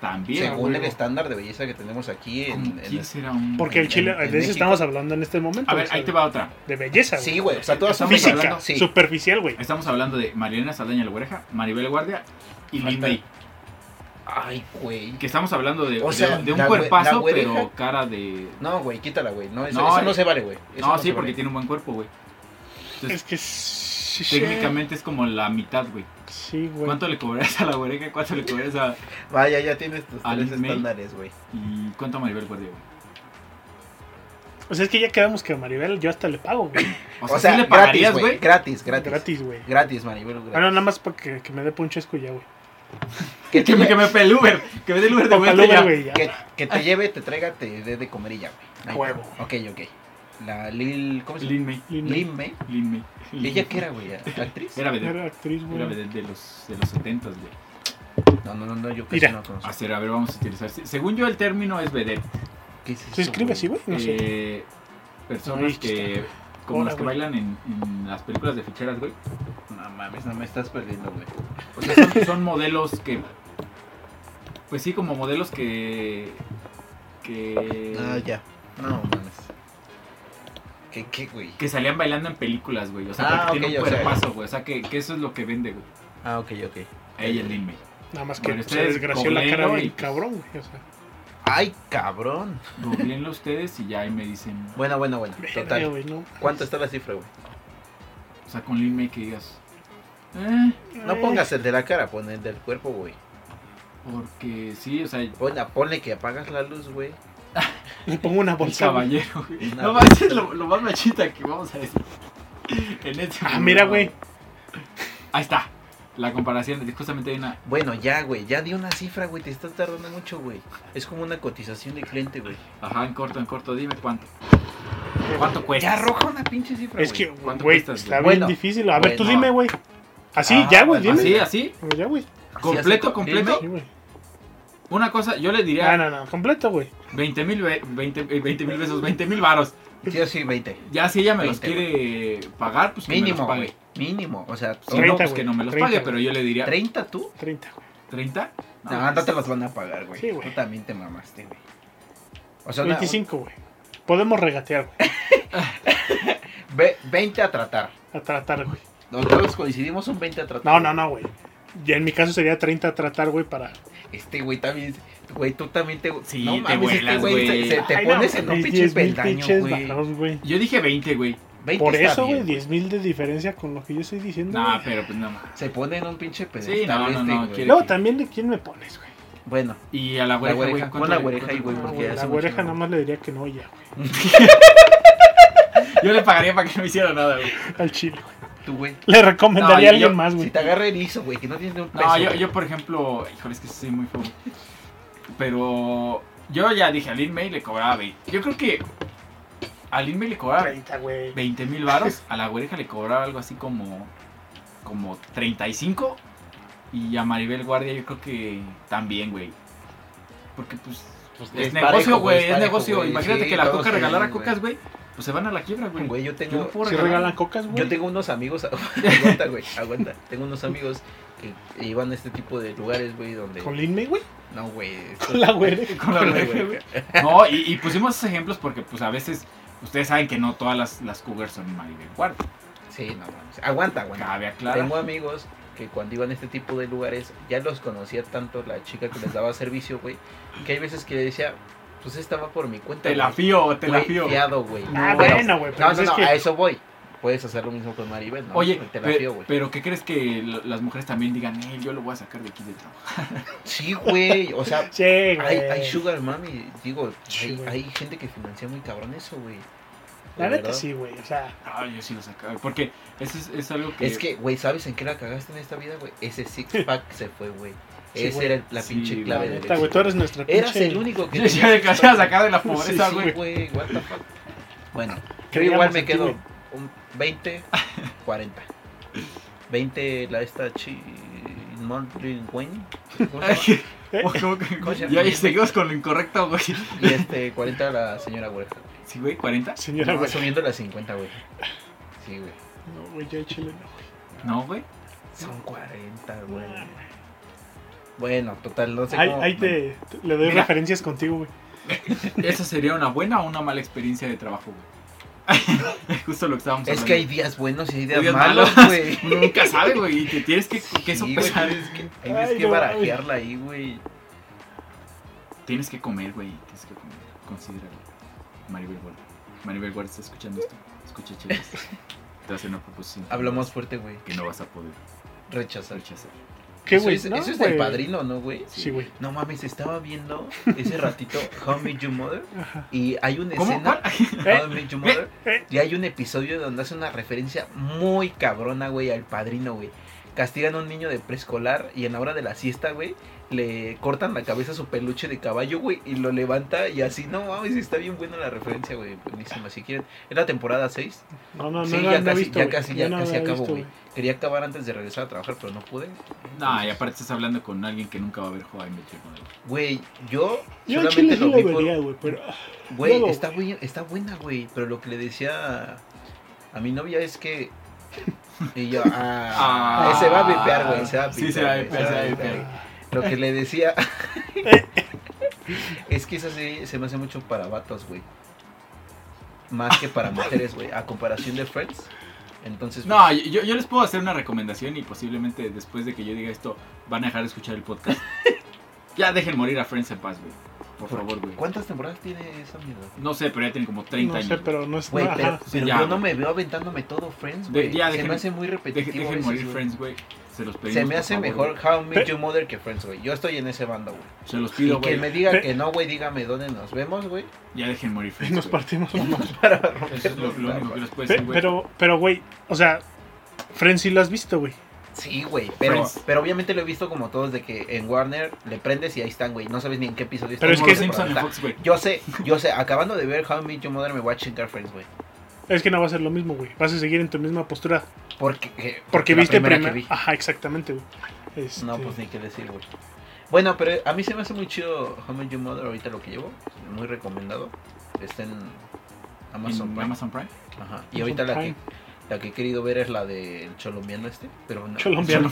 [SPEAKER 1] También.
[SPEAKER 2] según
[SPEAKER 3] güey.
[SPEAKER 2] el estándar de belleza que tenemos aquí
[SPEAKER 1] ¿Cómo
[SPEAKER 2] en... en-
[SPEAKER 1] ¿Quién será un...
[SPEAKER 3] Porque el
[SPEAKER 2] En-
[SPEAKER 3] chile,
[SPEAKER 2] en-
[SPEAKER 3] de
[SPEAKER 2] en
[SPEAKER 3] eso
[SPEAKER 2] México.
[SPEAKER 3] estamos hablando en este momento.
[SPEAKER 1] A ver,
[SPEAKER 3] o sea,
[SPEAKER 1] ahí te va otra.
[SPEAKER 3] De belleza, güey.
[SPEAKER 2] Sí, güey, o sea, todas estamos
[SPEAKER 3] Física,
[SPEAKER 2] hablando... Sí,
[SPEAKER 3] Superficial, güey.
[SPEAKER 1] Estamos hablando de Marielena Saldaña La Oreja, Maribel Guardia y Lin
[SPEAKER 2] Falta-
[SPEAKER 1] May.
[SPEAKER 2] Ay, güey.
[SPEAKER 1] Que estamos hablando de,
[SPEAKER 2] O
[SPEAKER 1] de-
[SPEAKER 2] sea,
[SPEAKER 1] de un
[SPEAKER 2] la güe- la
[SPEAKER 1] cuerpazo,
[SPEAKER 2] güereja-
[SPEAKER 1] pero cara de...
[SPEAKER 2] No, güey, quítala, güey. No, eso
[SPEAKER 1] No,
[SPEAKER 2] no, eso
[SPEAKER 1] eh.
[SPEAKER 2] no se vale, güey. Eso
[SPEAKER 1] No,
[SPEAKER 2] se
[SPEAKER 1] sí, porque
[SPEAKER 2] vale.
[SPEAKER 1] tiene un buen cuerpo, güey. Entonces,
[SPEAKER 3] Es que. sí,
[SPEAKER 1] técnicamente es como la mitad, güey.
[SPEAKER 3] Sí, güey.
[SPEAKER 1] ¿Cuánto le cobrarías a la oreja? ¿Cuánto le cobrarías a.?
[SPEAKER 2] Vaya, ya tienes tus
[SPEAKER 1] Al
[SPEAKER 2] tres
[SPEAKER 1] mail.
[SPEAKER 2] estándares, güey.
[SPEAKER 1] ¿Y cuánto a Maribel Guardia, güey?
[SPEAKER 3] O sea, es que ya quedamos que a Maribel yo hasta le pago, güey.
[SPEAKER 1] O sea, ¿sí le pagarías, güey?
[SPEAKER 2] Gratis, gratis. Gratis,
[SPEAKER 3] Gratis, güey.
[SPEAKER 2] Maribel, gratis.
[SPEAKER 3] Ah, no, nada más para que, que me dé punchesco y ya, güey.
[SPEAKER 2] que, te
[SPEAKER 1] Que me,
[SPEAKER 2] lle-
[SPEAKER 1] que me pegue el Uber. Que me dé el Uber de
[SPEAKER 3] Papá
[SPEAKER 1] vuelta
[SPEAKER 3] Luba,
[SPEAKER 1] ya.
[SPEAKER 3] güey, ya.
[SPEAKER 2] que- que te lleve, te traiga, te dé de comer y ya, güey. Ahí
[SPEAKER 3] Huevo.
[SPEAKER 2] está. Ok, ok. La Lil... ¿Cómo se llama?
[SPEAKER 1] Lin May.
[SPEAKER 3] Lin-
[SPEAKER 2] Lin May.
[SPEAKER 1] Lin May.
[SPEAKER 2] ¿Ella qué era, güey? ¿Actriz?
[SPEAKER 1] Era vedette.
[SPEAKER 3] Era actriz, güey.
[SPEAKER 1] Era vedette de los, de los 70, güey.
[SPEAKER 2] No, no, no, no, yo casi
[SPEAKER 3] Mira.
[SPEAKER 2] no la conozco.
[SPEAKER 1] Hacer, a ver, vamos a utilizar. Se- Según yo, el término es vedette.
[SPEAKER 2] ¿Qué es eso,
[SPEAKER 3] ¿Se escribe así, güey? No sé.
[SPEAKER 1] Eh, personas
[SPEAKER 3] Ay,
[SPEAKER 1] que. Como
[SPEAKER 3] Hola,
[SPEAKER 1] las que
[SPEAKER 3] güey.
[SPEAKER 1] bailan en, en las películas de ficheras, güey.
[SPEAKER 2] No mames, no me estás perdiendo, güey.
[SPEAKER 1] O sea, son, son modelos que. Pues sí, como modelos que. Que.
[SPEAKER 2] Ah, ya. No mames. ¿Qué, qué, güey?
[SPEAKER 1] Que salían bailando en películas, güey. O sea,
[SPEAKER 2] Ah,
[SPEAKER 1] porque
[SPEAKER 2] ok,
[SPEAKER 1] tiene un
[SPEAKER 2] o sea-
[SPEAKER 1] cuerpazo, güey. O sea, que, que eso es lo que vende, güey.
[SPEAKER 2] Ah, ok, ok.
[SPEAKER 1] A ella, Lin-May.
[SPEAKER 3] Nada más que
[SPEAKER 1] Bueno, este
[SPEAKER 3] se
[SPEAKER 1] ustedes
[SPEAKER 3] desgració la cara
[SPEAKER 1] googleen,
[SPEAKER 3] del
[SPEAKER 1] güey.
[SPEAKER 3] cabrón, güey. O sea,
[SPEAKER 2] Ay, cabrón.
[SPEAKER 1] Googleenlo ustedes y ya ahí me dicen.
[SPEAKER 2] Bueno, bueno, bueno.
[SPEAKER 3] verga,
[SPEAKER 2] Total.
[SPEAKER 3] güey, no.
[SPEAKER 2] ¿Cuánto está la cifra, güey?
[SPEAKER 1] O sea, con Lin-May que digas. Eh,
[SPEAKER 2] No pongas el de la cara, pon el del cuerpo, güey.
[SPEAKER 1] porque sí, o sea, el
[SPEAKER 2] Pon, ponle que apagas la luz, güey.
[SPEAKER 3] Le pongo una bolsa. güey.
[SPEAKER 1] caballero, güey.
[SPEAKER 2] Una
[SPEAKER 1] No
[SPEAKER 2] bolsa.
[SPEAKER 1] manches, lo, lo más machita que vamos a decir. En este
[SPEAKER 3] Ah,
[SPEAKER 1] programa.
[SPEAKER 3] mira, güey.
[SPEAKER 1] Ahí está. la comparación, justamente hay una...
[SPEAKER 2] Bueno, ya, güey, ya di una cifra, güey, te estás tardando mucho, güey. Es como una cotización de cliente, güey.
[SPEAKER 1] Ajá, en corto, en corto, dime cuánto. ¿Cuánto
[SPEAKER 2] Ya
[SPEAKER 1] cuesta?
[SPEAKER 2] arroja una pinche cifra,
[SPEAKER 3] Es que,
[SPEAKER 2] güey.
[SPEAKER 1] ¿Cuánto
[SPEAKER 3] güey,
[SPEAKER 1] cuestas,
[SPEAKER 3] está
[SPEAKER 2] güey?
[SPEAKER 3] bien
[SPEAKER 2] Bueno,
[SPEAKER 3] difícil. A ver, tú
[SPEAKER 2] bueno.
[SPEAKER 3] dime, güey. Así,
[SPEAKER 2] Ah,
[SPEAKER 3] ya, güey,
[SPEAKER 2] bueno,
[SPEAKER 3] dime.
[SPEAKER 1] Así, así,
[SPEAKER 3] Bueno, Ya, güey.
[SPEAKER 2] Así,
[SPEAKER 1] completo,
[SPEAKER 2] así,
[SPEAKER 1] completo.
[SPEAKER 3] Sí, güey.
[SPEAKER 1] Una cosa, yo le
[SPEAKER 3] Ah, No,
[SPEAKER 1] diría
[SPEAKER 3] no, no, completo, güey.
[SPEAKER 1] 20 mil ve- 20 eh, 20 mil pesos, 20 mil varos.
[SPEAKER 2] Sí, así, 20.
[SPEAKER 1] Ya si ella me los
[SPEAKER 2] 20,
[SPEAKER 1] quiere pagar, pues que me
[SPEAKER 2] Mínimo,
[SPEAKER 1] los pague.
[SPEAKER 2] güey. Mínimo. O sea,
[SPEAKER 1] Si
[SPEAKER 2] si no,
[SPEAKER 1] no,
[SPEAKER 3] 30,
[SPEAKER 1] pues que
[SPEAKER 3] güey,
[SPEAKER 1] no me los
[SPEAKER 3] 30,
[SPEAKER 1] pague,
[SPEAKER 3] güey.
[SPEAKER 1] pero yo le diría...
[SPEAKER 2] 30 tú.
[SPEAKER 3] 30, güey.
[SPEAKER 1] ¿30?
[SPEAKER 2] No, no te los van a pagar, güey.
[SPEAKER 3] Sí, güey.
[SPEAKER 2] Tú también te mamaste, güey. O sea, una-
[SPEAKER 3] 25, güey. Podemos regatear, güey.
[SPEAKER 2] ve- 20 a tratar.
[SPEAKER 3] A tratar, güey.
[SPEAKER 2] No, todos coincidimos un 20 a tratar.
[SPEAKER 3] No, no, no, güey. Ya en mi caso sería 30 a tratar, güey, para.
[SPEAKER 2] Este güey también, güey, tú también te...
[SPEAKER 1] Sí,
[SPEAKER 2] no
[SPEAKER 1] te
[SPEAKER 2] mames, este
[SPEAKER 1] vuelas, güey.
[SPEAKER 2] se- se- te
[SPEAKER 3] Ay, no,
[SPEAKER 2] pones en un
[SPEAKER 3] mis
[SPEAKER 2] pinche
[SPEAKER 3] 10,000
[SPEAKER 2] peldaño,
[SPEAKER 3] pinches
[SPEAKER 2] güey.
[SPEAKER 3] varos, güey.
[SPEAKER 1] Yo dije 20, güey.
[SPEAKER 2] 20
[SPEAKER 3] Por
[SPEAKER 2] está
[SPEAKER 3] eso,
[SPEAKER 2] bien,
[SPEAKER 3] güey, 10 mil de diferencia con lo que yo estoy diciendo.
[SPEAKER 1] No,
[SPEAKER 3] güey.
[SPEAKER 1] pero pues no. ma.
[SPEAKER 2] Se pone en un pinche pedestal
[SPEAKER 1] Sí, no, no,
[SPEAKER 2] este,
[SPEAKER 1] no,
[SPEAKER 2] güey.
[SPEAKER 1] quiere-
[SPEAKER 3] Luego también de quién me pones, güey.
[SPEAKER 2] Bueno,
[SPEAKER 1] Y a la güereja,
[SPEAKER 2] güereja,
[SPEAKER 1] güey.
[SPEAKER 2] pon
[SPEAKER 1] ¿cuánto
[SPEAKER 2] la
[SPEAKER 1] le-
[SPEAKER 2] güereja ahí,
[SPEAKER 1] cuánto-
[SPEAKER 2] güey,
[SPEAKER 3] No,
[SPEAKER 2] porque
[SPEAKER 3] güey,
[SPEAKER 2] hace
[SPEAKER 3] la
[SPEAKER 2] mucho
[SPEAKER 3] güereja
[SPEAKER 2] calor.
[SPEAKER 3] nada más le diría que no, ya, güey.
[SPEAKER 1] Yo le pagaría para que no hiciera nada, güey.
[SPEAKER 3] Al chile, güey.
[SPEAKER 2] tú, güey.
[SPEAKER 3] Le recomendaría
[SPEAKER 1] No, yo-
[SPEAKER 3] a alguien
[SPEAKER 1] yo-
[SPEAKER 3] más,
[SPEAKER 2] Si
[SPEAKER 3] güey.
[SPEAKER 2] te agarra el hizo, güey, que no tienes ni un peso.
[SPEAKER 1] No, yo,
[SPEAKER 2] güey.
[SPEAKER 1] yo por ejemplo, híjole, es que soy muy feo. Pero yo ya dije, al Inmei le cobraba 20. Yo creo que al Inmei le cobraba
[SPEAKER 3] 30, güey.
[SPEAKER 1] 20 mil varos, a la güereja le cobraba algo así como, como 35. Y a Maribel Guardia yo creo que también, güey. Porque pues
[SPEAKER 2] Pues,
[SPEAKER 1] es
[SPEAKER 2] parejo,
[SPEAKER 1] negocio, güey, es
[SPEAKER 2] parejo,
[SPEAKER 1] negocio.
[SPEAKER 2] güey.
[SPEAKER 1] Imagínate
[SPEAKER 2] Sí,
[SPEAKER 1] que la
[SPEAKER 2] todos
[SPEAKER 1] coca
[SPEAKER 2] se
[SPEAKER 1] regalara
[SPEAKER 2] ven, güey.
[SPEAKER 1] cocas, güey. Pues se van a la quiebra, güey.
[SPEAKER 2] Güey,
[SPEAKER 1] Yo
[SPEAKER 2] yo
[SPEAKER 1] no
[SPEAKER 2] tengo...
[SPEAKER 1] puedo
[SPEAKER 3] Si
[SPEAKER 1] regalar.
[SPEAKER 3] regalan cocas, güey.
[SPEAKER 2] Yo tengo unos amigos, aguanta, güey, aguanta. Tengo unos amigos que iban a este tipo de lugares, güey, donde...
[SPEAKER 3] Con Linme, güey.
[SPEAKER 2] No, güey.
[SPEAKER 3] Con la güereja.
[SPEAKER 1] Con la güereja, güey. No, y, y pusimos esos ejemplos porque, pues, a veces ustedes saben que no todas las, las cougars son Maribel Guardia.
[SPEAKER 2] Sí, no, mames. aguanta, güey.
[SPEAKER 1] Cabe aclarar.
[SPEAKER 2] Tengo amigos que cuando iban a este tipo de lugares ya los conocía tanto la chica que les daba servicio, güey, que hay veces que le decía, pues esta va por mi cuenta.
[SPEAKER 1] Te la
[SPEAKER 2] güey.
[SPEAKER 1] fío, te la
[SPEAKER 2] Güey,
[SPEAKER 1] fío.
[SPEAKER 2] fiado, güey.
[SPEAKER 3] No,
[SPEAKER 2] Ah, bueno.
[SPEAKER 3] bueno, güey, pero
[SPEAKER 2] No,
[SPEAKER 3] pues
[SPEAKER 2] no,
[SPEAKER 3] es
[SPEAKER 2] no,
[SPEAKER 3] que-
[SPEAKER 2] a eso voy. Puedes hacer lo mismo con Maribel, ¿no?
[SPEAKER 1] Oye,
[SPEAKER 2] te la
[SPEAKER 1] pe-
[SPEAKER 2] fío, güey.
[SPEAKER 1] pero ¿qué crees que lo- las mujeres también digan? Eh, yo lo voy a sacar de aquí de trabajo.
[SPEAKER 2] Sí, güey, o sea,
[SPEAKER 3] Sí, güey.
[SPEAKER 2] hay, hay sugar mami, digo,
[SPEAKER 3] Sí,
[SPEAKER 2] hay,
[SPEAKER 3] güey.
[SPEAKER 2] hay gente que financia muy cabrón eso, güey.
[SPEAKER 3] La
[SPEAKER 2] De
[SPEAKER 3] neta
[SPEAKER 2] verdad.
[SPEAKER 3] sí, güey. O sea,
[SPEAKER 1] Ah, yo sí lo sacaba. Porque eso es, es algo que...
[SPEAKER 2] Es que, güey, ¿sabes en qué la cagaste en esta vida, güey? Ese six pack se fue, güey.
[SPEAKER 3] Sí,
[SPEAKER 2] Esa
[SPEAKER 3] güey.
[SPEAKER 2] era el- la
[SPEAKER 1] Sí,
[SPEAKER 2] pinche
[SPEAKER 1] güey.
[SPEAKER 2] clave
[SPEAKER 3] la
[SPEAKER 2] del
[SPEAKER 3] neta, güey. Tú
[SPEAKER 2] éxito.
[SPEAKER 3] eres nuestra
[SPEAKER 2] Eras
[SPEAKER 3] pinche-
[SPEAKER 2] el único que
[SPEAKER 1] Yo ya me cansé de sacar de la pobreza,
[SPEAKER 3] Sí,
[SPEAKER 1] güey.
[SPEAKER 2] güey. güey, what the fuck. Bueno, yo
[SPEAKER 3] Creíamos
[SPEAKER 2] igual
[SPEAKER 3] en
[SPEAKER 2] me
[SPEAKER 3] ti,
[SPEAKER 2] quedo
[SPEAKER 3] güey.
[SPEAKER 2] un 20, 40. 20 la esta chi... Mountain Wayne. ¿cómo se llama?
[SPEAKER 3] ¿Eh?
[SPEAKER 1] ¿Cómo que-
[SPEAKER 2] ¿Cómo se llama?
[SPEAKER 1] Ya ya seguimos con lo incorrecto, güey.
[SPEAKER 2] Y este 40 la señora Huerta.
[SPEAKER 1] Sí, güey, 40.
[SPEAKER 3] Señora,
[SPEAKER 2] No,
[SPEAKER 3] güey.
[SPEAKER 2] subiendo la 50, güey. Sí, güey.
[SPEAKER 3] No, güey, ya el chile no.
[SPEAKER 1] No, güey.
[SPEAKER 2] Son 40, güey. Bueno, total, no sé
[SPEAKER 3] Ahí,
[SPEAKER 2] cómo-
[SPEAKER 3] ahí te, te- le doy
[SPEAKER 1] Mira.
[SPEAKER 3] referencias contigo, güey.
[SPEAKER 1] ¿Esa sería una buena o una mala experiencia de trabajo, güey? Justo lo que estábamos
[SPEAKER 2] Es
[SPEAKER 1] hablando.
[SPEAKER 2] que hay días buenos y hay días,
[SPEAKER 1] Días
[SPEAKER 2] malos,
[SPEAKER 1] malos.
[SPEAKER 2] güey.
[SPEAKER 1] Uno nunca sabe, güey, y te tienes que, que
[SPEAKER 2] Sí, güey,
[SPEAKER 1] sopesar.
[SPEAKER 2] tienes que, tienes
[SPEAKER 3] Ay,
[SPEAKER 2] que
[SPEAKER 3] no,
[SPEAKER 2] barajearla ahí, güey.
[SPEAKER 1] Tienes que comer, güey. Tienes que comer. Considéralo. Maribel Guardia. Maribel Guardia está escuchando esto. Escucha, chicas. Te hace una proposición.
[SPEAKER 2] Habla más fuerte, güey.
[SPEAKER 1] Que no vas a poder
[SPEAKER 2] Rechazar.
[SPEAKER 1] rechazar.
[SPEAKER 3] ¿Qué,
[SPEAKER 2] eso
[SPEAKER 3] güey?
[SPEAKER 2] es,
[SPEAKER 3] No,
[SPEAKER 2] eso es
[SPEAKER 3] güey.
[SPEAKER 2] del padrino, ¿no, güey?
[SPEAKER 3] Sí, güey.
[SPEAKER 2] No mames, estaba viendo ese ratito How I Met Your Mother
[SPEAKER 3] Ajá.
[SPEAKER 2] y hay una
[SPEAKER 1] ¿Cómo?
[SPEAKER 2] escena
[SPEAKER 1] ¿Cuál?
[SPEAKER 2] How I Met Your Mother
[SPEAKER 3] Eh,
[SPEAKER 2] y hay un episodio donde hace una referencia muy cabrona, güey, al padrino, güey. Castigan a un niño de preescolar y en la hora de la siesta, güey, le cortan la cabeza a su peluche de caballo, güey, y lo levanta y así, no mames, está bien buena la referencia, güey, buenísima. Si quieren, es la temporada 6,
[SPEAKER 3] No, no, no,
[SPEAKER 2] Sí,
[SPEAKER 3] no,
[SPEAKER 2] ya
[SPEAKER 3] no he
[SPEAKER 2] casi-
[SPEAKER 3] visto,
[SPEAKER 2] ya
[SPEAKER 3] güey.
[SPEAKER 2] casi- ya
[SPEAKER 3] no
[SPEAKER 2] casi
[SPEAKER 3] la he
[SPEAKER 2] acabo,
[SPEAKER 3] visto,
[SPEAKER 2] güey. Quería acabar antes de regresar a trabajar, pero no pude.
[SPEAKER 1] Nah, y aparte estás hablando con alguien que nunca va a ver Joa y Metro
[SPEAKER 2] Güey, yo
[SPEAKER 3] Yo al
[SPEAKER 2] solamente
[SPEAKER 3] chile sí
[SPEAKER 2] lo
[SPEAKER 3] lo
[SPEAKER 2] vi por...
[SPEAKER 3] vería, güey, pero...
[SPEAKER 2] Güey,
[SPEAKER 3] Luego,
[SPEAKER 2] está, bui- está buena, güey. Pero lo que le decía a mi novia es que... Y yo, ah,
[SPEAKER 1] Ah.
[SPEAKER 2] se va a vipear, güey. Se va a
[SPEAKER 1] Sí, se va a
[SPEAKER 2] vipear, güey,
[SPEAKER 1] vipear, se va a
[SPEAKER 2] vipear,
[SPEAKER 1] vipear.
[SPEAKER 2] güey. Lo que le decía... es que esa serie se me hace mucho para vatos, güey. Más que para mujeres, güey. A comparación de Friends. Entonces... pues,
[SPEAKER 1] No, yo, yo les puedo hacer una recomendación y posiblemente después de que yo diga esto van a dejar de escuchar el podcast. ya dejen morir a Friends en paz, güey. Por favor, güey.
[SPEAKER 2] ¿Cuántas temporadas tiene esa mierda?
[SPEAKER 1] No sé, pero ya tienen como 30
[SPEAKER 3] No
[SPEAKER 1] años.
[SPEAKER 3] sé,
[SPEAKER 1] güey.
[SPEAKER 3] pero no es...
[SPEAKER 2] Güey,
[SPEAKER 3] no,
[SPEAKER 2] pero,
[SPEAKER 3] ajá.
[SPEAKER 2] pero
[SPEAKER 1] Ya,
[SPEAKER 2] yo no
[SPEAKER 1] güey.
[SPEAKER 2] me veo aventándome todo Friends,
[SPEAKER 1] De-
[SPEAKER 2] güey.
[SPEAKER 1] ya,
[SPEAKER 2] Se
[SPEAKER 1] dejen-
[SPEAKER 2] me hace muy
[SPEAKER 1] Deje-
[SPEAKER 2] repetitivo.
[SPEAKER 1] dejen
[SPEAKER 2] a veces,
[SPEAKER 1] morir
[SPEAKER 2] güey.
[SPEAKER 1] Friends, güey. Se los pedimos.
[SPEAKER 2] Se me
[SPEAKER 1] por
[SPEAKER 2] hace
[SPEAKER 1] favor,
[SPEAKER 2] mejor
[SPEAKER 1] güey.
[SPEAKER 2] How I Met
[SPEAKER 3] Pe-
[SPEAKER 2] Your Mother que Friends, güey. Yo estoy en ese bando, güey.
[SPEAKER 1] Se los
[SPEAKER 2] Y
[SPEAKER 1] pido,
[SPEAKER 2] que me
[SPEAKER 1] güey.
[SPEAKER 2] diga
[SPEAKER 3] Pe-
[SPEAKER 2] que no, güey, dígame dónde nos vemos, güey.
[SPEAKER 1] Ya dejen morir Friends.
[SPEAKER 3] Nos
[SPEAKER 1] güey.
[SPEAKER 3] partimos la madre.
[SPEAKER 2] Para
[SPEAKER 1] Eso es lo,
[SPEAKER 2] rompernos
[SPEAKER 1] lo
[SPEAKER 2] la
[SPEAKER 1] único que
[SPEAKER 2] madre.
[SPEAKER 1] les puede
[SPEAKER 3] Pe-
[SPEAKER 1] decir, güey.
[SPEAKER 3] Pero, pero, güey, o sea, Friends sí lo has visto, güey.
[SPEAKER 2] Sí, güey, pero,
[SPEAKER 1] Friends.
[SPEAKER 2] pero obviamente lo he visto como todos de que en Warner le prendes y ahí están, güey. No sabes ni en qué episodio
[SPEAKER 3] Pero es
[SPEAKER 1] Como
[SPEAKER 2] están.
[SPEAKER 3] que-
[SPEAKER 1] los Simpson en Fox, güey.
[SPEAKER 2] Yo sé, yo sé, acabando de ver How I Met Your Mother me voy a chingar Friends, güey.
[SPEAKER 3] Es que no va a ser lo mismo, güey. Vas a seguir en tu misma postura.
[SPEAKER 2] Porque, eh,
[SPEAKER 3] Porque
[SPEAKER 2] la
[SPEAKER 3] viste Ah.
[SPEAKER 2] primera
[SPEAKER 3] primero.
[SPEAKER 2] que vi.
[SPEAKER 3] Ajá, exactamente, güey. Este,
[SPEAKER 2] No, pues ni qué decir, güey. Bueno, pero a mí se me hace muy chido How I Met Your Mother ahorita lo que llevo. Muy recomendado. Está en Amazon
[SPEAKER 1] En
[SPEAKER 2] Prime.
[SPEAKER 1] Amazon Prime.
[SPEAKER 2] Ajá.
[SPEAKER 3] Amazon
[SPEAKER 2] Y ahorita la que,
[SPEAKER 3] Prime.
[SPEAKER 2] la que he querido ver es la del cholombiano este. Pero no.
[SPEAKER 3] Cholombiano.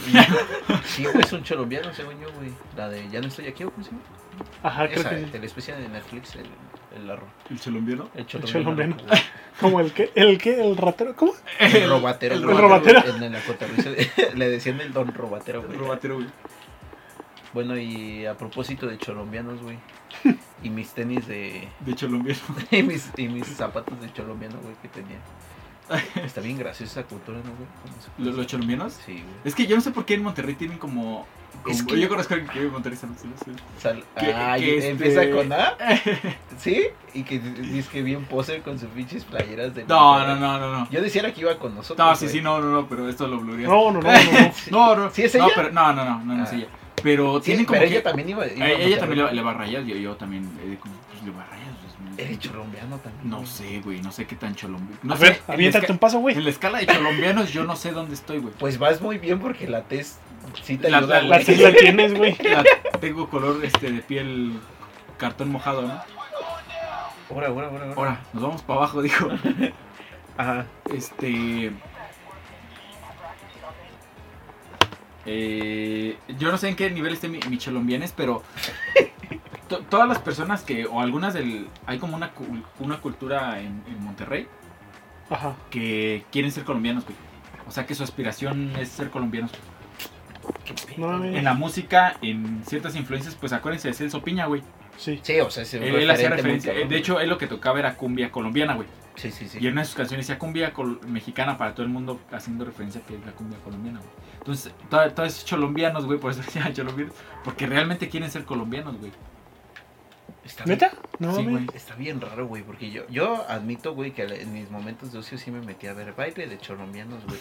[SPEAKER 2] Sí, güey, es un cholombiano, según yo, güey. La de Ya no estoy aquí, ¿o cómo se llama?
[SPEAKER 3] Ajá, Ah, creo
[SPEAKER 2] Esa,
[SPEAKER 3] que
[SPEAKER 2] el especial de Netflix, el, el, arro-
[SPEAKER 1] ¿El cholombiano?
[SPEAKER 2] el
[SPEAKER 3] cholombiano.
[SPEAKER 2] cholombiano. güey.
[SPEAKER 3] Como el que, el que, el ratero, ¿cómo?
[SPEAKER 2] El robatero.
[SPEAKER 1] El
[SPEAKER 2] güey.
[SPEAKER 3] robatero.
[SPEAKER 2] En el acotarrizo de- le decían el don robatero,
[SPEAKER 1] El
[SPEAKER 2] güey.
[SPEAKER 1] robatero, güey.
[SPEAKER 2] Bueno, y a propósito de cholombianos, güey. Y mis tenis de...
[SPEAKER 1] De cholombiano.
[SPEAKER 2] Y mis, y mis zapatos de cholombiano, güey, que tenía. Está bien graciosa esa cultura, ¿no, güey? ¿Cómo se puede
[SPEAKER 1] ¿Los, los cholombianos?
[SPEAKER 2] decir? Sí, güey.
[SPEAKER 1] Es que yo no sé por qué en Monterrey tienen como. como-
[SPEAKER 2] Es que-
[SPEAKER 1] Yo conozco a alguien que vive en Monterrey. se lo- se lo- se lo-
[SPEAKER 2] Sal-
[SPEAKER 1] Que-
[SPEAKER 2] Ay,
[SPEAKER 1] que este-
[SPEAKER 2] empieza con A. ¿Sí? Y que dice que bien poser con sus pinches playeras de...
[SPEAKER 1] No, no, no, no. no.
[SPEAKER 2] Yo decía era que iba con nosotros.
[SPEAKER 1] No, sí,
[SPEAKER 2] güey.
[SPEAKER 1] sí, no, no, no, pero esto lo bluría.
[SPEAKER 3] No, no, no, no.
[SPEAKER 1] no,
[SPEAKER 3] no.
[SPEAKER 1] no.
[SPEAKER 2] ¿Sí es
[SPEAKER 1] No,
[SPEAKER 2] ella?
[SPEAKER 1] pero, no, no, no, no, no es
[SPEAKER 2] Ah.
[SPEAKER 1] ella. Pero
[SPEAKER 2] Sí,
[SPEAKER 1] tienen como
[SPEAKER 2] pero
[SPEAKER 1] que.
[SPEAKER 2] ella también iba, iba
[SPEAKER 1] Eh,
[SPEAKER 2] a
[SPEAKER 1] ella también le,
[SPEAKER 2] Monterrey.
[SPEAKER 1] le va a rayas, yo, yo también eh, como, pues, le va a rayas. pues,
[SPEAKER 2] Eres cholombiano también.
[SPEAKER 1] no
[SPEAKER 2] güey.
[SPEAKER 1] sé, güey, no sé qué tan cholombiano.
[SPEAKER 3] A ver, aviéntate
[SPEAKER 1] en,
[SPEAKER 3] un
[SPEAKER 1] la
[SPEAKER 3] paso,
[SPEAKER 1] esca- en
[SPEAKER 3] güey.
[SPEAKER 1] la escala de cholombianos yo no sé dónde estoy, güey.
[SPEAKER 2] Pues vas muy bien porque la tez sí te
[SPEAKER 1] La-
[SPEAKER 2] ayuda.
[SPEAKER 1] la-
[SPEAKER 3] La,
[SPEAKER 2] güey.
[SPEAKER 3] la tienes, güey.
[SPEAKER 1] La- tengo color este de piel cartón mojado, ¿no?
[SPEAKER 2] Ahora, ahora, ahora, ahora.
[SPEAKER 1] Ahora, nos vamos para abajo, dijo.
[SPEAKER 2] Ajá.
[SPEAKER 1] Este. eh, yo no sé en qué nivel esté mi, mi cholombianes, pero to- todas las personas que, o algunas del. Hay como una, cul- una cultura en, en Monterrey
[SPEAKER 3] Ajá.
[SPEAKER 1] que quieren ser colombianos, güey. O sea que su aspiración es ser colombianos.
[SPEAKER 3] No mames.
[SPEAKER 1] En la música, en ciertas influencias, pues acuérdense de Celso Piña, güey.
[SPEAKER 3] Sí.
[SPEAKER 2] Sí, o sea, se
[SPEAKER 1] Eh, Él, él hacía referencia. De hecho, él lo que tocaba era cumbia colombiana, güey.
[SPEAKER 2] sí, sí, sí.
[SPEAKER 1] Y en una de sus canciones decía cumbia col- mexicana para todo el mundo, haciendo referencia a que es la cumbia colombiana, güey. Entonces, to- todos esos cholombianos, güey, por eso decían cholombianos, porque realmente quieren ser colombianos, güey.
[SPEAKER 2] Está bien-
[SPEAKER 3] ¿Neta? No,
[SPEAKER 1] Sí,
[SPEAKER 3] mames.
[SPEAKER 1] güey.
[SPEAKER 2] Está bien raro, güey, porque yo, yo admito, güey, que en mis momentos de ocio sí me metí a ver baile de cholombianos, güey.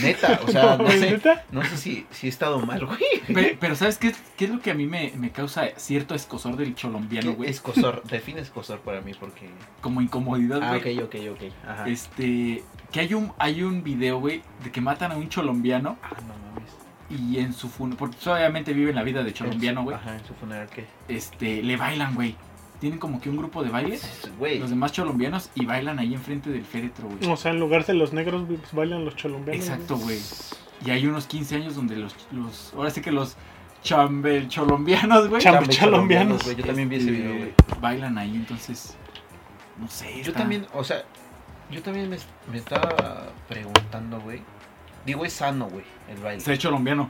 [SPEAKER 2] Neta, o sea,
[SPEAKER 3] No,
[SPEAKER 2] no
[SPEAKER 3] güey,
[SPEAKER 2] sé,
[SPEAKER 3] ¿Neta?
[SPEAKER 2] no sé si, si he estado mal, güey.
[SPEAKER 1] Pe- Pero, ¿sabes qué, es- qué es lo que a mí me, me causa cierto escosor del cholombiano, güey?
[SPEAKER 2] Escosor, define escosor para mí porque...
[SPEAKER 1] Como incomodidad,
[SPEAKER 2] Ah,
[SPEAKER 1] güey.
[SPEAKER 2] ok, ok, ok. Ajá.
[SPEAKER 1] Este, que hay un, hay un video, güey, de que matan a un cholombiano
[SPEAKER 2] Ah, no mames.
[SPEAKER 1] y en su funeral, porque pues, obviamente viven la vida de
[SPEAKER 2] En
[SPEAKER 1] cholombiano,
[SPEAKER 2] su-
[SPEAKER 1] güey,
[SPEAKER 2] Ajá, en su funeral, ¿qué?
[SPEAKER 1] este, le bailan, güey. Tienen como que un grupo de baile,
[SPEAKER 2] Güey,
[SPEAKER 1] los demás cholombianos, y bailan ahí enfrente del féretro, güey.
[SPEAKER 2] Oh.
[SPEAKER 3] O sea, en lugar de los negros güey, pues, bailan los cholombianos. güey.
[SPEAKER 1] Exacto, güey. Y hay unos 15 años donde los, los ahora sí que los chambel cholombianos, güey.
[SPEAKER 3] Cham-
[SPEAKER 2] Chambe
[SPEAKER 3] cholombianos.
[SPEAKER 2] güey, Yo también vi ese
[SPEAKER 1] este,
[SPEAKER 2] video, güey.
[SPEAKER 1] Bailan ahí, entonces, no sé.
[SPEAKER 2] Yo
[SPEAKER 1] está-
[SPEAKER 2] también, o sea, yo también me, me estaba preguntando, güey. Digo, es sano, güey, el baile.
[SPEAKER 1] Ser cholombiano.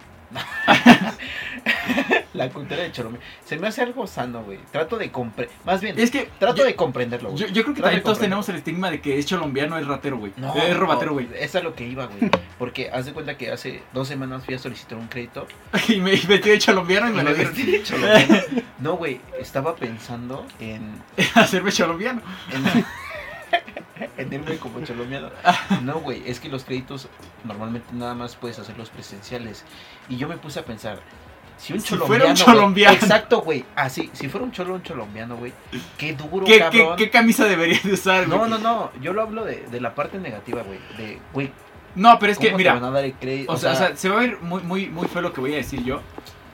[SPEAKER 2] La cultura de Cholomé. Se me hace algo sano, güey. Trato de comprender. Más bien,
[SPEAKER 1] Es que
[SPEAKER 2] trato
[SPEAKER 1] yo,
[SPEAKER 2] de comprenderlo, güey.
[SPEAKER 1] yo, yo creo que
[SPEAKER 2] Trato de
[SPEAKER 1] también todos
[SPEAKER 2] comprender.
[SPEAKER 1] tenemos el estigma de que es cholombiano es ratero, güey. es robatero, güey.
[SPEAKER 2] no, Es a lo que iba, güey. Porque haz de cuenta que hace dos semanas fui a solicitar un crédito.
[SPEAKER 1] y me y metí de cholombiano y
[SPEAKER 2] y
[SPEAKER 1] me
[SPEAKER 2] me
[SPEAKER 1] lo dieron.
[SPEAKER 2] vestí de cholombiano. No, güey. Estaba pensando en,
[SPEAKER 1] Hacerme cholombiano.
[SPEAKER 2] en, en irme como cholombiano. No, güey. Es que los créditos normalmente nada más puedes hacerlos presenciales. Y yo me puse a pensar. Si un
[SPEAKER 1] Si fuera
[SPEAKER 2] cholombiano.
[SPEAKER 1] un
[SPEAKER 2] güey-
[SPEAKER 1] cholombiano.
[SPEAKER 2] exacto, güey. Así. Si fuera un cholo, un cholombiano, güey. Qué duro,
[SPEAKER 1] ¿Qué, qué-
[SPEAKER 2] cabrón.
[SPEAKER 1] qué camisa debería de usar, güey?
[SPEAKER 2] No, no, no, yo lo hablo de, de la parte negativa, güey. De, güey,
[SPEAKER 1] No, pero es
[SPEAKER 2] ¿cómo
[SPEAKER 1] que,
[SPEAKER 2] te
[SPEAKER 1] mira,
[SPEAKER 2] van a dar el crédito?
[SPEAKER 1] O sea, o sea, se va a ver muy, muy, muy feo lo que voy a decir yo,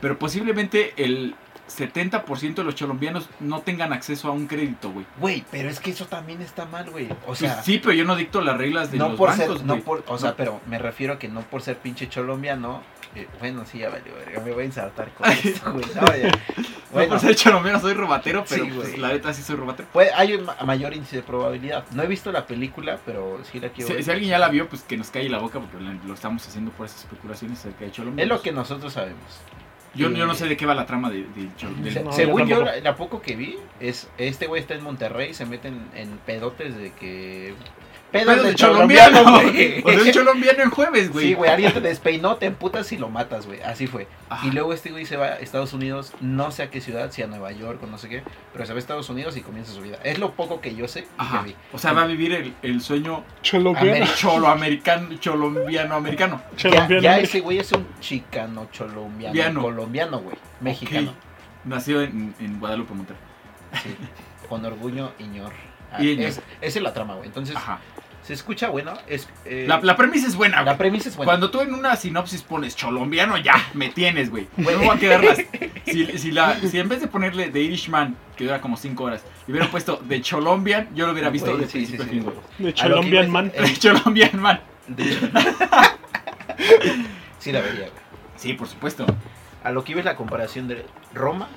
[SPEAKER 1] pero posiblemente el 70% de los colombianos no tengan acceso a un crédito, güey.
[SPEAKER 2] güey, pero es que eso también está mal, güey. O
[SPEAKER 1] Pues
[SPEAKER 2] sea,
[SPEAKER 1] sí, pero yo no dicto las reglas de
[SPEAKER 2] no
[SPEAKER 1] los
[SPEAKER 2] por
[SPEAKER 1] bancos,
[SPEAKER 2] ser, no
[SPEAKER 1] güey.
[SPEAKER 2] por, o
[SPEAKER 1] No.
[SPEAKER 2] sea, pero me refiero a que no por ser pinche colombiano, eh, bueno, sí, ya valió, verga, me voy a ensartar con esto, güey. No, ya.
[SPEAKER 1] No pues,
[SPEAKER 2] Bueno,
[SPEAKER 1] por ser cholombiano soy robatero, pero
[SPEAKER 2] Sí,
[SPEAKER 1] pues,
[SPEAKER 2] güey.
[SPEAKER 1] la neta sí soy robatero.
[SPEAKER 2] pues, hay ma- mayor índice de probabilidad. No he visto la película, pero sí la quiero
[SPEAKER 1] Si,
[SPEAKER 2] ver.
[SPEAKER 1] si alguien ya la vio, pues que nos calle la boca porque la- lo estamos haciendo por esas especulaciones acerca de
[SPEAKER 2] Es
[SPEAKER 1] cholombianos.
[SPEAKER 2] lo que nosotros sabemos. Eh,
[SPEAKER 1] yo, yo no sé de qué va la trama de, de Chol- del-
[SPEAKER 2] Se-
[SPEAKER 3] No,
[SPEAKER 2] según
[SPEAKER 3] yo
[SPEAKER 2] yo,
[SPEAKER 3] tampoco.
[SPEAKER 2] la, la poco que vi, es este güey está en Monterrey, se meten en pedotes de que Pedos de
[SPEAKER 1] cholombiano,
[SPEAKER 2] cholombiano,
[SPEAKER 1] güey.
[SPEAKER 2] güey.
[SPEAKER 1] O sea, un cholombiano en jueves, güey.
[SPEAKER 2] Sí, güey, alguien te despeinó, te emputas y lo matas, güey. Así fue.
[SPEAKER 1] Ajá.
[SPEAKER 2] Y luego este güey se va a Estados Unidos, no sé a qué ciudad, si a Nueva York o no sé qué, pero se va a Estados Unidos y comienza su vida. Es lo poco que yo sé y que
[SPEAKER 1] Ajá.
[SPEAKER 2] vi.
[SPEAKER 1] O sea, va a vivir el, el sueño
[SPEAKER 3] Cholombiano.
[SPEAKER 2] Ameri-
[SPEAKER 1] choloamericano, cholombiano americano.
[SPEAKER 2] Ya,
[SPEAKER 3] Cholombiano.
[SPEAKER 2] ya ese güey es un chicano, cholombiano,
[SPEAKER 1] Viano.
[SPEAKER 2] colombiano, güey. Mexicano.
[SPEAKER 1] Nacido en, en Guadalupe Monterrey.
[SPEAKER 2] Sí. Con orgullo, iñor. Ah,
[SPEAKER 1] Iñor.
[SPEAKER 2] es- Esa es la trama, güey. Entonces,
[SPEAKER 1] Ajá.
[SPEAKER 2] se escucha bueno. Es, eh,
[SPEAKER 1] La, la premisa es buena,
[SPEAKER 2] la
[SPEAKER 1] güey.
[SPEAKER 2] premisa es buena.
[SPEAKER 1] Cuando tú en una sinopsis pones cholombiano, ya, me tienes, güey. No me voy a quedar más. Si, si, la, si en vez de ponerle The Irishman, que dura como 5 horas, le hubieran puesto The Cholombian, yo lo hubiera visto
[SPEAKER 2] Ah, Güey,
[SPEAKER 1] de
[SPEAKER 2] sí,
[SPEAKER 1] principio
[SPEAKER 2] sí,
[SPEAKER 1] a
[SPEAKER 2] sí,
[SPEAKER 1] fin, güey.
[SPEAKER 2] güey.
[SPEAKER 3] De
[SPEAKER 2] A lo que iba
[SPEAKER 3] Cholombian
[SPEAKER 2] es-
[SPEAKER 3] Man.
[SPEAKER 2] eh,
[SPEAKER 1] The Cholombian Man.
[SPEAKER 2] de- sí, la vería, güey.
[SPEAKER 1] Sí, por supuesto.
[SPEAKER 2] A lo que iba es la comparación de Roma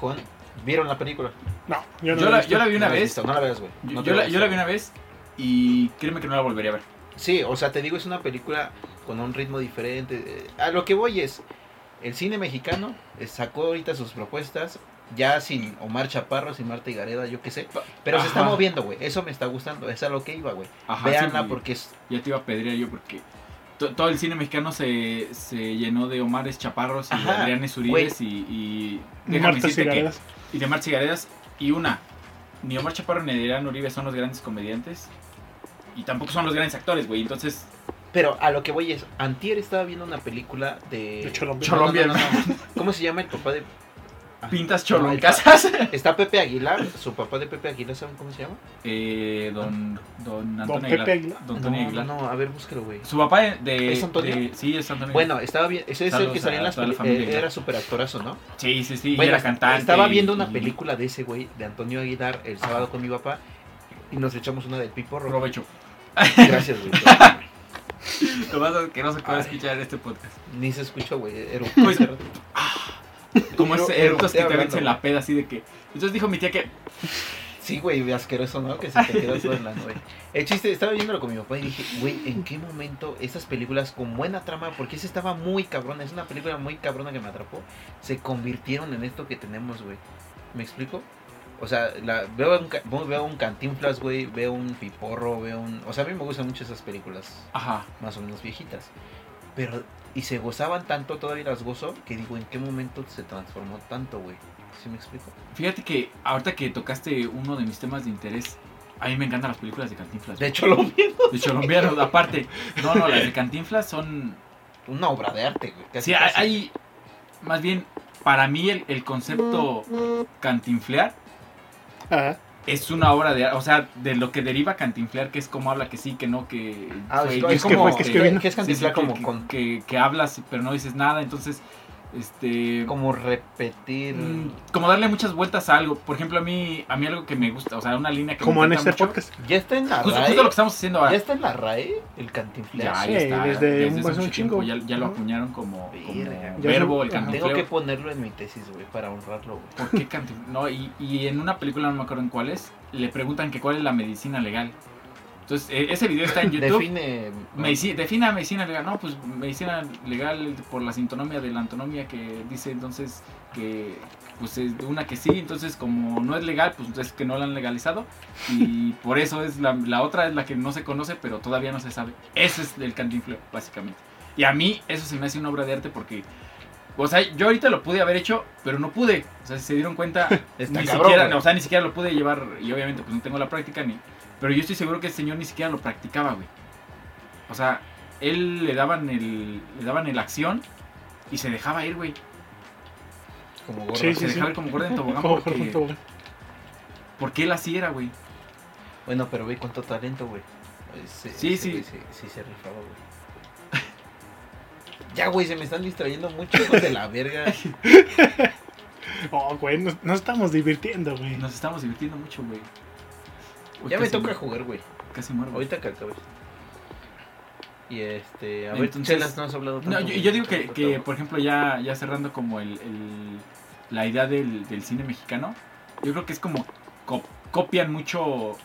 [SPEAKER 2] con. ¿Vieron la película?
[SPEAKER 3] No, yo no
[SPEAKER 1] Yo
[SPEAKER 3] lo he
[SPEAKER 1] la,
[SPEAKER 3] visto.
[SPEAKER 1] yo la vi una
[SPEAKER 2] No la has
[SPEAKER 1] vez.
[SPEAKER 2] visto, No la veas, güey.
[SPEAKER 1] Yo,
[SPEAKER 2] No te
[SPEAKER 1] yo la,
[SPEAKER 2] veas.
[SPEAKER 1] yo la vi una vez y créeme que no la volvería a ver.
[SPEAKER 2] Sí, o sea, te digo, es una película con un ritmo diferente. eh, A lo que voy es, el cine mexicano eh, sacó ahorita sus propuestas, ya sin Omar Chaparro, sin Marta Higareda, yo qué sé. Pero se está
[SPEAKER 1] Ajá.
[SPEAKER 2] moviendo, güey. Eso me está gustando, es a lo que iba, güey.
[SPEAKER 1] Ajá,
[SPEAKER 2] Veanla
[SPEAKER 1] sí,
[SPEAKER 2] porque es...
[SPEAKER 1] Ya te iba a pedir yo porque to- todo el cine mexicano se, se llenó de Omares Chaparros y de
[SPEAKER 2] Ajá,
[SPEAKER 1] Adrianes Uribes y, y déjame
[SPEAKER 3] Marta
[SPEAKER 1] decirte que
[SPEAKER 3] Cigaredas.
[SPEAKER 1] y de Mar Cigaredas y una ni Omar Chaparro ni Adrián Uribe son los grandes comediantes y tampoco son los grandes actores, güey. Entonces,
[SPEAKER 2] Pero a lo que voy es, Antier estaba viendo una película de...
[SPEAKER 3] De
[SPEAKER 2] Cholombiano.
[SPEAKER 3] Cholombiano.
[SPEAKER 1] Cholom-
[SPEAKER 2] ¿Cómo se llama el papá de...? Ah,
[SPEAKER 1] pintas
[SPEAKER 2] no,
[SPEAKER 1] cholón
[SPEAKER 2] el-
[SPEAKER 1] casas.
[SPEAKER 2] Está Pepe Aguilar, su papá de Pepe Aguilar, ¿saben cómo se llama?
[SPEAKER 1] Eh, don don Antonio
[SPEAKER 3] Don
[SPEAKER 1] Aguilar.
[SPEAKER 3] Pepe Aguilar.
[SPEAKER 1] Don Antonio
[SPEAKER 2] no,
[SPEAKER 1] Aguilar.
[SPEAKER 2] no, a ver, búscalo, güey.
[SPEAKER 1] Su papá de, de-
[SPEAKER 2] ¿Es Antonio?
[SPEAKER 1] de- sí, es Antonio.
[SPEAKER 2] Bueno, estaba bien, ese es el
[SPEAKER 1] Saludos
[SPEAKER 2] que salía en
[SPEAKER 1] a
[SPEAKER 2] las
[SPEAKER 1] toda la
[SPEAKER 2] peli-
[SPEAKER 1] familia.
[SPEAKER 2] eh, era súper actorazo, ¿no?
[SPEAKER 1] sí, sí, sí, y
[SPEAKER 2] Bueno,
[SPEAKER 1] era cantante.
[SPEAKER 2] Estaba
[SPEAKER 1] y-
[SPEAKER 2] viendo una
[SPEAKER 1] y
[SPEAKER 2] película de ese güey, de Antonio Aguilar, el sábado con mi papá. Y nos echamos una del Piporro.
[SPEAKER 1] Provecho.
[SPEAKER 2] Gracias, güey.
[SPEAKER 1] Lo
[SPEAKER 2] todo.
[SPEAKER 1] más asqueroso que vas a
[SPEAKER 2] Ay.
[SPEAKER 1] escuchar este podcast.
[SPEAKER 2] Ni se escuchó, güey. Era un-
[SPEAKER 1] Pues, Como
[SPEAKER 2] Pero-
[SPEAKER 1] esos
[SPEAKER 2] pero
[SPEAKER 1] eructos
[SPEAKER 2] estoy
[SPEAKER 1] que te
[SPEAKER 2] hablando,
[SPEAKER 1] vence la peda así de que. Entonces dijo mi tía que.
[SPEAKER 2] Sí, güey, asqueroso, ¿no? Que se te quedó todo en la nube. El chiste, estaba viéndolo con mi papá y dije, güey, ¿en qué momento estas películas con buena trama, porque esa estaba muy cabrona, es una película muy cabrona que me atrapó, se convirtieron en esto que tenemos, güey? ¿Me explico? O sea, la- veo, un, ca- veo un Cantinflas, güey, veo un Piporro, veo un... O sea, a mí me gustan mucho esas películas
[SPEAKER 1] Ajá.
[SPEAKER 2] más o menos viejitas. Pero, y se gozaban tanto, todavía las gozo, que digo, ¿en qué momento se transformó tanto, güey? ¿Sí me explico?
[SPEAKER 1] Fíjate que ahorita que tocaste uno de mis temas de interés. A mí me encantan las películas de Cantinflas.
[SPEAKER 2] De hecho, lo mismo.
[SPEAKER 1] De cholombianos, aparte. No, no, las de Cantinflas son.
[SPEAKER 2] Una obra de arte, güey. casi,
[SPEAKER 1] Sí, hay,
[SPEAKER 2] casi.
[SPEAKER 1] hay- Más bien, para mí el, el concepto cantinflear
[SPEAKER 3] Ajá.
[SPEAKER 1] es una obra de arte. O sea, de lo que deriva cantinflear, que es cómo habla que sí, que no, que.
[SPEAKER 2] Ah,
[SPEAKER 1] fue-
[SPEAKER 2] es,
[SPEAKER 1] que
[SPEAKER 2] es
[SPEAKER 3] que
[SPEAKER 2] como...
[SPEAKER 3] fue,
[SPEAKER 2] es
[SPEAKER 3] que vino.
[SPEAKER 2] que es
[SPEAKER 1] sí, sí,
[SPEAKER 2] cantinflar
[SPEAKER 1] que-
[SPEAKER 2] como
[SPEAKER 1] que-
[SPEAKER 2] con...
[SPEAKER 1] que, que hablas, pero no dices nada. Entonces, este.
[SPEAKER 2] Como repetir...
[SPEAKER 1] Mm, como darle muchas vueltas a algo. Por ejemplo, a mí, a mí algo que me gusta, o sea, una línea que
[SPEAKER 3] Como
[SPEAKER 1] me
[SPEAKER 3] en
[SPEAKER 1] encanta
[SPEAKER 3] este
[SPEAKER 1] mucho.
[SPEAKER 3] podcast.
[SPEAKER 2] Ya está en la
[SPEAKER 1] Justo,
[SPEAKER 2] RAE.
[SPEAKER 1] justo lo que estamos haciendo
[SPEAKER 2] Ya
[SPEAKER 1] ahora.
[SPEAKER 2] está en la RAE el cantinflas.
[SPEAKER 1] Ya,
[SPEAKER 3] Sí,
[SPEAKER 1] ya está.
[SPEAKER 3] desde
[SPEAKER 1] ya
[SPEAKER 3] un-
[SPEAKER 1] hace
[SPEAKER 3] hace un
[SPEAKER 1] mucho tiempo,
[SPEAKER 3] chingo.
[SPEAKER 1] Ya, ya lo
[SPEAKER 3] Ajá.
[SPEAKER 1] acuñaron como, como
[SPEAKER 2] Verga.
[SPEAKER 3] Ya
[SPEAKER 1] verbo,
[SPEAKER 3] son-
[SPEAKER 1] el
[SPEAKER 3] ajá.
[SPEAKER 2] Tengo que
[SPEAKER 1] cantinfleo.
[SPEAKER 2] ponerlo en mi tesis, güey, para honrarlo, güey.
[SPEAKER 1] ¿Por qué cantinfleo? No, y, y en una película, no me acuerdo en cuál es, le preguntan que cuál es la medicina legal. Entonces, e- ese video está en YouTube.
[SPEAKER 2] Define...
[SPEAKER 1] Medici- defina medicina legal. No, pues medicina legal por la sintonomía de la antonomía que dice entonces que pues es de una que sí, entonces como no es legal, pues es que no la han legalizado y por eso es la, la otra es la que no se conoce, pero todavía no se sabe. Ese es el cantinfleo, básicamente. Y a mí eso se me hace una obra de arte porque o sea, yo ahorita lo pude haber hecho, pero no pude. O sea, si se dieron cuenta,
[SPEAKER 2] Está
[SPEAKER 1] ni
[SPEAKER 2] cabrón,
[SPEAKER 1] siquiera,
[SPEAKER 2] güey.
[SPEAKER 1] no, o sea, ni siquiera lo pude llevar y obviamente pues no tengo la práctica ni pero yo estoy seguro que el señor ni siquiera lo practicaba, güey. O sea, él le daban el le daban el acción y se dejaba ir, güey.
[SPEAKER 2] Como gordo.
[SPEAKER 1] Se
[SPEAKER 3] Sí, sí, sí.
[SPEAKER 1] dejaba ir como gorda en tobogán
[SPEAKER 3] Como
[SPEAKER 1] porque,
[SPEAKER 3] Jorge Tobón.
[SPEAKER 1] porque él así era, güey.
[SPEAKER 2] Bueno, pero ve cuánto talento, güey. Ese-
[SPEAKER 1] Sí,
[SPEAKER 2] ese
[SPEAKER 1] sí.
[SPEAKER 2] güey se- sí se rifaba, güey. Ya, güey, se me están distrayendo mucho hijos de la verga.
[SPEAKER 3] Oh, güey, nos, nos estamos divirtiendo, güey.
[SPEAKER 1] Nos estamos divirtiendo mucho, güey. Uy,
[SPEAKER 2] ya me
[SPEAKER 1] casi
[SPEAKER 2] toca
[SPEAKER 1] mu-
[SPEAKER 2] jugar, güey.
[SPEAKER 1] Casi muero. güey.
[SPEAKER 2] Ahorita que acabes. Y este, a ver,
[SPEAKER 1] Entonces-
[SPEAKER 2] Chelas, no has hablado tanto.
[SPEAKER 1] No, yo,
[SPEAKER 2] güey.
[SPEAKER 1] yo digo que, que, por ejemplo, ya, ya cerrando como el, el- la idea del, del cine mexicano, yo creo que es como co- copian mucho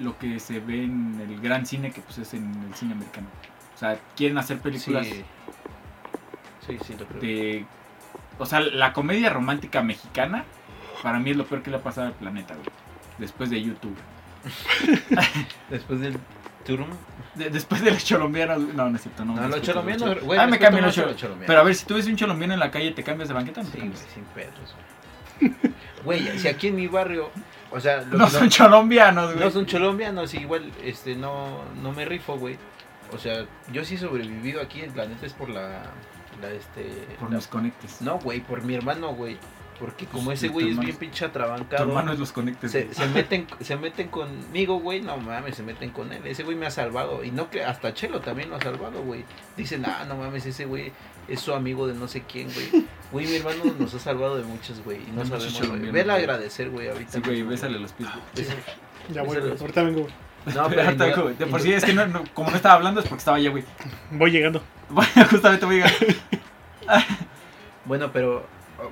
[SPEAKER 1] lo que se ve en el gran cine que pues es en el cine americano. O sea, quieren hacer películas
[SPEAKER 2] Sí, sí, sí, lo creo.
[SPEAKER 1] de... O sea, la comedia romántica mexicana para mí es lo peor que le ha pasado al planeta, güey. Después de YouTube.
[SPEAKER 2] Después del Turma.
[SPEAKER 1] De- después de los cholombianos. güey. No, no es cierto. No,
[SPEAKER 2] No, los
[SPEAKER 1] disculpa,
[SPEAKER 2] cholombianos,
[SPEAKER 1] chol-
[SPEAKER 2] güey.
[SPEAKER 1] Ah, me
[SPEAKER 2] respeto
[SPEAKER 1] cambian los
[SPEAKER 2] mucho a
[SPEAKER 1] chol-
[SPEAKER 2] los cholombianos.
[SPEAKER 1] Pero a ver, si tú ves un cholombiano en la calle, ¿te cambias de banqueta? No, te
[SPEAKER 2] Sí, güey,
[SPEAKER 1] cambias.
[SPEAKER 2] sin pedos. Güey, Güey, si aquí en mi barrio, o sea, lo-
[SPEAKER 1] no son cholombianos, güey.
[SPEAKER 2] no son cholombianos, igual este no no me rifo, güey. O sea, yo sí he sobrevivido aquí, la neta es por la la este
[SPEAKER 1] Por
[SPEAKER 2] la-
[SPEAKER 1] los conectes.
[SPEAKER 2] No, güey, por mi hermano, güey. Porque como
[SPEAKER 1] Pues,
[SPEAKER 2] ese
[SPEAKER 1] tu
[SPEAKER 2] güey es
[SPEAKER 1] hermano
[SPEAKER 2] bien
[SPEAKER 1] es-
[SPEAKER 2] pinche
[SPEAKER 1] Tu
[SPEAKER 2] atrabancado.
[SPEAKER 1] hermano es los conectes.
[SPEAKER 2] Se,
[SPEAKER 1] güey.
[SPEAKER 2] se meten, se meten conmigo, güey, no mames, se meten con él. Ese güey me ha salvado. Y no que hasta Chelo también lo ha salvado, güey. Dicen, ah, no mames, ese güey es su amigo de no sé quién, güey. Güey, mi hermano nos ha salvado de muchas, güey. Y
[SPEAKER 1] De
[SPEAKER 2] no
[SPEAKER 1] muchos
[SPEAKER 2] sabemos, güey.
[SPEAKER 1] colombianos,
[SPEAKER 2] Vela
[SPEAKER 1] güey.
[SPEAKER 2] agradecer, güey, ahorita.
[SPEAKER 1] Sí, güey,
[SPEAKER 2] mismo,
[SPEAKER 1] bésale los pies. güey.
[SPEAKER 2] Bésale.
[SPEAKER 3] Ya
[SPEAKER 2] Eso
[SPEAKER 3] voy,
[SPEAKER 2] es-
[SPEAKER 3] güey. ahorita vengo. güey.
[SPEAKER 2] No, Ah, pero.
[SPEAKER 1] Ahorita,
[SPEAKER 2] indu-
[SPEAKER 1] güey, de por
[SPEAKER 2] indu-
[SPEAKER 1] sí es que no, no- como no estaba hablando es porque estaba allá, güey.
[SPEAKER 3] Voy llegando.
[SPEAKER 1] Bueno, justamente voy a llegar.
[SPEAKER 2] Bueno, pero.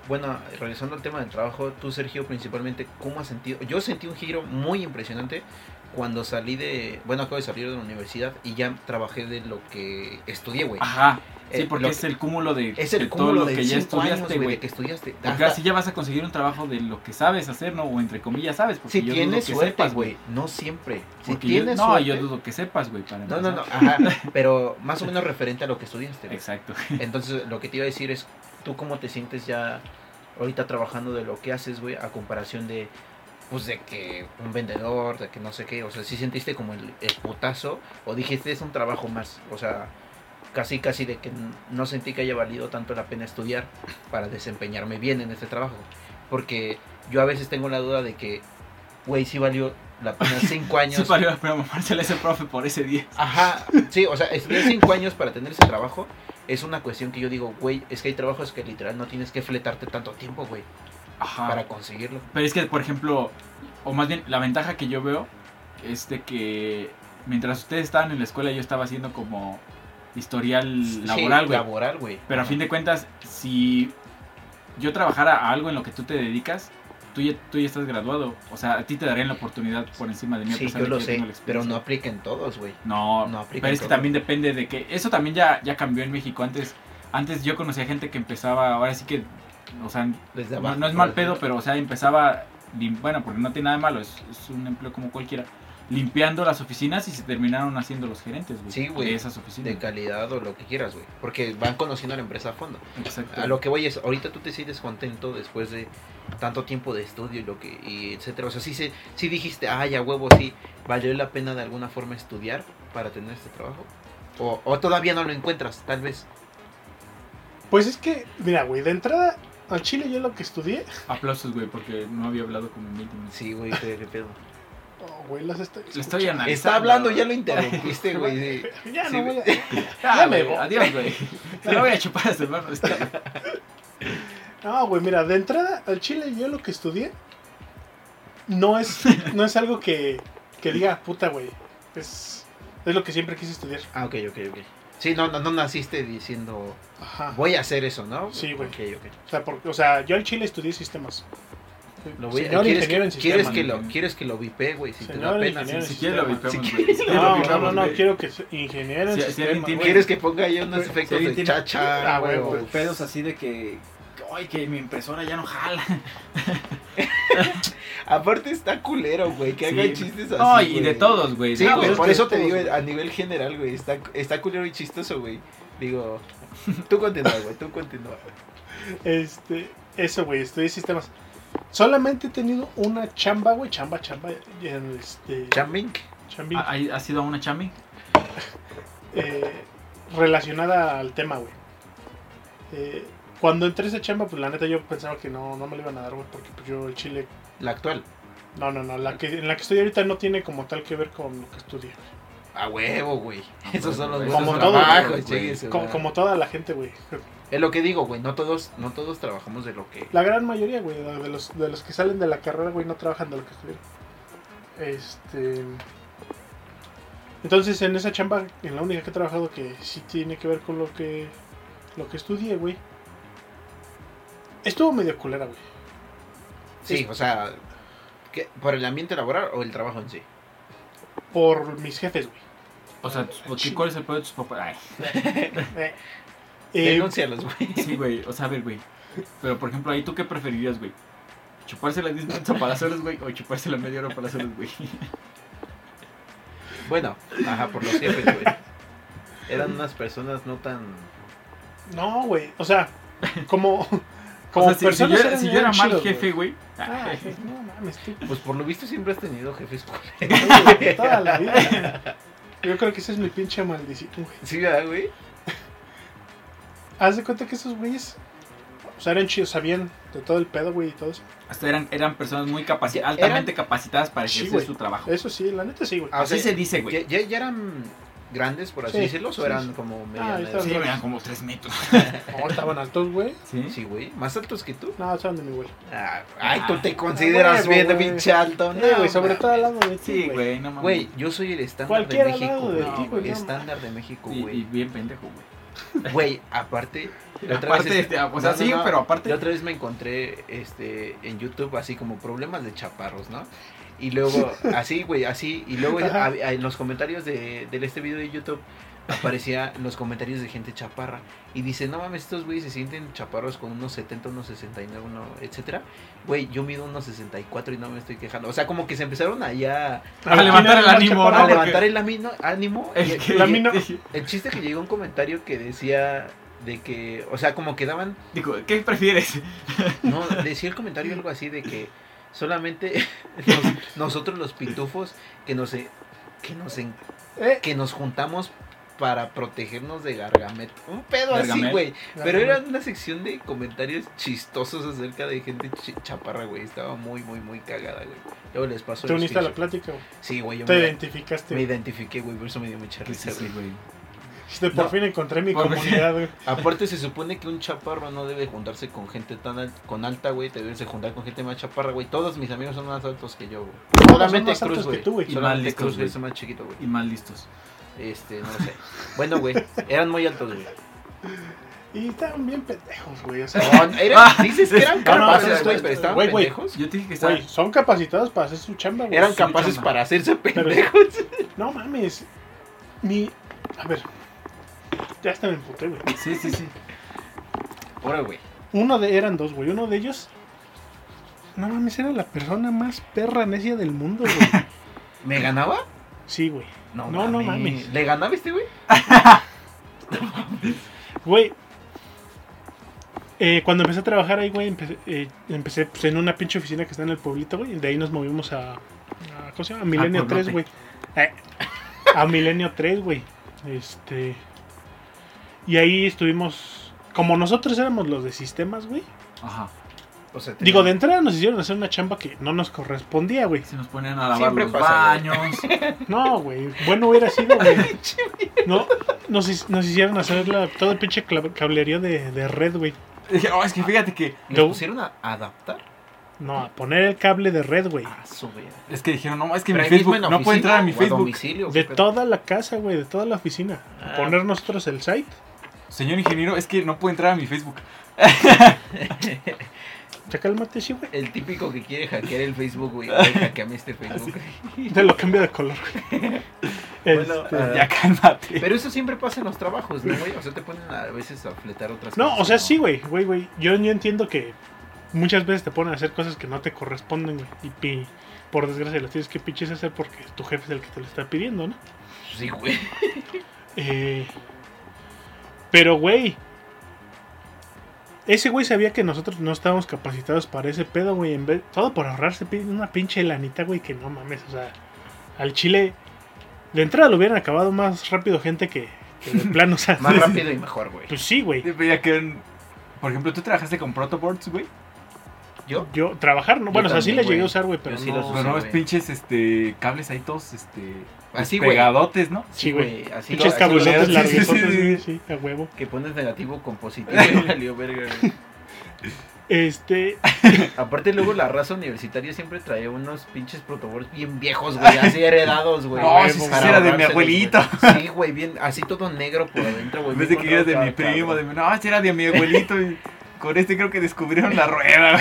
[SPEAKER 2] Bueno, regresando al tema del trabajo, tú, Sergio, principalmente, ¿cómo has sentido? Yo sentí un giro muy impresionante cuando salí de. Bueno, acabo de salir de la universidad y ya trabajé de lo que estudié, güey.
[SPEAKER 1] Ajá. Ah, Sí,
[SPEAKER 2] Eh,
[SPEAKER 1] porque
[SPEAKER 2] lo-
[SPEAKER 1] es el cúmulo de,
[SPEAKER 2] Es
[SPEAKER 1] de
[SPEAKER 2] el
[SPEAKER 1] todo
[SPEAKER 2] cúmulo
[SPEAKER 1] lo
[SPEAKER 2] de
[SPEAKER 1] que ya
[SPEAKER 2] cinco años,
[SPEAKER 1] estudiaste,
[SPEAKER 2] güey, de
[SPEAKER 1] güey.
[SPEAKER 2] que estudiaste.
[SPEAKER 1] Porque
[SPEAKER 2] Hasta-
[SPEAKER 1] así ya vas a conseguir un trabajo de lo que sabes hacer, ¿no? O entre comillas sabes. Porque
[SPEAKER 2] si
[SPEAKER 1] yo dudo
[SPEAKER 2] tienes
[SPEAKER 1] que
[SPEAKER 2] suerte,
[SPEAKER 1] sepas,
[SPEAKER 2] güey. No siempre. Si
[SPEAKER 1] Porque yo-
[SPEAKER 2] tienes
[SPEAKER 1] no,
[SPEAKER 2] suerte-
[SPEAKER 1] yo dudo que sepas, güey. para
[SPEAKER 2] No, no, no.
[SPEAKER 1] empezar.
[SPEAKER 2] Ajá. Pero más o menos referente a lo que estudiaste, güey.
[SPEAKER 1] Exacto.
[SPEAKER 2] Entonces, lo que te iba a decir es, ¿tú cómo te sientes ya ahorita trabajando de lo que haces, güey? A comparación de, pues, de que un vendedor, de que no sé qué. O sea, ¿sí sentiste como el, el putazo? ¿O dijiste, es un trabajo más? O sea, casi, casi de que n- no sentí que haya valido tanto la pena estudiar para desempeñarme bien en este trabajo. Porque yo a veces tengo la duda de que, güey, sí valió la pena cinco
[SPEAKER 1] Sí,
[SPEAKER 2] años.
[SPEAKER 1] valió la pena mamársela a ese profe por ese día.
[SPEAKER 2] Ajá, sí, o sea, estudiar cinco años para tener ese trabajo es una cuestión que yo digo, güey, es que hay trabajos que literal no tienes que fletarte tanto tiempo, güey,
[SPEAKER 1] Ajá.
[SPEAKER 2] para conseguirlo.
[SPEAKER 1] Pero es que, por ejemplo, o más bien, la ventaja que yo veo es de que mientras ustedes estaban en la escuela, yo estaba haciendo como historial Mm, laboral,
[SPEAKER 2] Sí,
[SPEAKER 1] güey.
[SPEAKER 2] laboral, güey.
[SPEAKER 1] Pero a fin de cuentas, si yo trabajara a algo en lo que tú te dedicas, tú ya, tú ya estás graduado. O sea, a ti te darían la oportunidad por encima de mí. a
[SPEAKER 2] Sí,
[SPEAKER 1] pesar
[SPEAKER 2] yo
[SPEAKER 1] de
[SPEAKER 2] lo
[SPEAKER 1] que
[SPEAKER 2] sé,
[SPEAKER 1] tengo la
[SPEAKER 2] pero
[SPEAKER 1] experiencia.
[SPEAKER 2] no aplica en todos, güey.
[SPEAKER 1] No,
[SPEAKER 2] no aplica
[SPEAKER 1] pero es que
[SPEAKER 2] todo.
[SPEAKER 1] también depende de que... Eso también ya, ya cambió en México. Antes, antes yo conocía gente que empezaba, ahora sí que... O sea,
[SPEAKER 2] Desde
[SPEAKER 1] no,
[SPEAKER 2] abajo,
[SPEAKER 1] no es mal
[SPEAKER 2] por
[SPEAKER 1] pedo,
[SPEAKER 2] ejemplo.
[SPEAKER 1] pero o sea, empezaba, lim- bueno, porque no tiene nada de malo, es, es un empleo como cualquiera, limpiando las oficinas y se terminaron haciendo los gerentes, güey.
[SPEAKER 2] Sí, güey.
[SPEAKER 1] De esas oficinas.
[SPEAKER 2] De calidad o lo que quieras, güey. Porque van conociendo a la empresa a fondo.
[SPEAKER 1] Exacto.
[SPEAKER 2] A lo que voy es, ahorita tú te sientes contento después de tanto tiempo de estudio y lo que, y etcétera. O sea, sí, se- sí dijiste, ay, a huevo, sí, valió la pena de alguna forma estudiar para tener este trabajo. O, o todavía no lo encuentras, tal vez.
[SPEAKER 3] Pues es que, mira, güey, de entrada a Chile yo lo que estudié.
[SPEAKER 1] Aplausos, güey, porque no había hablado como en 20 minutos.
[SPEAKER 2] Sí, güey, qué, qué pedo.
[SPEAKER 3] Oh, güey, las estoy.
[SPEAKER 1] Lo estoy analizando.
[SPEAKER 2] Está hablando, ya lo interrumpiste, güey. sí.
[SPEAKER 3] Ya
[SPEAKER 2] Sí,
[SPEAKER 3] no
[SPEAKER 2] güey.
[SPEAKER 3] voy a.
[SPEAKER 1] Ah,
[SPEAKER 3] Ya me
[SPEAKER 1] güey,
[SPEAKER 3] voy.
[SPEAKER 1] Adiós, güey. Se lo voy a chupar a su hermano. este.
[SPEAKER 3] No, güey, mira, de entrada al Chile yo lo que estudié no es, no es algo que, que diga, puta, güey. Es, es lo que siempre quise estudiar.
[SPEAKER 2] Ah, ok, ok, ok. Sí, no, no, no naciste diciendo,
[SPEAKER 3] Ajá.
[SPEAKER 2] voy a hacer eso, ¿no?
[SPEAKER 3] Sí, güey.
[SPEAKER 2] Ok, ok.
[SPEAKER 3] O sea, por- o sea, yo al Chile estudié sistemas.
[SPEAKER 2] Lo voy a-
[SPEAKER 3] Señor
[SPEAKER 2] ¿quieres,
[SPEAKER 3] ingeniero
[SPEAKER 2] que,
[SPEAKER 3] en
[SPEAKER 2] quieres,
[SPEAKER 3] sistemas.
[SPEAKER 2] que lo, quieres que lo vipe, güey, si te da
[SPEAKER 3] Señor
[SPEAKER 2] pena.
[SPEAKER 3] ingeniero
[SPEAKER 2] sí,
[SPEAKER 1] Si
[SPEAKER 2] sí.
[SPEAKER 1] quieres lo vipeamos,
[SPEAKER 2] Si
[SPEAKER 1] güey. Si quieres, lo
[SPEAKER 3] No, no, no,
[SPEAKER 1] vipeamos,
[SPEAKER 3] no,
[SPEAKER 1] güey.
[SPEAKER 3] quiero que sea ingeniero en
[SPEAKER 1] Si- si alguien
[SPEAKER 3] sistemas.
[SPEAKER 1] tiene-
[SPEAKER 3] güey.
[SPEAKER 2] ¿Quieres que ponga ahí unos efectos
[SPEAKER 1] Sí,
[SPEAKER 2] de
[SPEAKER 1] tiene-
[SPEAKER 2] chacha,
[SPEAKER 3] Ah,
[SPEAKER 2] güey,
[SPEAKER 3] huevo.
[SPEAKER 2] o-
[SPEAKER 1] Pedos así de que... Ay, que mi impresora ya no jala.
[SPEAKER 2] Aparte está culero, güey, que hagan
[SPEAKER 1] Sí.
[SPEAKER 2] chistes así.
[SPEAKER 1] No, y de
[SPEAKER 2] güey.
[SPEAKER 1] todos, güey.
[SPEAKER 2] Sí,
[SPEAKER 1] de
[SPEAKER 2] güey,
[SPEAKER 1] todos.
[SPEAKER 2] por
[SPEAKER 3] que
[SPEAKER 2] eso
[SPEAKER 3] de
[SPEAKER 2] te
[SPEAKER 3] todos,
[SPEAKER 2] digo
[SPEAKER 3] güey.
[SPEAKER 2] a nivel general, güey. Está, está culero y chistoso, güey. Digo, tú continúa, güey, tú continúa.
[SPEAKER 3] Este, eso, güey, estudié sistemas. Solamente he tenido una chamba, güey, chamba, chamba, en este,
[SPEAKER 2] Chambing.
[SPEAKER 3] chambi-
[SPEAKER 1] ¿Ha, ha- ha sido a una chami? ah.
[SPEAKER 3] eh, relacionada al tema, güey. Eh, cuando entré a esa chamba, pues la neta yo pensaba que no, no me lo iban a dar, güey, porque pues yo el Chile...
[SPEAKER 2] La actual.
[SPEAKER 3] No, no, no, la que, en la que estoy ahorita no tiene como tal que ver con lo que estudié.
[SPEAKER 2] A huevo, güey.
[SPEAKER 1] Ah,
[SPEAKER 2] Esos son los
[SPEAKER 1] güey.
[SPEAKER 2] buenos
[SPEAKER 3] Como todo,
[SPEAKER 2] trabajos,
[SPEAKER 1] güey.
[SPEAKER 2] chingue su
[SPEAKER 3] Como,
[SPEAKER 2] madre.
[SPEAKER 3] como toda la gente, güey.
[SPEAKER 2] Es lo que digo, güey. No todos, no todos trabajamos de lo que.
[SPEAKER 3] La gran mayoría, güey, de los, de los que salen de la carrera, güey, no trabajan de lo que estudiaron. Este... Entonces, en esa chamba, en la única que he trabajado que sí tiene que ver con lo que, lo que estudié, güey. Estuvo medio culera, güey.
[SPEAKER 2] Sí, o sea. ¿qué? ¿Por el ambiente laboral o el trabajo en sí?
[SPEAKER 3] Por mis jefes, güey.
[SPEAKER 1] O sea, tus- ¿qué- ¿cuál es el pedo de tus papás? Ay.
[SPEAKER 3] Eh, eh,
[SPEAKER 2] Denúncialos, güey.
[SPEAKER 1] Sí, güey, o sea, a ver, güey. Pero, por ejemplo, ahí, ¿tú qué preferirías, güey? ¿Chuparse las 10 minutos para hacerlos, güey? ¿O chuparse la media hora para hacerlos, güey?
[SPEAKER 2] Bueno, ajá, por los jefes, güey. Eran unas personas no tan.
[SPEAKER 3] No, güey. O sea, como.
[SPEAKER 1] O
[SPEAKER 3] Como
[SPEAKER 1] sea, si- si, yo,
[SPEAKER 3] personas
[SPEAKER 1] era-
[SPEAKER 3] eran
[SPEAKER 1] si yo
[SPEAKER 3] bien
[SPEAKER 1] era mal
[SPEAKER 3] chidos,
[SPEAKER 1] jefe,
[SPEAKER 3] güey.
[SPEAKER 1] güey.
[SPEAKER 3] Ah, je- no mames, tú.
[SPEAKER 2] Pues por lo visto siempre has tenido jefes culeros.
[SPEAKER 3] güey, Toda la vida. Yo creo que esa es mi pinche maldición, güey.
[SPEAKER 2] Sí, ¿verdad, güey?
[SPEAKER 3] Haz de cuenta que esos güeyes. O sea, eran chidos, sabían de todo el pedo, güey, y todo eso.
[SPEAKER 1] Hasta eran, eran personas muy capaci- altamente capacitadas para
[SPEAKER 3] Sí,
[SPEAKER 1] ejercer
[SPEAKER 3] güey. Eh,
[SPEAKER 1] su trabajo.
[SPEAKER 3] Eso sí, la neta sí, güey.
[SPEAKER 2] Ah, o
[SPEAKER 1] Así
[SPEAKER 2] sea,
[SPEAKER 1] se dice,
[SPEAKER 2] ¿Ya,
[SPEAKER 1] güey.
[SPEAKER 2] ya, ya eran grandes, por así
[SPEAKER 3] Sí,
[SPEAKER 2] decirlo?
[SPEAKER 3] sí,
[SPEAKER 2] ¿O eran
[SPEAKER 3] sí.
[SPEAKER 2] como
[SPEAKER 3] Ah, ahí
[SPEAKER 2] medianas?
[SPEAKER 3] está.
[SPEAKER 1] Sí, eran como tres metros.
[SPEAKER 3] No, estaban altos, güey.
[SPEAKER 1] ¿Sí?
[SPEAKER 2] Sí, güey. ¿Más altos que tú?
[SPEAKER 3] No, estaban de mi güey.
[SPEAKER 2] Ah, ay,
[SPEAKER 1] Ah.
[SPEAKER 2] tú te consideras
[SPEAKER 3] huevo,
[SPEAKER 2] bien de
[SPEAKER 3] güey.
[SPEAKER 2] pinche alto.
[SPEAKER 3] No, Eh, güey, sobre
[SPEAKER 2] mames.
[SPEAKER 3] todo al lado de ti,
[SPEAKER 1] Sí, güey, no mames.
[SPEAKER 2] Güey, yo soy el estándar de
[SPEAKER 3] Cualquier al
[SPEAKER 2] México.
[SPEAKER 3] lado de
[SPEAKER 2] güey.
[SPEAKER 1] ti,
[SPEAKER 3] güey, no
[SPEAKER 2] estándar de México,
[SPEAKER 1] Y, y
[SPEAKER 2] güey.
[SPEAKER 1] bien pendejo, güey.
[SPEAKER 2] Güey, aparte. la otra
[SPEAKER 1] Aparte,
[SPEAKER 2] vez
[SPEAKER 1] este, ah, o sea,
[SPEAKER 2] no, no,
[SPEAKER 1] sí,
[SPEAKER 2] no.
[SPEAKER 1] pero
[SPEAKER 2] La
[SPEAKER 1] aparte.
[SPEAKER 2] otra vez me encontré este en YouTube así como problemas de chaparros, ¿no? Y luego, así, güey, así. Y luego
[SPEAKER 3] Ajá.
[SPEAKER 2] a- a- en los comentarios de, de este video de YouTube aparecía los comentarios de gente chaparra. Y dice, no mames, estos güeyes se sienten chaparros con unos 70, unos 69, uno, etcétera. Güey, yo mido unos 64 y no me estoy quejando. O levantar el ánimo, ¿no? Porque- O sea, como que se empezaron allá
[SPEAKER 1] A levantar el ánimo,
[SPEAKER 2] a
[SPEAKER 1] ¿no?
[SPEAKER 2] levantar el amino- ánimo. y-
[SPEAKER 1] El que-
[SPEAKER 3] La mina-
[SPEAKER 2] el chiste que llegó un comentario que decía de que, o sea, como que daban
[SPEAKER 1] Digo, ¿qué prefieres?
[SPEAKER 2] no, decía el comentario algo así de que solamente nos- nosotros los pitufos que nos e- que nos en-
[SPEAKER 3] Eh,
[SPEAKER 2] que nos juntamos para protegernos de Gargamet. Un pedo así,
[SPEAKER 1] Gargamel.
[SPEAKER 2] güey. Pero era una sección de comentarios chistosos acerca de gente chi- chaparra, güey. Estaba muy, muy, muy cagada, güey. Luego les paso
[SPEAKER 3] Te
[SPEAKER 2] el
[SPEAKER 3] uniste a la
[SPEAKER 2] screenshot.
[SPEAKER 3] plática, güey.
[SPEAKER 2] Sí, güey, yo
[SPEAKER 3] Te
[SPEAKER 2] me,
[SPEAKER 3] identificaste.
[SPEAKER 2] me
[SPEAKER 3] güey.
[SPEAKER 2] identifiqué, güey. Por eso me dio mucha
[SPEAKER 1] ¿Qué
[SPEAKER 2] risa,
[SPEAKER 1] es
[SPEAKER 2] güey.
[SPEAKER 1] güey?
[SPEAKER 3] Dijiste, por
[SPEAKER 2] No.
[SPEAKER 3] fin encontré mi
[SPEAKER 1] Por fin.
[SPEAKER 3] comunidad, güey.
[SPEAKER 2] Aparte, se supone que un chaparro no debe juntarse con gente tan al- con alta, güey. Te debes de juntar con gente más chaparra, güey. Todos mis amigos son más altos que yo, güey.
[SPEAKER 3] son
[SPEAKER 2] Solamente
[SPEAKER 3] más
[SPEAKER 2] Cruz,
[SPEAKER 3] altos que
[SPEAKER 2] güey.
[SPEAKER 3] tú, güey.
[SPEAKER 1] Y más
[SPEAKER 2] Solamente
[SPEAKER 1] listos,
[SPEAKER 2] Cruz, güey.
[SPEAKER 1] güey.
[SPEAKER 2] Es más chiquito, güey.
[SPEAKER 1] Y más listos.
[SPEAKER 2] Este, no lo sé. Bueno, güey. Eran muy altos, güey.
[SPEAKER 3] Y estaban bien pendejos, güey. O sea,
[SPEAKER 2] No, eran- dices que eran
[SPEAKER 3] Ah, No, no,
[SPEAKER 2] capaces,
[SPEAKER 3] eres-
[SPEAKER 2] güey, pero estaban
[SPEAKER 3] güey, güey.
[SPEAKER 2] pendejos.
[SPEAKER 1] Yo te dije que estaba.
[SPEAKER 3] güey, son capacitados para hacer su chamba, güey.
[SPEAKER 2] Eran
[SPEAKER 1] su capa-
[SPEAKER 2] capaces
[SPEAKER 1] chamba.
[SPEAKER 2] para hacerse pendejos.
[SPEAKER 3] No mames. Mi. A ver. Ya hasta me emputé, güey.
[SPEAKER 1] Sí, sí, sí.
[SPEAKER 2] Ahora, güey.
[SPEAKER 3] Uno de. Eran dos, güey. Uno de ellos. No mames, era la persona más perra necia del mundo, güey.
[SPEAKER 2] ¿Me ganaba?
[SPEAKER 3] Sí, güey. No, no mames.
[SPEAKER 2] ¿Le ganaba este, güey?
[SPEAKER 3] Güey. eh, cuando empecé a trabajar ahí, güey, empecé, eh, empecé, pues, en una pinche oficina que está en el pueblito, güey. De ahí nos movimos a. a- ¿Cómo se llama? A Milenio 3,
[SPEAKER 1] Pueblote.
[SPEAKER 3] güey. Eh, a Milenio 3, güey. Este. Y ahí estuvimos. Como nosotros éramos los de sistemas, güey.
[SPEAKER 1] Ajá.
[SPEAKER 2] O sea,
[SPEAKER 3] Digo, de
[SPEAKER 2] tenían-
[SPEAKER 3] entrada nos hicieron hacer una chamba que no nos correspondía, güey.
[SPEAKER 1] Se nos ponían a lavar
[SPEAKER 2] Siempre
[SPEAKER 1] los
[SPEAKER 2] pasa, güey.
[SPEAKER 1] baños.
[SPEAKER 3] No, güey. Bueno hubiera sido, güey. No, nos, hi- nos hicieron hacer la, todo el pinche cla- cablería de, de red, güey.
[SPEAKER 1] Dije, oh, es que fíjate que.
[SPEAKER 2] ¿Les pusieron a adaptar?
[SPEAKER 3] No, a poner el cable de red, güey.
[SPEAKER 2] Ah, su verga.
[SPEAKER 1] Es que dijeron, no, es que
[SPEAKER 2] ¿Pero
[SPEAKER 1] mi
[SPEAKER 2] ahí mismo
[SPEAKER 1] Facebook.
[SPEAKER 2] en
[SPEAKER 1] No puede
[SPEAKER 2] oficina
[SPEAKER 1] entrar a mi
[SPEAKER 2] o
[SPEAKER 1] Facebook.
[SPEAKER 2] domicilio,
[SPEAKER 3] De
[SPEAKER 2] qué pedo?
[SPEAKER 3] toda la casa, güey, de toda la oficina.
[SPEAKER 2] Ah.
[SPEAKER 3] Poner nosotros el site.
[SPEAKER 1] Señor ingeniero, es que no puedo entrar a mi Facebook.
[SPEAKER 3] Ya cálmate, sí, güey.
[SPEAKER 2] El típico que quiere hackear el Facebook, güey. Güey, Hackeame
[SPEAKER 1] Ah,
[SPEAKER 2] este Facebook.
[SPEAKER 3] Te lo cambio de color, güey.
[SPEAKER 2] Bueno,
[SPEAKER 3] Este,
[SPEAKER 2] ah.
[SPEAKER 1] Ya cálmate.
[SPEAKER 2] Pero eso siempre pasa en los trabajos, ¿no, güey? O sea, te ponen a veces a fletar otras
[SPEAKER 3] No,
[SPEAKER 2] cosas.
[SPEAKER 3] o sea, sí, güey, güey, güey. Yo, yo entiendo que muchas veces te ponen a hacer cosas que no te corresponden, güey. Y pi- por desgracia las tienes que pinches hacer porque tu jefe es el que te lo está pidiendo, ¿no?
[SPEAKER 2] Sí, güey.
[SPEAKER 3] Eh, pero, güey. Ese güey sabía que nosotros no estábamos capacitados para ese pedo, güey. En vez, todo por ahorrarse pi- una pinche lanita, güey, que no mames. O sea, al chile. De entrada lo hubieran acabado más rápido gente que, que de plano. O sea,
[SPEAKER 2] Más rápido y mejor, güey.
[SPEAKER 3] pues sí, güey.
[SPEAKER 1] Pero ya que. Por ejemplo, tú trabajaste con protoboards, güey.
[SPEAKER 2] Yo,
[SPEAKER 3] Yo, trabajar, no.
[SPEAKER 2] Yo
[SPEAKER 3] Bueno, o sea, sí
[SPEAKER 2] también,
[SPEAKER 3] la llegué
[SPEAKER 2] güey.
[SPEAKER 3] a usar, güey, pero
[SPEAKER 2] Yo Oh, sí
[SPEAKER 3] no-
[SPEAKER 2] las usé.
[SPEAKER 1] Pero no, es
[SPEAKER 2] güey.
[SPEAKER 1] pinches este, cables ahí todos este,
[SPEAKER 2] así, güey.
[SPEAKER 1] pegadotes, ¿no?
[SPEAKER 3] pues, Sí, güey.
[SPEAKER 2] Así lo- así
[SPEAKER 3] Pinches
[SPEAKER 2] lo
[SPEAKER 1] cabrosotes
[SPEAKER 2] leas,
[SPEAKER 3] cabrosotes
[SPEAKER 1] largos.
[SPEAKER 2] sí, sí,
[SPEAKER 3] larguesotes,
[SPEAKER 2] sí.
[SPEAKER 3] güey, sí, a huevo.
[SPEAKER 2] Que pones negativo con positivo. y valió verga, güey.
[SPEAKER 3] Este,
[SPEAKER 2] Aparte, luego la raza universitaria siempre traía unos pinches protoboards bien viejos, güey. Así heredados, güey.
[SPEAKER 1] No,
[SPEAKER 3] sí, sí,
[SPEAKER 2] Para
[SPEAKER 1] era de mi
[SPEAKER 2] ahorrárselos, güey.
[SPEAKER 1] abuelito.
[SPEAKER 2] Sí, güey, bien. Así todo negro por adentro, güey.
[SPEAKER 1] En vez de
[SPEAKER 2] bien
[SPEAKER 1] que eras de mi
[SPEAKER 2] cuadrado,
[SPEAKER 1] primo,
[SPEAKER 2] cabrón.
[SPEAKER 1] de mi. No, ese era de mi abuelito. y con este creo que descubrieron la rueda,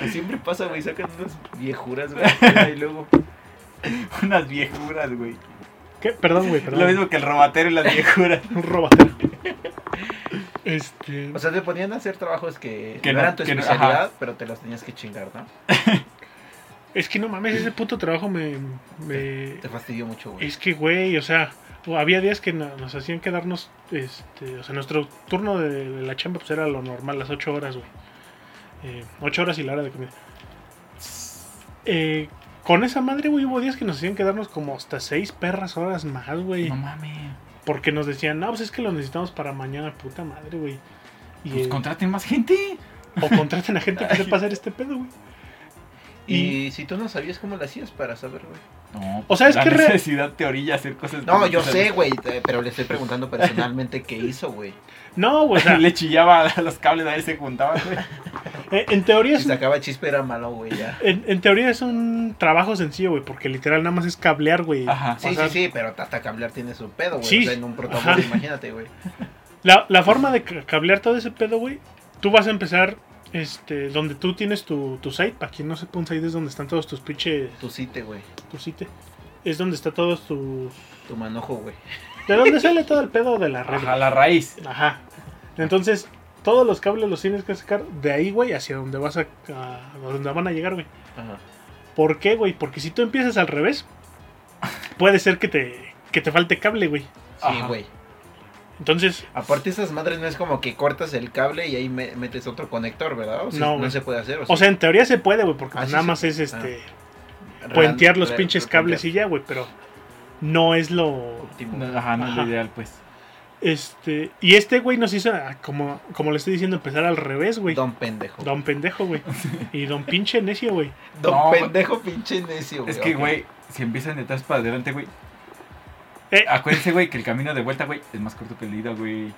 [SPEAKER 1] güey.
[SPEAKER 2] Siempre pasa, güey, sacan unas viejuras, güey. Y luego.
[SPEAKER 1] Unas viejuras, güey.
[SPEAKER 3] ¿qué? Perdón, güey,
[SPEAKER 1] Lo
[SPEAKER 3] perdón.
[SPEAKER 1] mismo que el robatero y las viejuras.
[SPEAKER 3] Un robatero. Este,
[SPEAKER 2] O sea, te ponían a hacer trabajos que,
[SPEAKER 1] Que
[SPEAKER 2] no
[SPEAKER 1] no-
[SPEAKER 2] eran tu
[SPEAKER 1] que no-
[SPEAKER 2] especialidad,
[SPEAKER 1] ajá.
[SPEAKER 2] pero te los tenías que chingar, ¿no?
[SPEAKER 3] Es que no mames, ese puto trabajo me. me-
[SPEAKER 2] Te fastidió mucho, güey.
[SPEAKER 3] Es que, güey, o sea, o había días que no- nos hacían quedarnos. Este, o sea, nuestro turno de, de la chamba pues, era lo normal, las 8 horas, güey. Eh, 8 horas y la hora de comida. Eh, con esa madre, güey, hubo días que nos hacían quedarnos como hasta 6 perras horas más, güey.
[SPEAKER 1] No mames.
[SPEAKER 3] Porque nos decían, no, pues es que lo necesitamos para mañana, puta madre, güey. Y,
[SPEAKER 1] Pues
[SPEAKER 3] eh,
[SPEAKER 1] contraten más gente.
[SPEAKER 3] o contraten a gente que sepa hacer este pedo, güey.
[SPEAKER 2] Y, si tú no sabías cómo lo hacías para saber, güey.
[SPEAKER 1] No,
[SPEAKER 3] O sea, es
[SPEAKER 1] la
[SPEAKER 3] que re-
[SPEAKER 1] necesidad te orilla a hacer cosas.
[SPEAKER 2] No, yo
[SPEAKER 1] deliciosas.
[SPEAKER 2] sé, güey, te- pero le estoy preguntando personalmente qué hizo, güey.
[SPEAKER 3] No, güey, o sea,
[SPEAKER 1] Le chillaba a los cables, a él se juntaban, güey.
[SPEAKER 3] eh, en teoría
[SPEAKER 2] Si
[SPEAKER 3] es un
[SPEAKER 2] sacaba chispa era malo, güey, ya.
[SPEAKER 3] En, en teoría es un trabajo sencillo, güey, porque literal nada más es cablear, güey.
[SPEAKER 1] Ajá.
[SPEAKER 2] Sí, sí, sí, pero hasta cambiar tiene su pedo, güey.
[SPEAKER 3] Sí.
[SPEAKER 2] O sea, en un protocolo,
[SPEAKER 3] Ajá.
[SPEAKER 2] imagínate, güey.
[SPEAKER 3] La, la forma de ca- cablear todo ese pedo, güey, tú vas a empezar este, donde tú tienes tu, tu site. Para quien no sepa, un site es donde están todos tus pinches,
[SPEAKER 2] Tu cite, güey.
[SPEAKER 3] tu site. Es donde está todos tus...
[SPEAKER 2] Tu manojo, güey.
[SPEAKER 3] De donde sale todo el pedo de la red.
[SPEAKER 1] Ajá, la raíz.
[SPEAKER 3] Ajá. Entonces, todos los cables los tienes que sacar de ahí, güey, hacia donde vas a... a donde van a llegar, güey.
[SPEAKER 2] Ajá.
[SPEAKER 3] ¿Por qué, güey? Porque si tú empiezas al revés, puede ser que te, que te falte cable, güey.
[SPEAKER 2] Sí,
[SPEAKER 1] Ajá.
[SPEAKER 2] güey.
[SPEAKER 3] Entonces...
[SPEAKER 2] Aparte esas madres no es como que cortas el cable y ahí me- metes otro conector, ¿verdad? O sea,
[SPEAKER 3] No,
[SPEAKER 2] no,
[SPEAKER 3] güey.
[SPEAKER 2] se puede hacer.
[SPEAKER 3] O sea, en teoría se puede, güey, porque
[SPEAKER 2] Ah,
[SPEAKER 3] pues
[SPEAKER 2] sí
[SPEAKER 3] nada
[SPEAKER 2] se
[SPEAKER 3] más es
[SPEAKER 2] puede.
[SPEAKER 3] este
[SPEAKER 2] re-
[SPEAKER 3] puentear los
[SPEAKER 2] re-
[SPEAKER 3] pinches
[SPEAKER 2] re-
[SPEAKER 3] cables y
[SPEAKER 2] puentear.
[SPEAKER 3] ya, güey, pero no es lo
[SPEAKER 2] Óptimo.
[SPEAKER 1] No, Ajá, no es lo
[SPEAKER 3] Ajá.
[SPEAKER 1] ideal, pues.
[SPEAKER 3] este y este güey nos hizo ah, como como le estoy diciendo empezar al revés, güey. Don,
[SPEAKER 2] Don pendejo.
[SPEAKER 3] pendejo, güey. Y don pinche necio, güey.
[SPEAKER 2] Don
[SPEAKER 1] No, güey.
[SPEAKER 2] pendejo pinche necio, güey.
[SPEAKER 1] Es que,
[SPEAKER 2] ok.
[SPEAKER 1] güey, si empiezan de atrás para adelante, güey.
[SPEAKER 3] Eh.
[SPEAKER 1] Acuérdense, güey, que el camino de vuelta, güey, es más corto que el de ida, güey.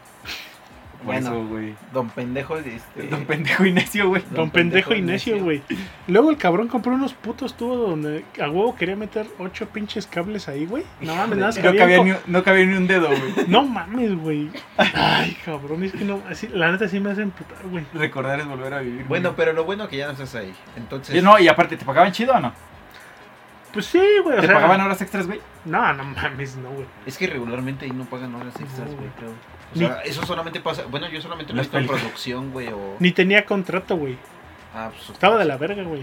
[SPEAKER 1] Por
[SPEAKER 2] Bueno.
[SPEAKER 1] eso, güey.
[SPEAKER 2] Don pendejo, este...
[SPEAKER 1] Don pendejo y necio, güey.
[SPEAKER 2] Don
[SPEAKER 3] Don, pendejo,
[SPEAKER 2] pendejo
[SPEAKER 3] y necio,
[SPEAKER 2] necio.
[SPEAKER 3] güey. Luego el cabrón compró unos putos tubos donde a huevo quería meter ocho pinches cables ahí, güey. No mames, nada más
[SPEAKER 1] No
[SPEAKER 3] cabían
[SPEAKER 1] cabía,
[SPEAKER 3] co-
[SPEAKER 1] ni, un- no cabía ni un dedo, güey.
[SPEAKER 3] No mames, güey. Ay, cabrón, es que no, así, la neta sí me hacen putar, güey.
[SPEAKER 1] Recordar es volver a vivir.
[SPEAKER 2] Bueno,
[SPEAKER 1] güey.
[SPEAKER 2] pero lo bueno que ya no estás ahí. Entonces...
[SPEAKER 1] Y no, y aparte, ¿te pagaban chido o no?
[SPEAKER 3] Pues sí, güey, o
[SPEAKER 1] ¿Te
[SPEAKER 3] sea,
[SPEAKER 1] pagaban horas extras, güey?
[SPEAKER 3] No, no mames, no, güey.
[SPEAKER 2] Es que regularmente ahí no pagan horas extras,
[SPEAKER 3] No,
[SPEAKER 2] güey, creo. O
[SPEAKER 3] Ni-
[SPEAKER 2] sea, eso solamente pasa... Bueno, yo solamente lo he
[SPEAKER 1] Las
[SPEAKER 2] visto en
[SPEAKER 1] películas.
[SPEAKER 2] producción, güey, o...
[SPEAKER 3] Ni tenía contrato, güey.
[SPEAKER 2] Ah, pues,
[SPEAKER 3] Estaba de la verga, güey.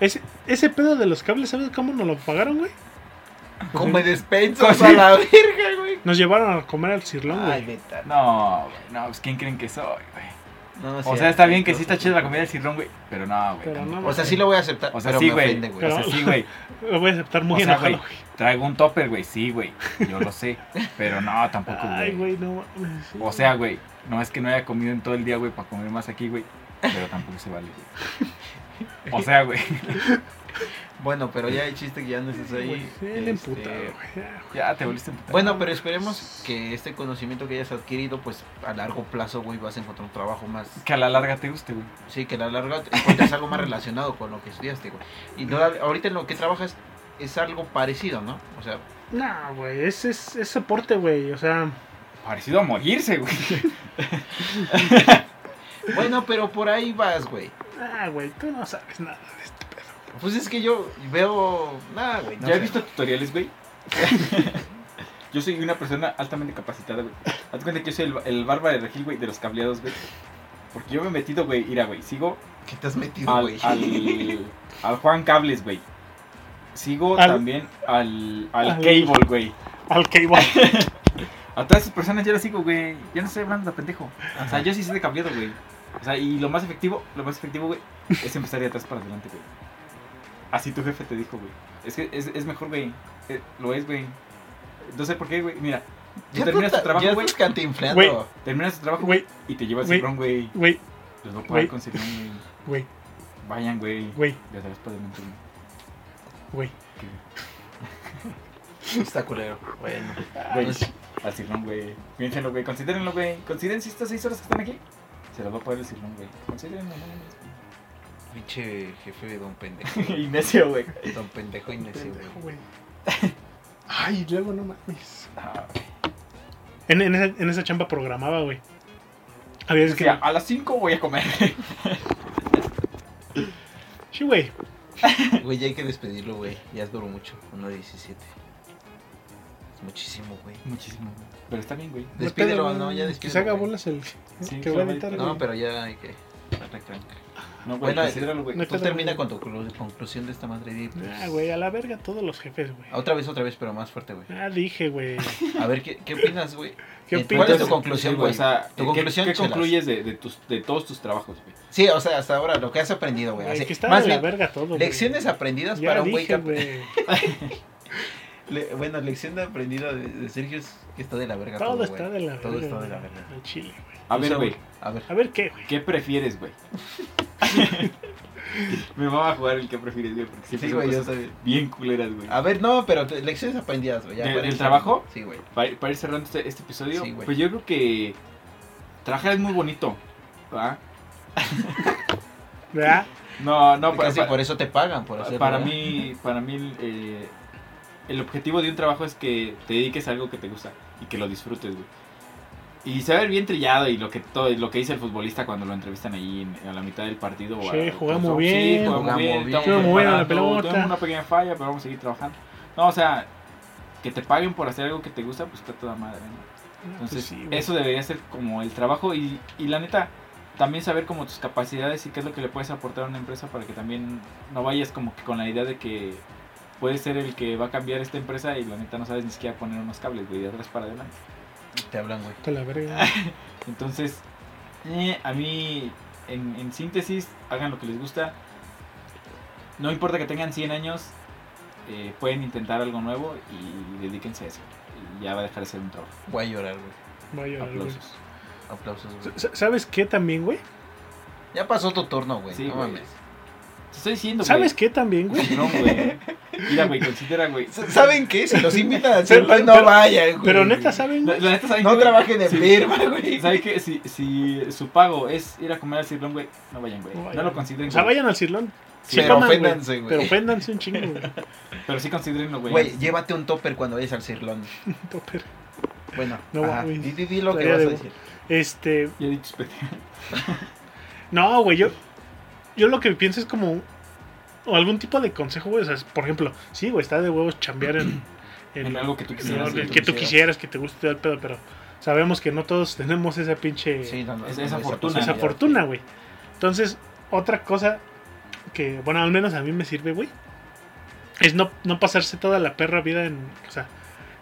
[SPEAKER 3] Ese, ese pedo de los cables, ¿sabes cómo nos lo pagaron, güey?
[SPEAKER 2] Come despensas a la verga, güey.
[SPEAKER 3] Nos llevaron a comer al cirlón,
[SPEAKER 2] Ay,
[SPEAKER 3] güey.
[SPEAKER 2] neta.
[SPEAKER 1] No, güey, no, pues ¿quién creen que soy, güey?
[SPEAKER 2] No,
[SPEAKER 1] O
[SPEAKER 2] sí,
[SPEAKER 1] sea, está bien que sí está
[SPEAKER 2] no,
[SPEAKER 1] chida la comida del cirrón, güey. Pero no, güey.
[SPEAKER 3] Pero
[SPEAKER 1] tampoco.
[SPEAKER 3] no,
[SPEAKER 2] O sea, sí lo voy a aceptar,
[SPEAKER 1] O sea,
[SPEAKER 2] pero
[SPEAKER 1] sí,
[SPEAKER 2] me
[SPEAKER 1] güey.
[SPEAKER 2] ofende, güey.
[SPEAKER 1] O sea,
[SPEAKER 3] Pero-
[SPEAKER 1] sí, güey.
[SPEAKER 3] Lo voy a aceptar muy
[SPEAKER 1] O sea,
[SPEAKER 3] enojado,
[SPEAKER 1] güey,
[SPEAKER 3] güey.
[SPEAKER 1] Traigo un topper, güey. Sí, güey. Yo lo sé. Pero no, tampoco,
[SPEAKER 3] Ay,
[SPEAKER 1] güey.
[SPEAKER 3] güey, no mames. sí.
[SPEAKER 1] O sea, güey. No es que no haya comido en todo el día, güey, para comer más aquí, güey. Pero tampoco se vale, güey. O sea, güey.
[SPEAKER 2] Bueno, pero ya el chiste que ya no estás
[SPEAKER 3] Güey,
[SPEAKER 2] ahí.
[SPEAKER 3] sí, el
[SPEAKER 2] este,
[SPEAKER 3] emputado, güey. Ah,
[SPEAKER 1] Ya te volviste un puto.
[SPEAKER 2] Bueno, pero esperemos que este conocimiento que hayas adquirido, pues a largo plazo, güey, vas a encontrar un trabajo más.
[SPEAKER 1] Que a la larga te guste, güey.
[SPEAKER 2] Sí, que a la larga te encuentres algo más relacionado con lo que estudiaste, güey. Y no, ahorita en lo que trabajas es algo parecido, ¿no? O sea,
[SPEAKER 3] No, güey, ese es, es soporte, güey. O sea,
[SPEAKER 1] Parecido a morirse, güey.
[SPEAKER 2] bueno, pero por ahí vas, güey.
[SPEAKER 3] ah, güey, tú no sabes nada de este pedo.
[SPEAKER 2] Pues es que yo veo. Nada, güey. no
[SPEAKER 1] ¿Ya he
[SPEAKER 2] sé.
[SPEAKER 1] visto tutoriales, güey? Yo soy una persona altamente capacitada, güey. Haz cuenta que yo soy el, el bárbaro de regil, güey, de los cableados, güey. Porque yo me he metido, güey, mira, güey, sigo
[SPEAKER 2] ¿Qué te has metido,
[SPEAKER 1] al,
[SPEAKER 2] güey?
[SPEAKER 1] al, al Juan Cables, güey. Sigo
[SPEAKER 3] Al-
[SPEAKER 1] también al, al,
[SPEAKER 3] al-
[SPEAKER 1] Cable, güey.
[SPEAKER 3] Al que iba.
[SPEAKER 1] A todas esas personas yo las sigo, güey. Yo no estoy hablando de pendejo. O sea, yo sí soy de cableado, güey. O sea, y lo más efectivo, lo más efectivo, güey, es empezar de atrás para adelante, güey. Así tu jefe te dijo, güey. Es que es, es mejor, güey. Eh, lo es, güey. No sé por qué, güey. Mira, tú
[SPEAKER 2] Ya
[SPEAKER 1] terminas
[SPEAKER 2] puta-
[SPEAKER 1] tu trabajo,
[SPEAKER 2] ya
[SPEAKER 1] güey.
[SPEAKER 2] estás cantinflando.
[SPEAKER 3] Güey.
[SPEAKER 1] Terminas tu trabajo, güey.
[SPEAKER 3] Güey,
[SPEAKER 1] Y te llevas
[SPEAKER 3] güey,
[SPEAKER 1] el ron, güey.
[SPEAKER 3] güey,
[SPEAKER 1] Los voy a pagar
[SPEAKER 3] güey.
[SPEAKER 1] con cibrón, güey.
[SPEAKER 3] güey,
[SPEAKER 1] Vayan, güey.
[SPEAKER 3] güey,
[SPEAKER 1] De atrás para adelante, güey.
[SPEAKER 3] güey.
[SPEAKER 2] Está culero. Bueno.
[SPEAKER 1] Güey,
[SPEAKER 2] Pues-
[SPEAKER 1] al cirlón, güey. Piénsenlo, güey. Considérenlo, güey. Consideren si estas seis horas que están aquí. Se las va a pagar el cirlón, güey. Considérenlo, no
[SPEAKER 2] Pinche jefe de don pendejo.
[SPEAKER 1] mames. Y necio, güey.
[SPEAKER 2] Don pendejo y necio, güey.
[SPEAKER 3] Pendejo, güey. Ay, luego no mames.
[SPEAKER 1] Ah,
[SPEAKER 3] En, en esa, en esa chamba programaba, güey. Había veces que.
[SPEAKER 1] decía, a las 5 voy a comer.
[SPEAKER 3] Sí, güey.
[SPEAKER 2] Güey, ya hay que despedirlo, güey. Ya duró mucho. 1.17. Muchísimo, güey.
[SPEAKER 1] Muchísimo, güey. Pero está bien, güey.
[SPEAKER 2] Despídelo,
[SPEAKER 3] Pero,
[SPEAKER 2] ¿no? Ya
[SPEAKER 3] Que
[SPEAKER 2] despídelo.
[SPEAKER 3] se haga
[SPEAKER 2] güey.
[SPEAKER 3] bolas el.
[SPEAKER 1] Sí,
[SPEAKER 3] que voy a
[SPEAKER 1] claro,
[SPEAKER 3] editar,
[SPEAKER 1] ahorita.
[SPEAKER 2] No,
[SPEAKER 3] güey.
[SPEAKER 2] pero ya hay que. darle crank.
[SPEAKER 1] No, güey,
[SPEAKER 2] Bueno,
[SPEAKER 1] considéralo, güey.
[SPEAKER 3] No
[SPEAKER 2] tú
[SPEAKER 3] estás
[SPEAKER 2] termina
[SPEAKER 3] hablando.
[SPEAKER 2] con tu clu- conclusión de esta madre. y pues,
[SPEAKER 3] Ah, güey, a la verga todos los jefes, güey.
[SPEAKER 2] Otra vez, otra vez, pero más fuerte, güey.
[SPEAKER 3] Ah, dije, güey.
[SPEAKER 2] A ver, ¿qué, qué opinas, güey?
[SPEAKER 3] ¿Qué
[SPEAKER 2] Eh,
[SPEAKER 3] opinas?
[SPEAKER 2] ¿Cuál es tu conclusión,
[SPEAKER 1] Sí,
[SPEAKER 2] güey?
[SPEAKER 1] O sea,
[SPEAKER 2] Tu
[SPEAKER 1] ¿qué-
[SPEAKER 2] conclusión,
[SPEAKER 1] ¿qué,
[SPEAKER 2] chelas.
[SPEAKER 1] concluyes de, de tus, de todos tus trabajos, güey?
[SPEAKER 2] Sí, o sea, hasta ahora, lo que has aprendido, güey.
[SPEAKER 3] Güey,
[SPEAKER 2] Así-
[SPEAKER 3] que está
[SPEAKER 2] más
[SPEAKER 3] de la
[SPEAKER 2] bien,
[SPEAKER 3] verga todo, güey.
[SPEAKER 2] lecciones aprendidas
[SPEAKER 3] Ya
[SPEAKER 2] para un güey que
[SPEAKER 3] dije,
[SPEAKER 2] ap-
[SPEAKER 3] güey.
[SPEAKER 2] Le- bueno, lección de aprendida de, de Sergio es que está de la verga.
[SPEAKER 3] Todo
[SPEAKER 2] güey.
[SPEAKER 3] está de la verga.
[SPEAKER 2] Todo está de
[SPEAKER 3] güey.
[SPEAKER 2] la verga.
[SPEAKER 3] Al chile, güey.
[SPEAKER 1] A
[SPEAKER 2] Tú,
[SPEAKER 1] ver,
[SPEAKER 2] Saúl,
[SPEAKER 1] güey,
[SPEAKER 2] A ver.
[SPEAKER 3] A ver qué, güey.
[SPEAKER 1] ¿qué prefieres, güey? Me va a jugar el que prefieres, güey, porque siempre
[SPEAKER 2] Sí,
[SPEAKER 1] son
[SPEAKER 2] güey, yo
[SPEAKER 1] cosas
[SPEAKER 2] sabía.
[SPEAKER 1] bien culeras, güey.
[SPEAKER 2] A ver, no, pero te- lecciones aprendidas, güey. ya,
[SPEAKER 1] ¿De-
[SPEAKER 2] para
[SPEAKER 1] del
[SPEAKER 2] ir
[SPEAKER 1] trabajo?
[SPEAKER 2] cerrando. Sí, güey.
[SPEAKER 1] Para, ir- para ir cerrando este, este episodio,
[SPEAKER 2] Sí, güey.
[SPEAKER 1] pues yo creo que trabajar es muy bonito, ¿va?
[SPEAKER 3] ¿Verdad?
[SPEAKER 1] No, no, para,
[SPEAKER 2] Casi por eso te pagan, por hacer.
[SPEAKER 1] para
[SPEAKER 2] ¿verdad?
[SPEAKER 1] mí, para mí eh, el objetivo de un trabajo es que te dediques a algo que te gusta y que lo disfrutes, güey. Y se va a ver bien trillado y lo que todo lo que dice el futbolista cuando lo entrevistan ahí en- a la mitad del partido. o
[SPEAKER 3] Sí,
[SPEAKER 1] a-
[SPEAKER 3] jugamos
[SPEAKER 1] o-
[SPEAKER 3] bien,
[SPEAKER 1] Sí, jugamos
[SPEAKER 2] jugamos
[SPEAKER 1] bien.
[SPEAKER 2] bien.
[SPEAKER 1] estamos
[SPEAKER 3] Jugamos bien a la
[SPEAKER 1] preparando,
[SPEAKER 3] pelota.
[SPEAKER 1] Tuvimos una pequeña falla, pero vamos a seguir trabajando. No, o sea, que te paguen por hacer algo que te gusta, pues está toda madre, ¿no? Entonces,
[SPEAKER 3] Pues sí, güey.
[SPEAKER 1] eso debería ser como el trabajo y, y la neta, también saber como tus capacidades y qué es lo que le puedes aportar a una empresa para que también no vayas como que con la idea de que puedes ser el que va a cambiar esta empresa y la neta no sabes ni siquiera poner unos cables, güey, de atrás para adelante.
[SPEAKER 2] Te hablan, güey.
[SPEAKER 3] Con la verga.
[SPEAKER 1] Entonces, eh, a mí, en, en síntesis, hagan lo que les gusta. No importa que tengan 100 años, eh, pueden intentar algo nuevo y dedíquense a eso. Y ya va a dejar de ser un trabajo.
[SPEAKER 2] Voy a llorar, güey.
[SPEAKER 3] Vaya, güey.
[SPEAKER 1] Aplausos.
[SPEAKER 2] Aplausos, güey.
[SPEAKER 3] S- ¿Sabes qué también, güey?
[SPEAKER 2] Ya pasó tu turno, güey.
[SPEAKER 1] Sí,
[SPEAKER 2] no
[SPEAKER 1] güey.
[SPEAKER 2] mames.
[SPEAKER 1] Te estoy diciendo, güey.
[SPEAKER 3] ¿Sabes qué también, güey?
[SPEAKER 1] No, güey. Mira, güey, considera, güey.
[SPEAKER 2] S- ¿Saben qué? Si los invitan a hacer
[SPEAKER 3] Pero-
[SPEAKER 2] pan, no
[SPEAKER 3] pero-
[SPEAKER 2] vayan, güey.
[SPEAKER 3] Pero neta, ¿saben,
[SPEAKER 1] La,
[SPEAKER 3] güey?
[SPEAKER 1] la neta, ¿saben
[SPEAKER 2] No
[SPEAKER 1] qué,
[SPEAKER 2] trabajen en
[SPEAKER 1] Sí.
[SPEAKER 2] firma, güey.
[SPEAKER 1] ¿Saben qué? Si, si su pago es ir a comer al cirlón, güey, no vayan, güey. No, lo consideren,
[SPEAKER 3] O sea,
[SPEAKER 1] güey.
[SPEAKER 3] vayan al cirlón. Sí,
[SPEAKER 2] Pero
[SPEAKER 3] coman, güey,
[SPEAKER 2] oféndanse, güey.
[SPEAKER 3] Pero oféndanse un chingo, güey.
[SPEAKER 1] Pero sí considérenlo, güey.
[SPEAKER 2] Güey, llévate un topper cuando vayas al cirlón.
[SPEAKER 3] Topper.
[SPEAKER 2] Bueno,
[SPEAKER 3] No,
[SPEAKER 2] ajá.
[SPEAKER 3] güey.
[SPEAKER 2] Di, di- di lo que
[SPEAKER 3] Tarea
[SPEAKER 2] vas a
[SPEAKER 3] de-
[SPEAKER 2] decir.
[SPEAKER 3] Este,
[SPEAKER 1] Ya he dicho, espérate.
[SPEAKER 3] No, güey, yo, yo lo que pienso es como o algún tipo de consejo, güey. O sea, es- por ejemplo, sí, güey, está de huevos chambear en, en-
[SPEAKER 1] En algo que tú
[SPEAKER 3] en
[SPEAKER 1] quisieras.
[SPEAKER 3] algo
[SPEAKER 1] güey,
[SPEAKER 3] que tú quisieras, que te guste todo el pedo, pero sabemos que no todos tenemos esa pinche
[SPEAKER 2] Sí, no, no,
[SPEAKER 1] Esa-
[SPEAKER 2] no,
[SPEAKER 1] esa fortuna.
[SPEAKER 3] esa
[SPEAKER 1] ya,
[SPEAKER 3] fortuna, güey. Entonces, otra cosa que, bueno, al menos a mí me sirve, güey, es no, no pasarse toda la perra vida en. O sea,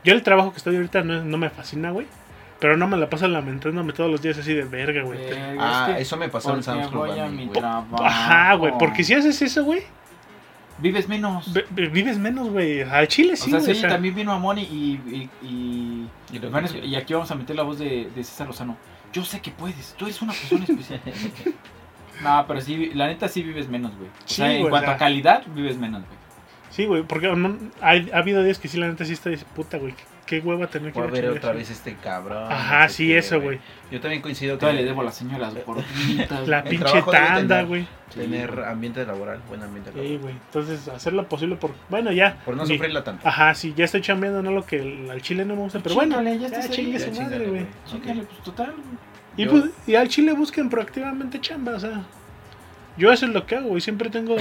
[SPEAKER 3] yo el trabajo que estoy ahorita no, no me fascina, güey. Pero no me la paso lamentándome todos los días así de verga, güey.
[SPEAKER 1] Eh,
[SPEAKER 2] Ah,
[SPEAKER 1] es que,
[SPEAKER 2] eso me pasó en
[SPEAKER 1] ¿por qué
[SPEAKER 2] Sam's Club.
[SPEAKER 1] voy
[SPEAKER 2] a
[SPEAKER 1] a
[SPEAKER 2] mí,
[SPEAKER 1] mi
[SPEAKER 2] güey.
[SPEAKER 1] trabajo?
[SPEAKER 3] Ajá, güey. Porque si haces eso, güey,
[SPEAKER 1] Vives menos.
[SPEAKER 3] Ve- ve- Vives menos, güey. Al chile
[SPEAKER 1] o
[SPEAKER 3] sí,
[SPEAKER 1] sea,
[SPEAKER 3] güey.
[SPEAKER 1] sí,
[SPEAKER 3] o sea,
[SPEAKER 1] también vino Amón y... y, y,
[SPEAKER 2] Y
[SPEAKER 1] y,
[SPEAKER 2] lo
[SPEAKER 1] van a-
[SPEAKER 2] que-
[SPEAKER 1] y aquí vamos a meter la voz de, de César Lozano. Yo sé que puedes, tú eres una persona especial. no, pero sí, la neta sí vives menos, güey. O
[SPEAKER 3] Sí,
[SPEAKER 1] sea, en
[SPEAKER 3] güey, o
[SPEAKER 1] cuanto
[SPEAKER 3] sea.
[SPEAKER 1] a calidad, vives menos, güey.
[SPEAKER 3] Sí, güey. Porque no- ha, ha habido días que sí, la neta sí estoy puta, güey. qué- Qué hueva tener que
[SPEAKER 2] Voy a
[SPEAKER 3] ir a
[SPEAKER 2] ver
[SPEAKER 3] chambear,
[SPEAKER 2] otra
[SPEAKER 3] sí.
[SPEAKER 2] vez este cabrón.
[SPEAKER 3] Ajá,
[SPEAKER 2] no sé
[SPEAKER 3] sí,
[SPEAKER 2] qué,
[SPEAKER 3] eso, güey.
[SPEAKER 2] Yo también coincido que
[SPEAKER 1] Todavía le debo a la señora las gorditas.
[SPEAKER 3] La
[SPEAKER 2] El
[SPEAKER 3] pinche
[SPEAKER 2] trabajo debe
[SPEAKER 3] tanda,
[SPEAKER 2] tener-
[SPEAKER 3] güey.
[SPEAKER 2] tener ambiente laboral, buen ambiente
[SPEAKER 3] Sí,
[SPEAKER 2] laboral.
[SPEAKER 3] güey. Entonces, hacer lo posible por. Bueno, ya.
[SPEAKER 2] Por no
[SPEAKER 3] Ni-
[SPEAKER 2] sufrirla tanto.
[SPEAKER 3] Ajá, sí, ya estoy chambeando, no lo que el- al chile no me gusta. Pero bueno,
[SPEAKER 1] Chíngale, ya
[SPEAKER 3] ya
[SPEAKER 1] estás ahí, ya
[SPEAKER 3] chingue su madre,
[SPEAKER 2] chíngale,
[SPEAKER 3] güey.
[SPEAKER 2] güey.
[SPEAKER 1] Chíngale, pues total.
[SPEAKER 3] Y,
[SPEAKER 2] Yo-
[SPEAKER 3] pues, y al chile busquen proactivamente chamba, o sea. Yo eso es lo que hago, güey. Siempre tengo.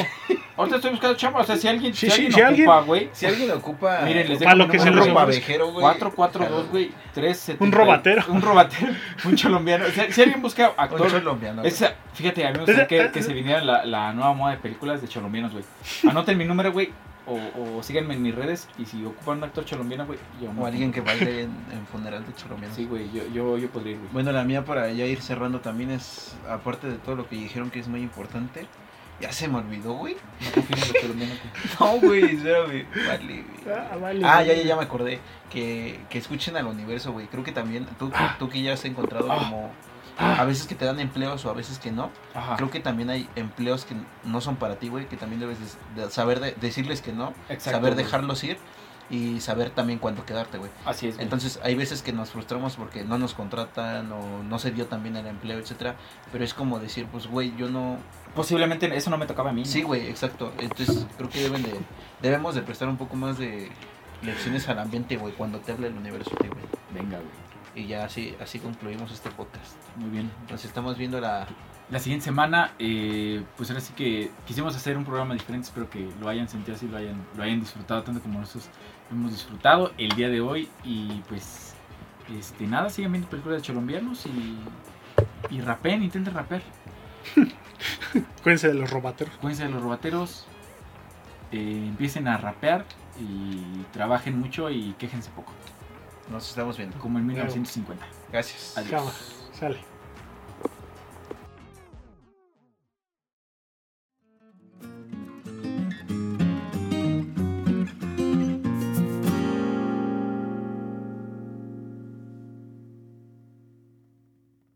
[SPEAKER 1] Ahorita estoy buscando chamba. O sea, si alguien,
[SPEAKER 3] Sí,
[SPEAKER 1] si
[SPEAKER 3] sí,
[SPEAKER 1] alguien
[SPEAKER 3] si
[SPEAKER 1] ocupa, güey.
[SPEAKER 2] Si alguien ocupa
[SPEAKER 1] Miren, les
[SPEAKER 2] un
[SPEAKER 1] dejo
[SPEAKER 3] lo
[SPEAKER 1] mi
[SPEAKER 3] que se
[SPEAKER 1] número,
[SPEAKER 3] los-
[SPEAKER 1] güey.
[SPEAKER 2] ropavejero, güey.
[SPEAKER 1] 442, güey. 370.
[SPEAKER 3] Un robatero.
[SPEAKER 1] Un robatero. Un colombiano. O sea, si alguien busca
[SPEAKER 2] Un
[SPEAKER 1] actor.
[SPEAKER 2] colombiano. güey.
[SPEAKER 1] Esa, fíjate, a mí me gustaría
[SPEAKER 3] Esa-
[SPEAKER 1] que, que se viniera la, la nueva moda de películas de cholombianos, güey. Anoten mi número, güey. O, o síganme en mis redes. Y si ocupan un actor cholombiano, güey. yo me
[SPEAKER 2] O alguien que baile en, en funeral de colombiano.
[SPEAKER 1] Sí, güey. Yo, yo, yo podría ir, güey.
[SPEAKER 2] Bueno, la mía para ya ir cerrando también es, aparte de todo lo que dijeron que es muy importante, ya se me olvidó, güey.
[SPEAKER 1] No confío en los colombianos, güey.
[SPEAKER 2] No, güey, espérame. Vale, güey.
[SPEAKER 3] Ah, vale,
[SPEAKER 2] Ah,
[SPEAKER 3] güey.
[SPEAKER 2] ya, ya, ya me acordé. Que, que escuchen al universo, güey. Creo que también, tú, que- tú que ya has encontrado
[SPEAKER 1] Ah.
[SPEAKER 2] como... A veces que te dan empleos o a veces que no.
[SPEAKER 1] Ajá.
[SPEAKER 2] Creo que también hay empleos que no son para ti, güey. Que también debes de- de saber de- decirles que no.
[SPEAKER 1] Exacto,
[SPEAKER 2] saber
[SPEAKER 1] güey.
[SPEAKER 2] dejarlos ir. Y saber también cuándo quedarte, güey.
[SPEAKER 1] Así es. güey.
[SPEAKER 2] Entonces hay veces que nos frustramos porque no nos contratan o no se dio también el empleo, etcétera. Pero es como decir, pues, güey, yo no...
[SPEAKER 1] Posiblemente eso no me tocaba a mí. ¿no?
[SPEAKER 2] Sí, güey, exacto. Entonces creo que deben de, debemos de prestar un poco más de lecciones al ambiente, güey, cuando te habla el universo, tío, güey.
[SPEAKER 1] Venga, güey.
[SPEAKER 2] Y ya así, así concluimos este podcast.
[SPEAKER 1] Muy bien.
[SPEAKER 2] Nos estamos viendo la...
[SPEAKER 1] La siguiente semana, eh, pues ahora sí que quisimos hacer un programa diferente. Espero que lo hayan sentido así, lo hayan, lo hayan disfrutado tanto como nosotros hemos disfrutado el día de hoy. Y pues, este, nada, sigan viendo películas de colombianos y, y rapen, intenten raper.
[SPEAKER 3] Cuídense de los robateros.
[SPEAKER 1] Cuídense de los robateros. eh, empiecen a rapear y trabajen mucho y quéjense poco.
[SPEAKER 2] Nos estamos viendo.
[SPEAKER 1] Como en 1950.
[SPEAKER 2] Gracias.
[SPEAKER 1] Adiós.
[SPEAKER 3] Cama, sale.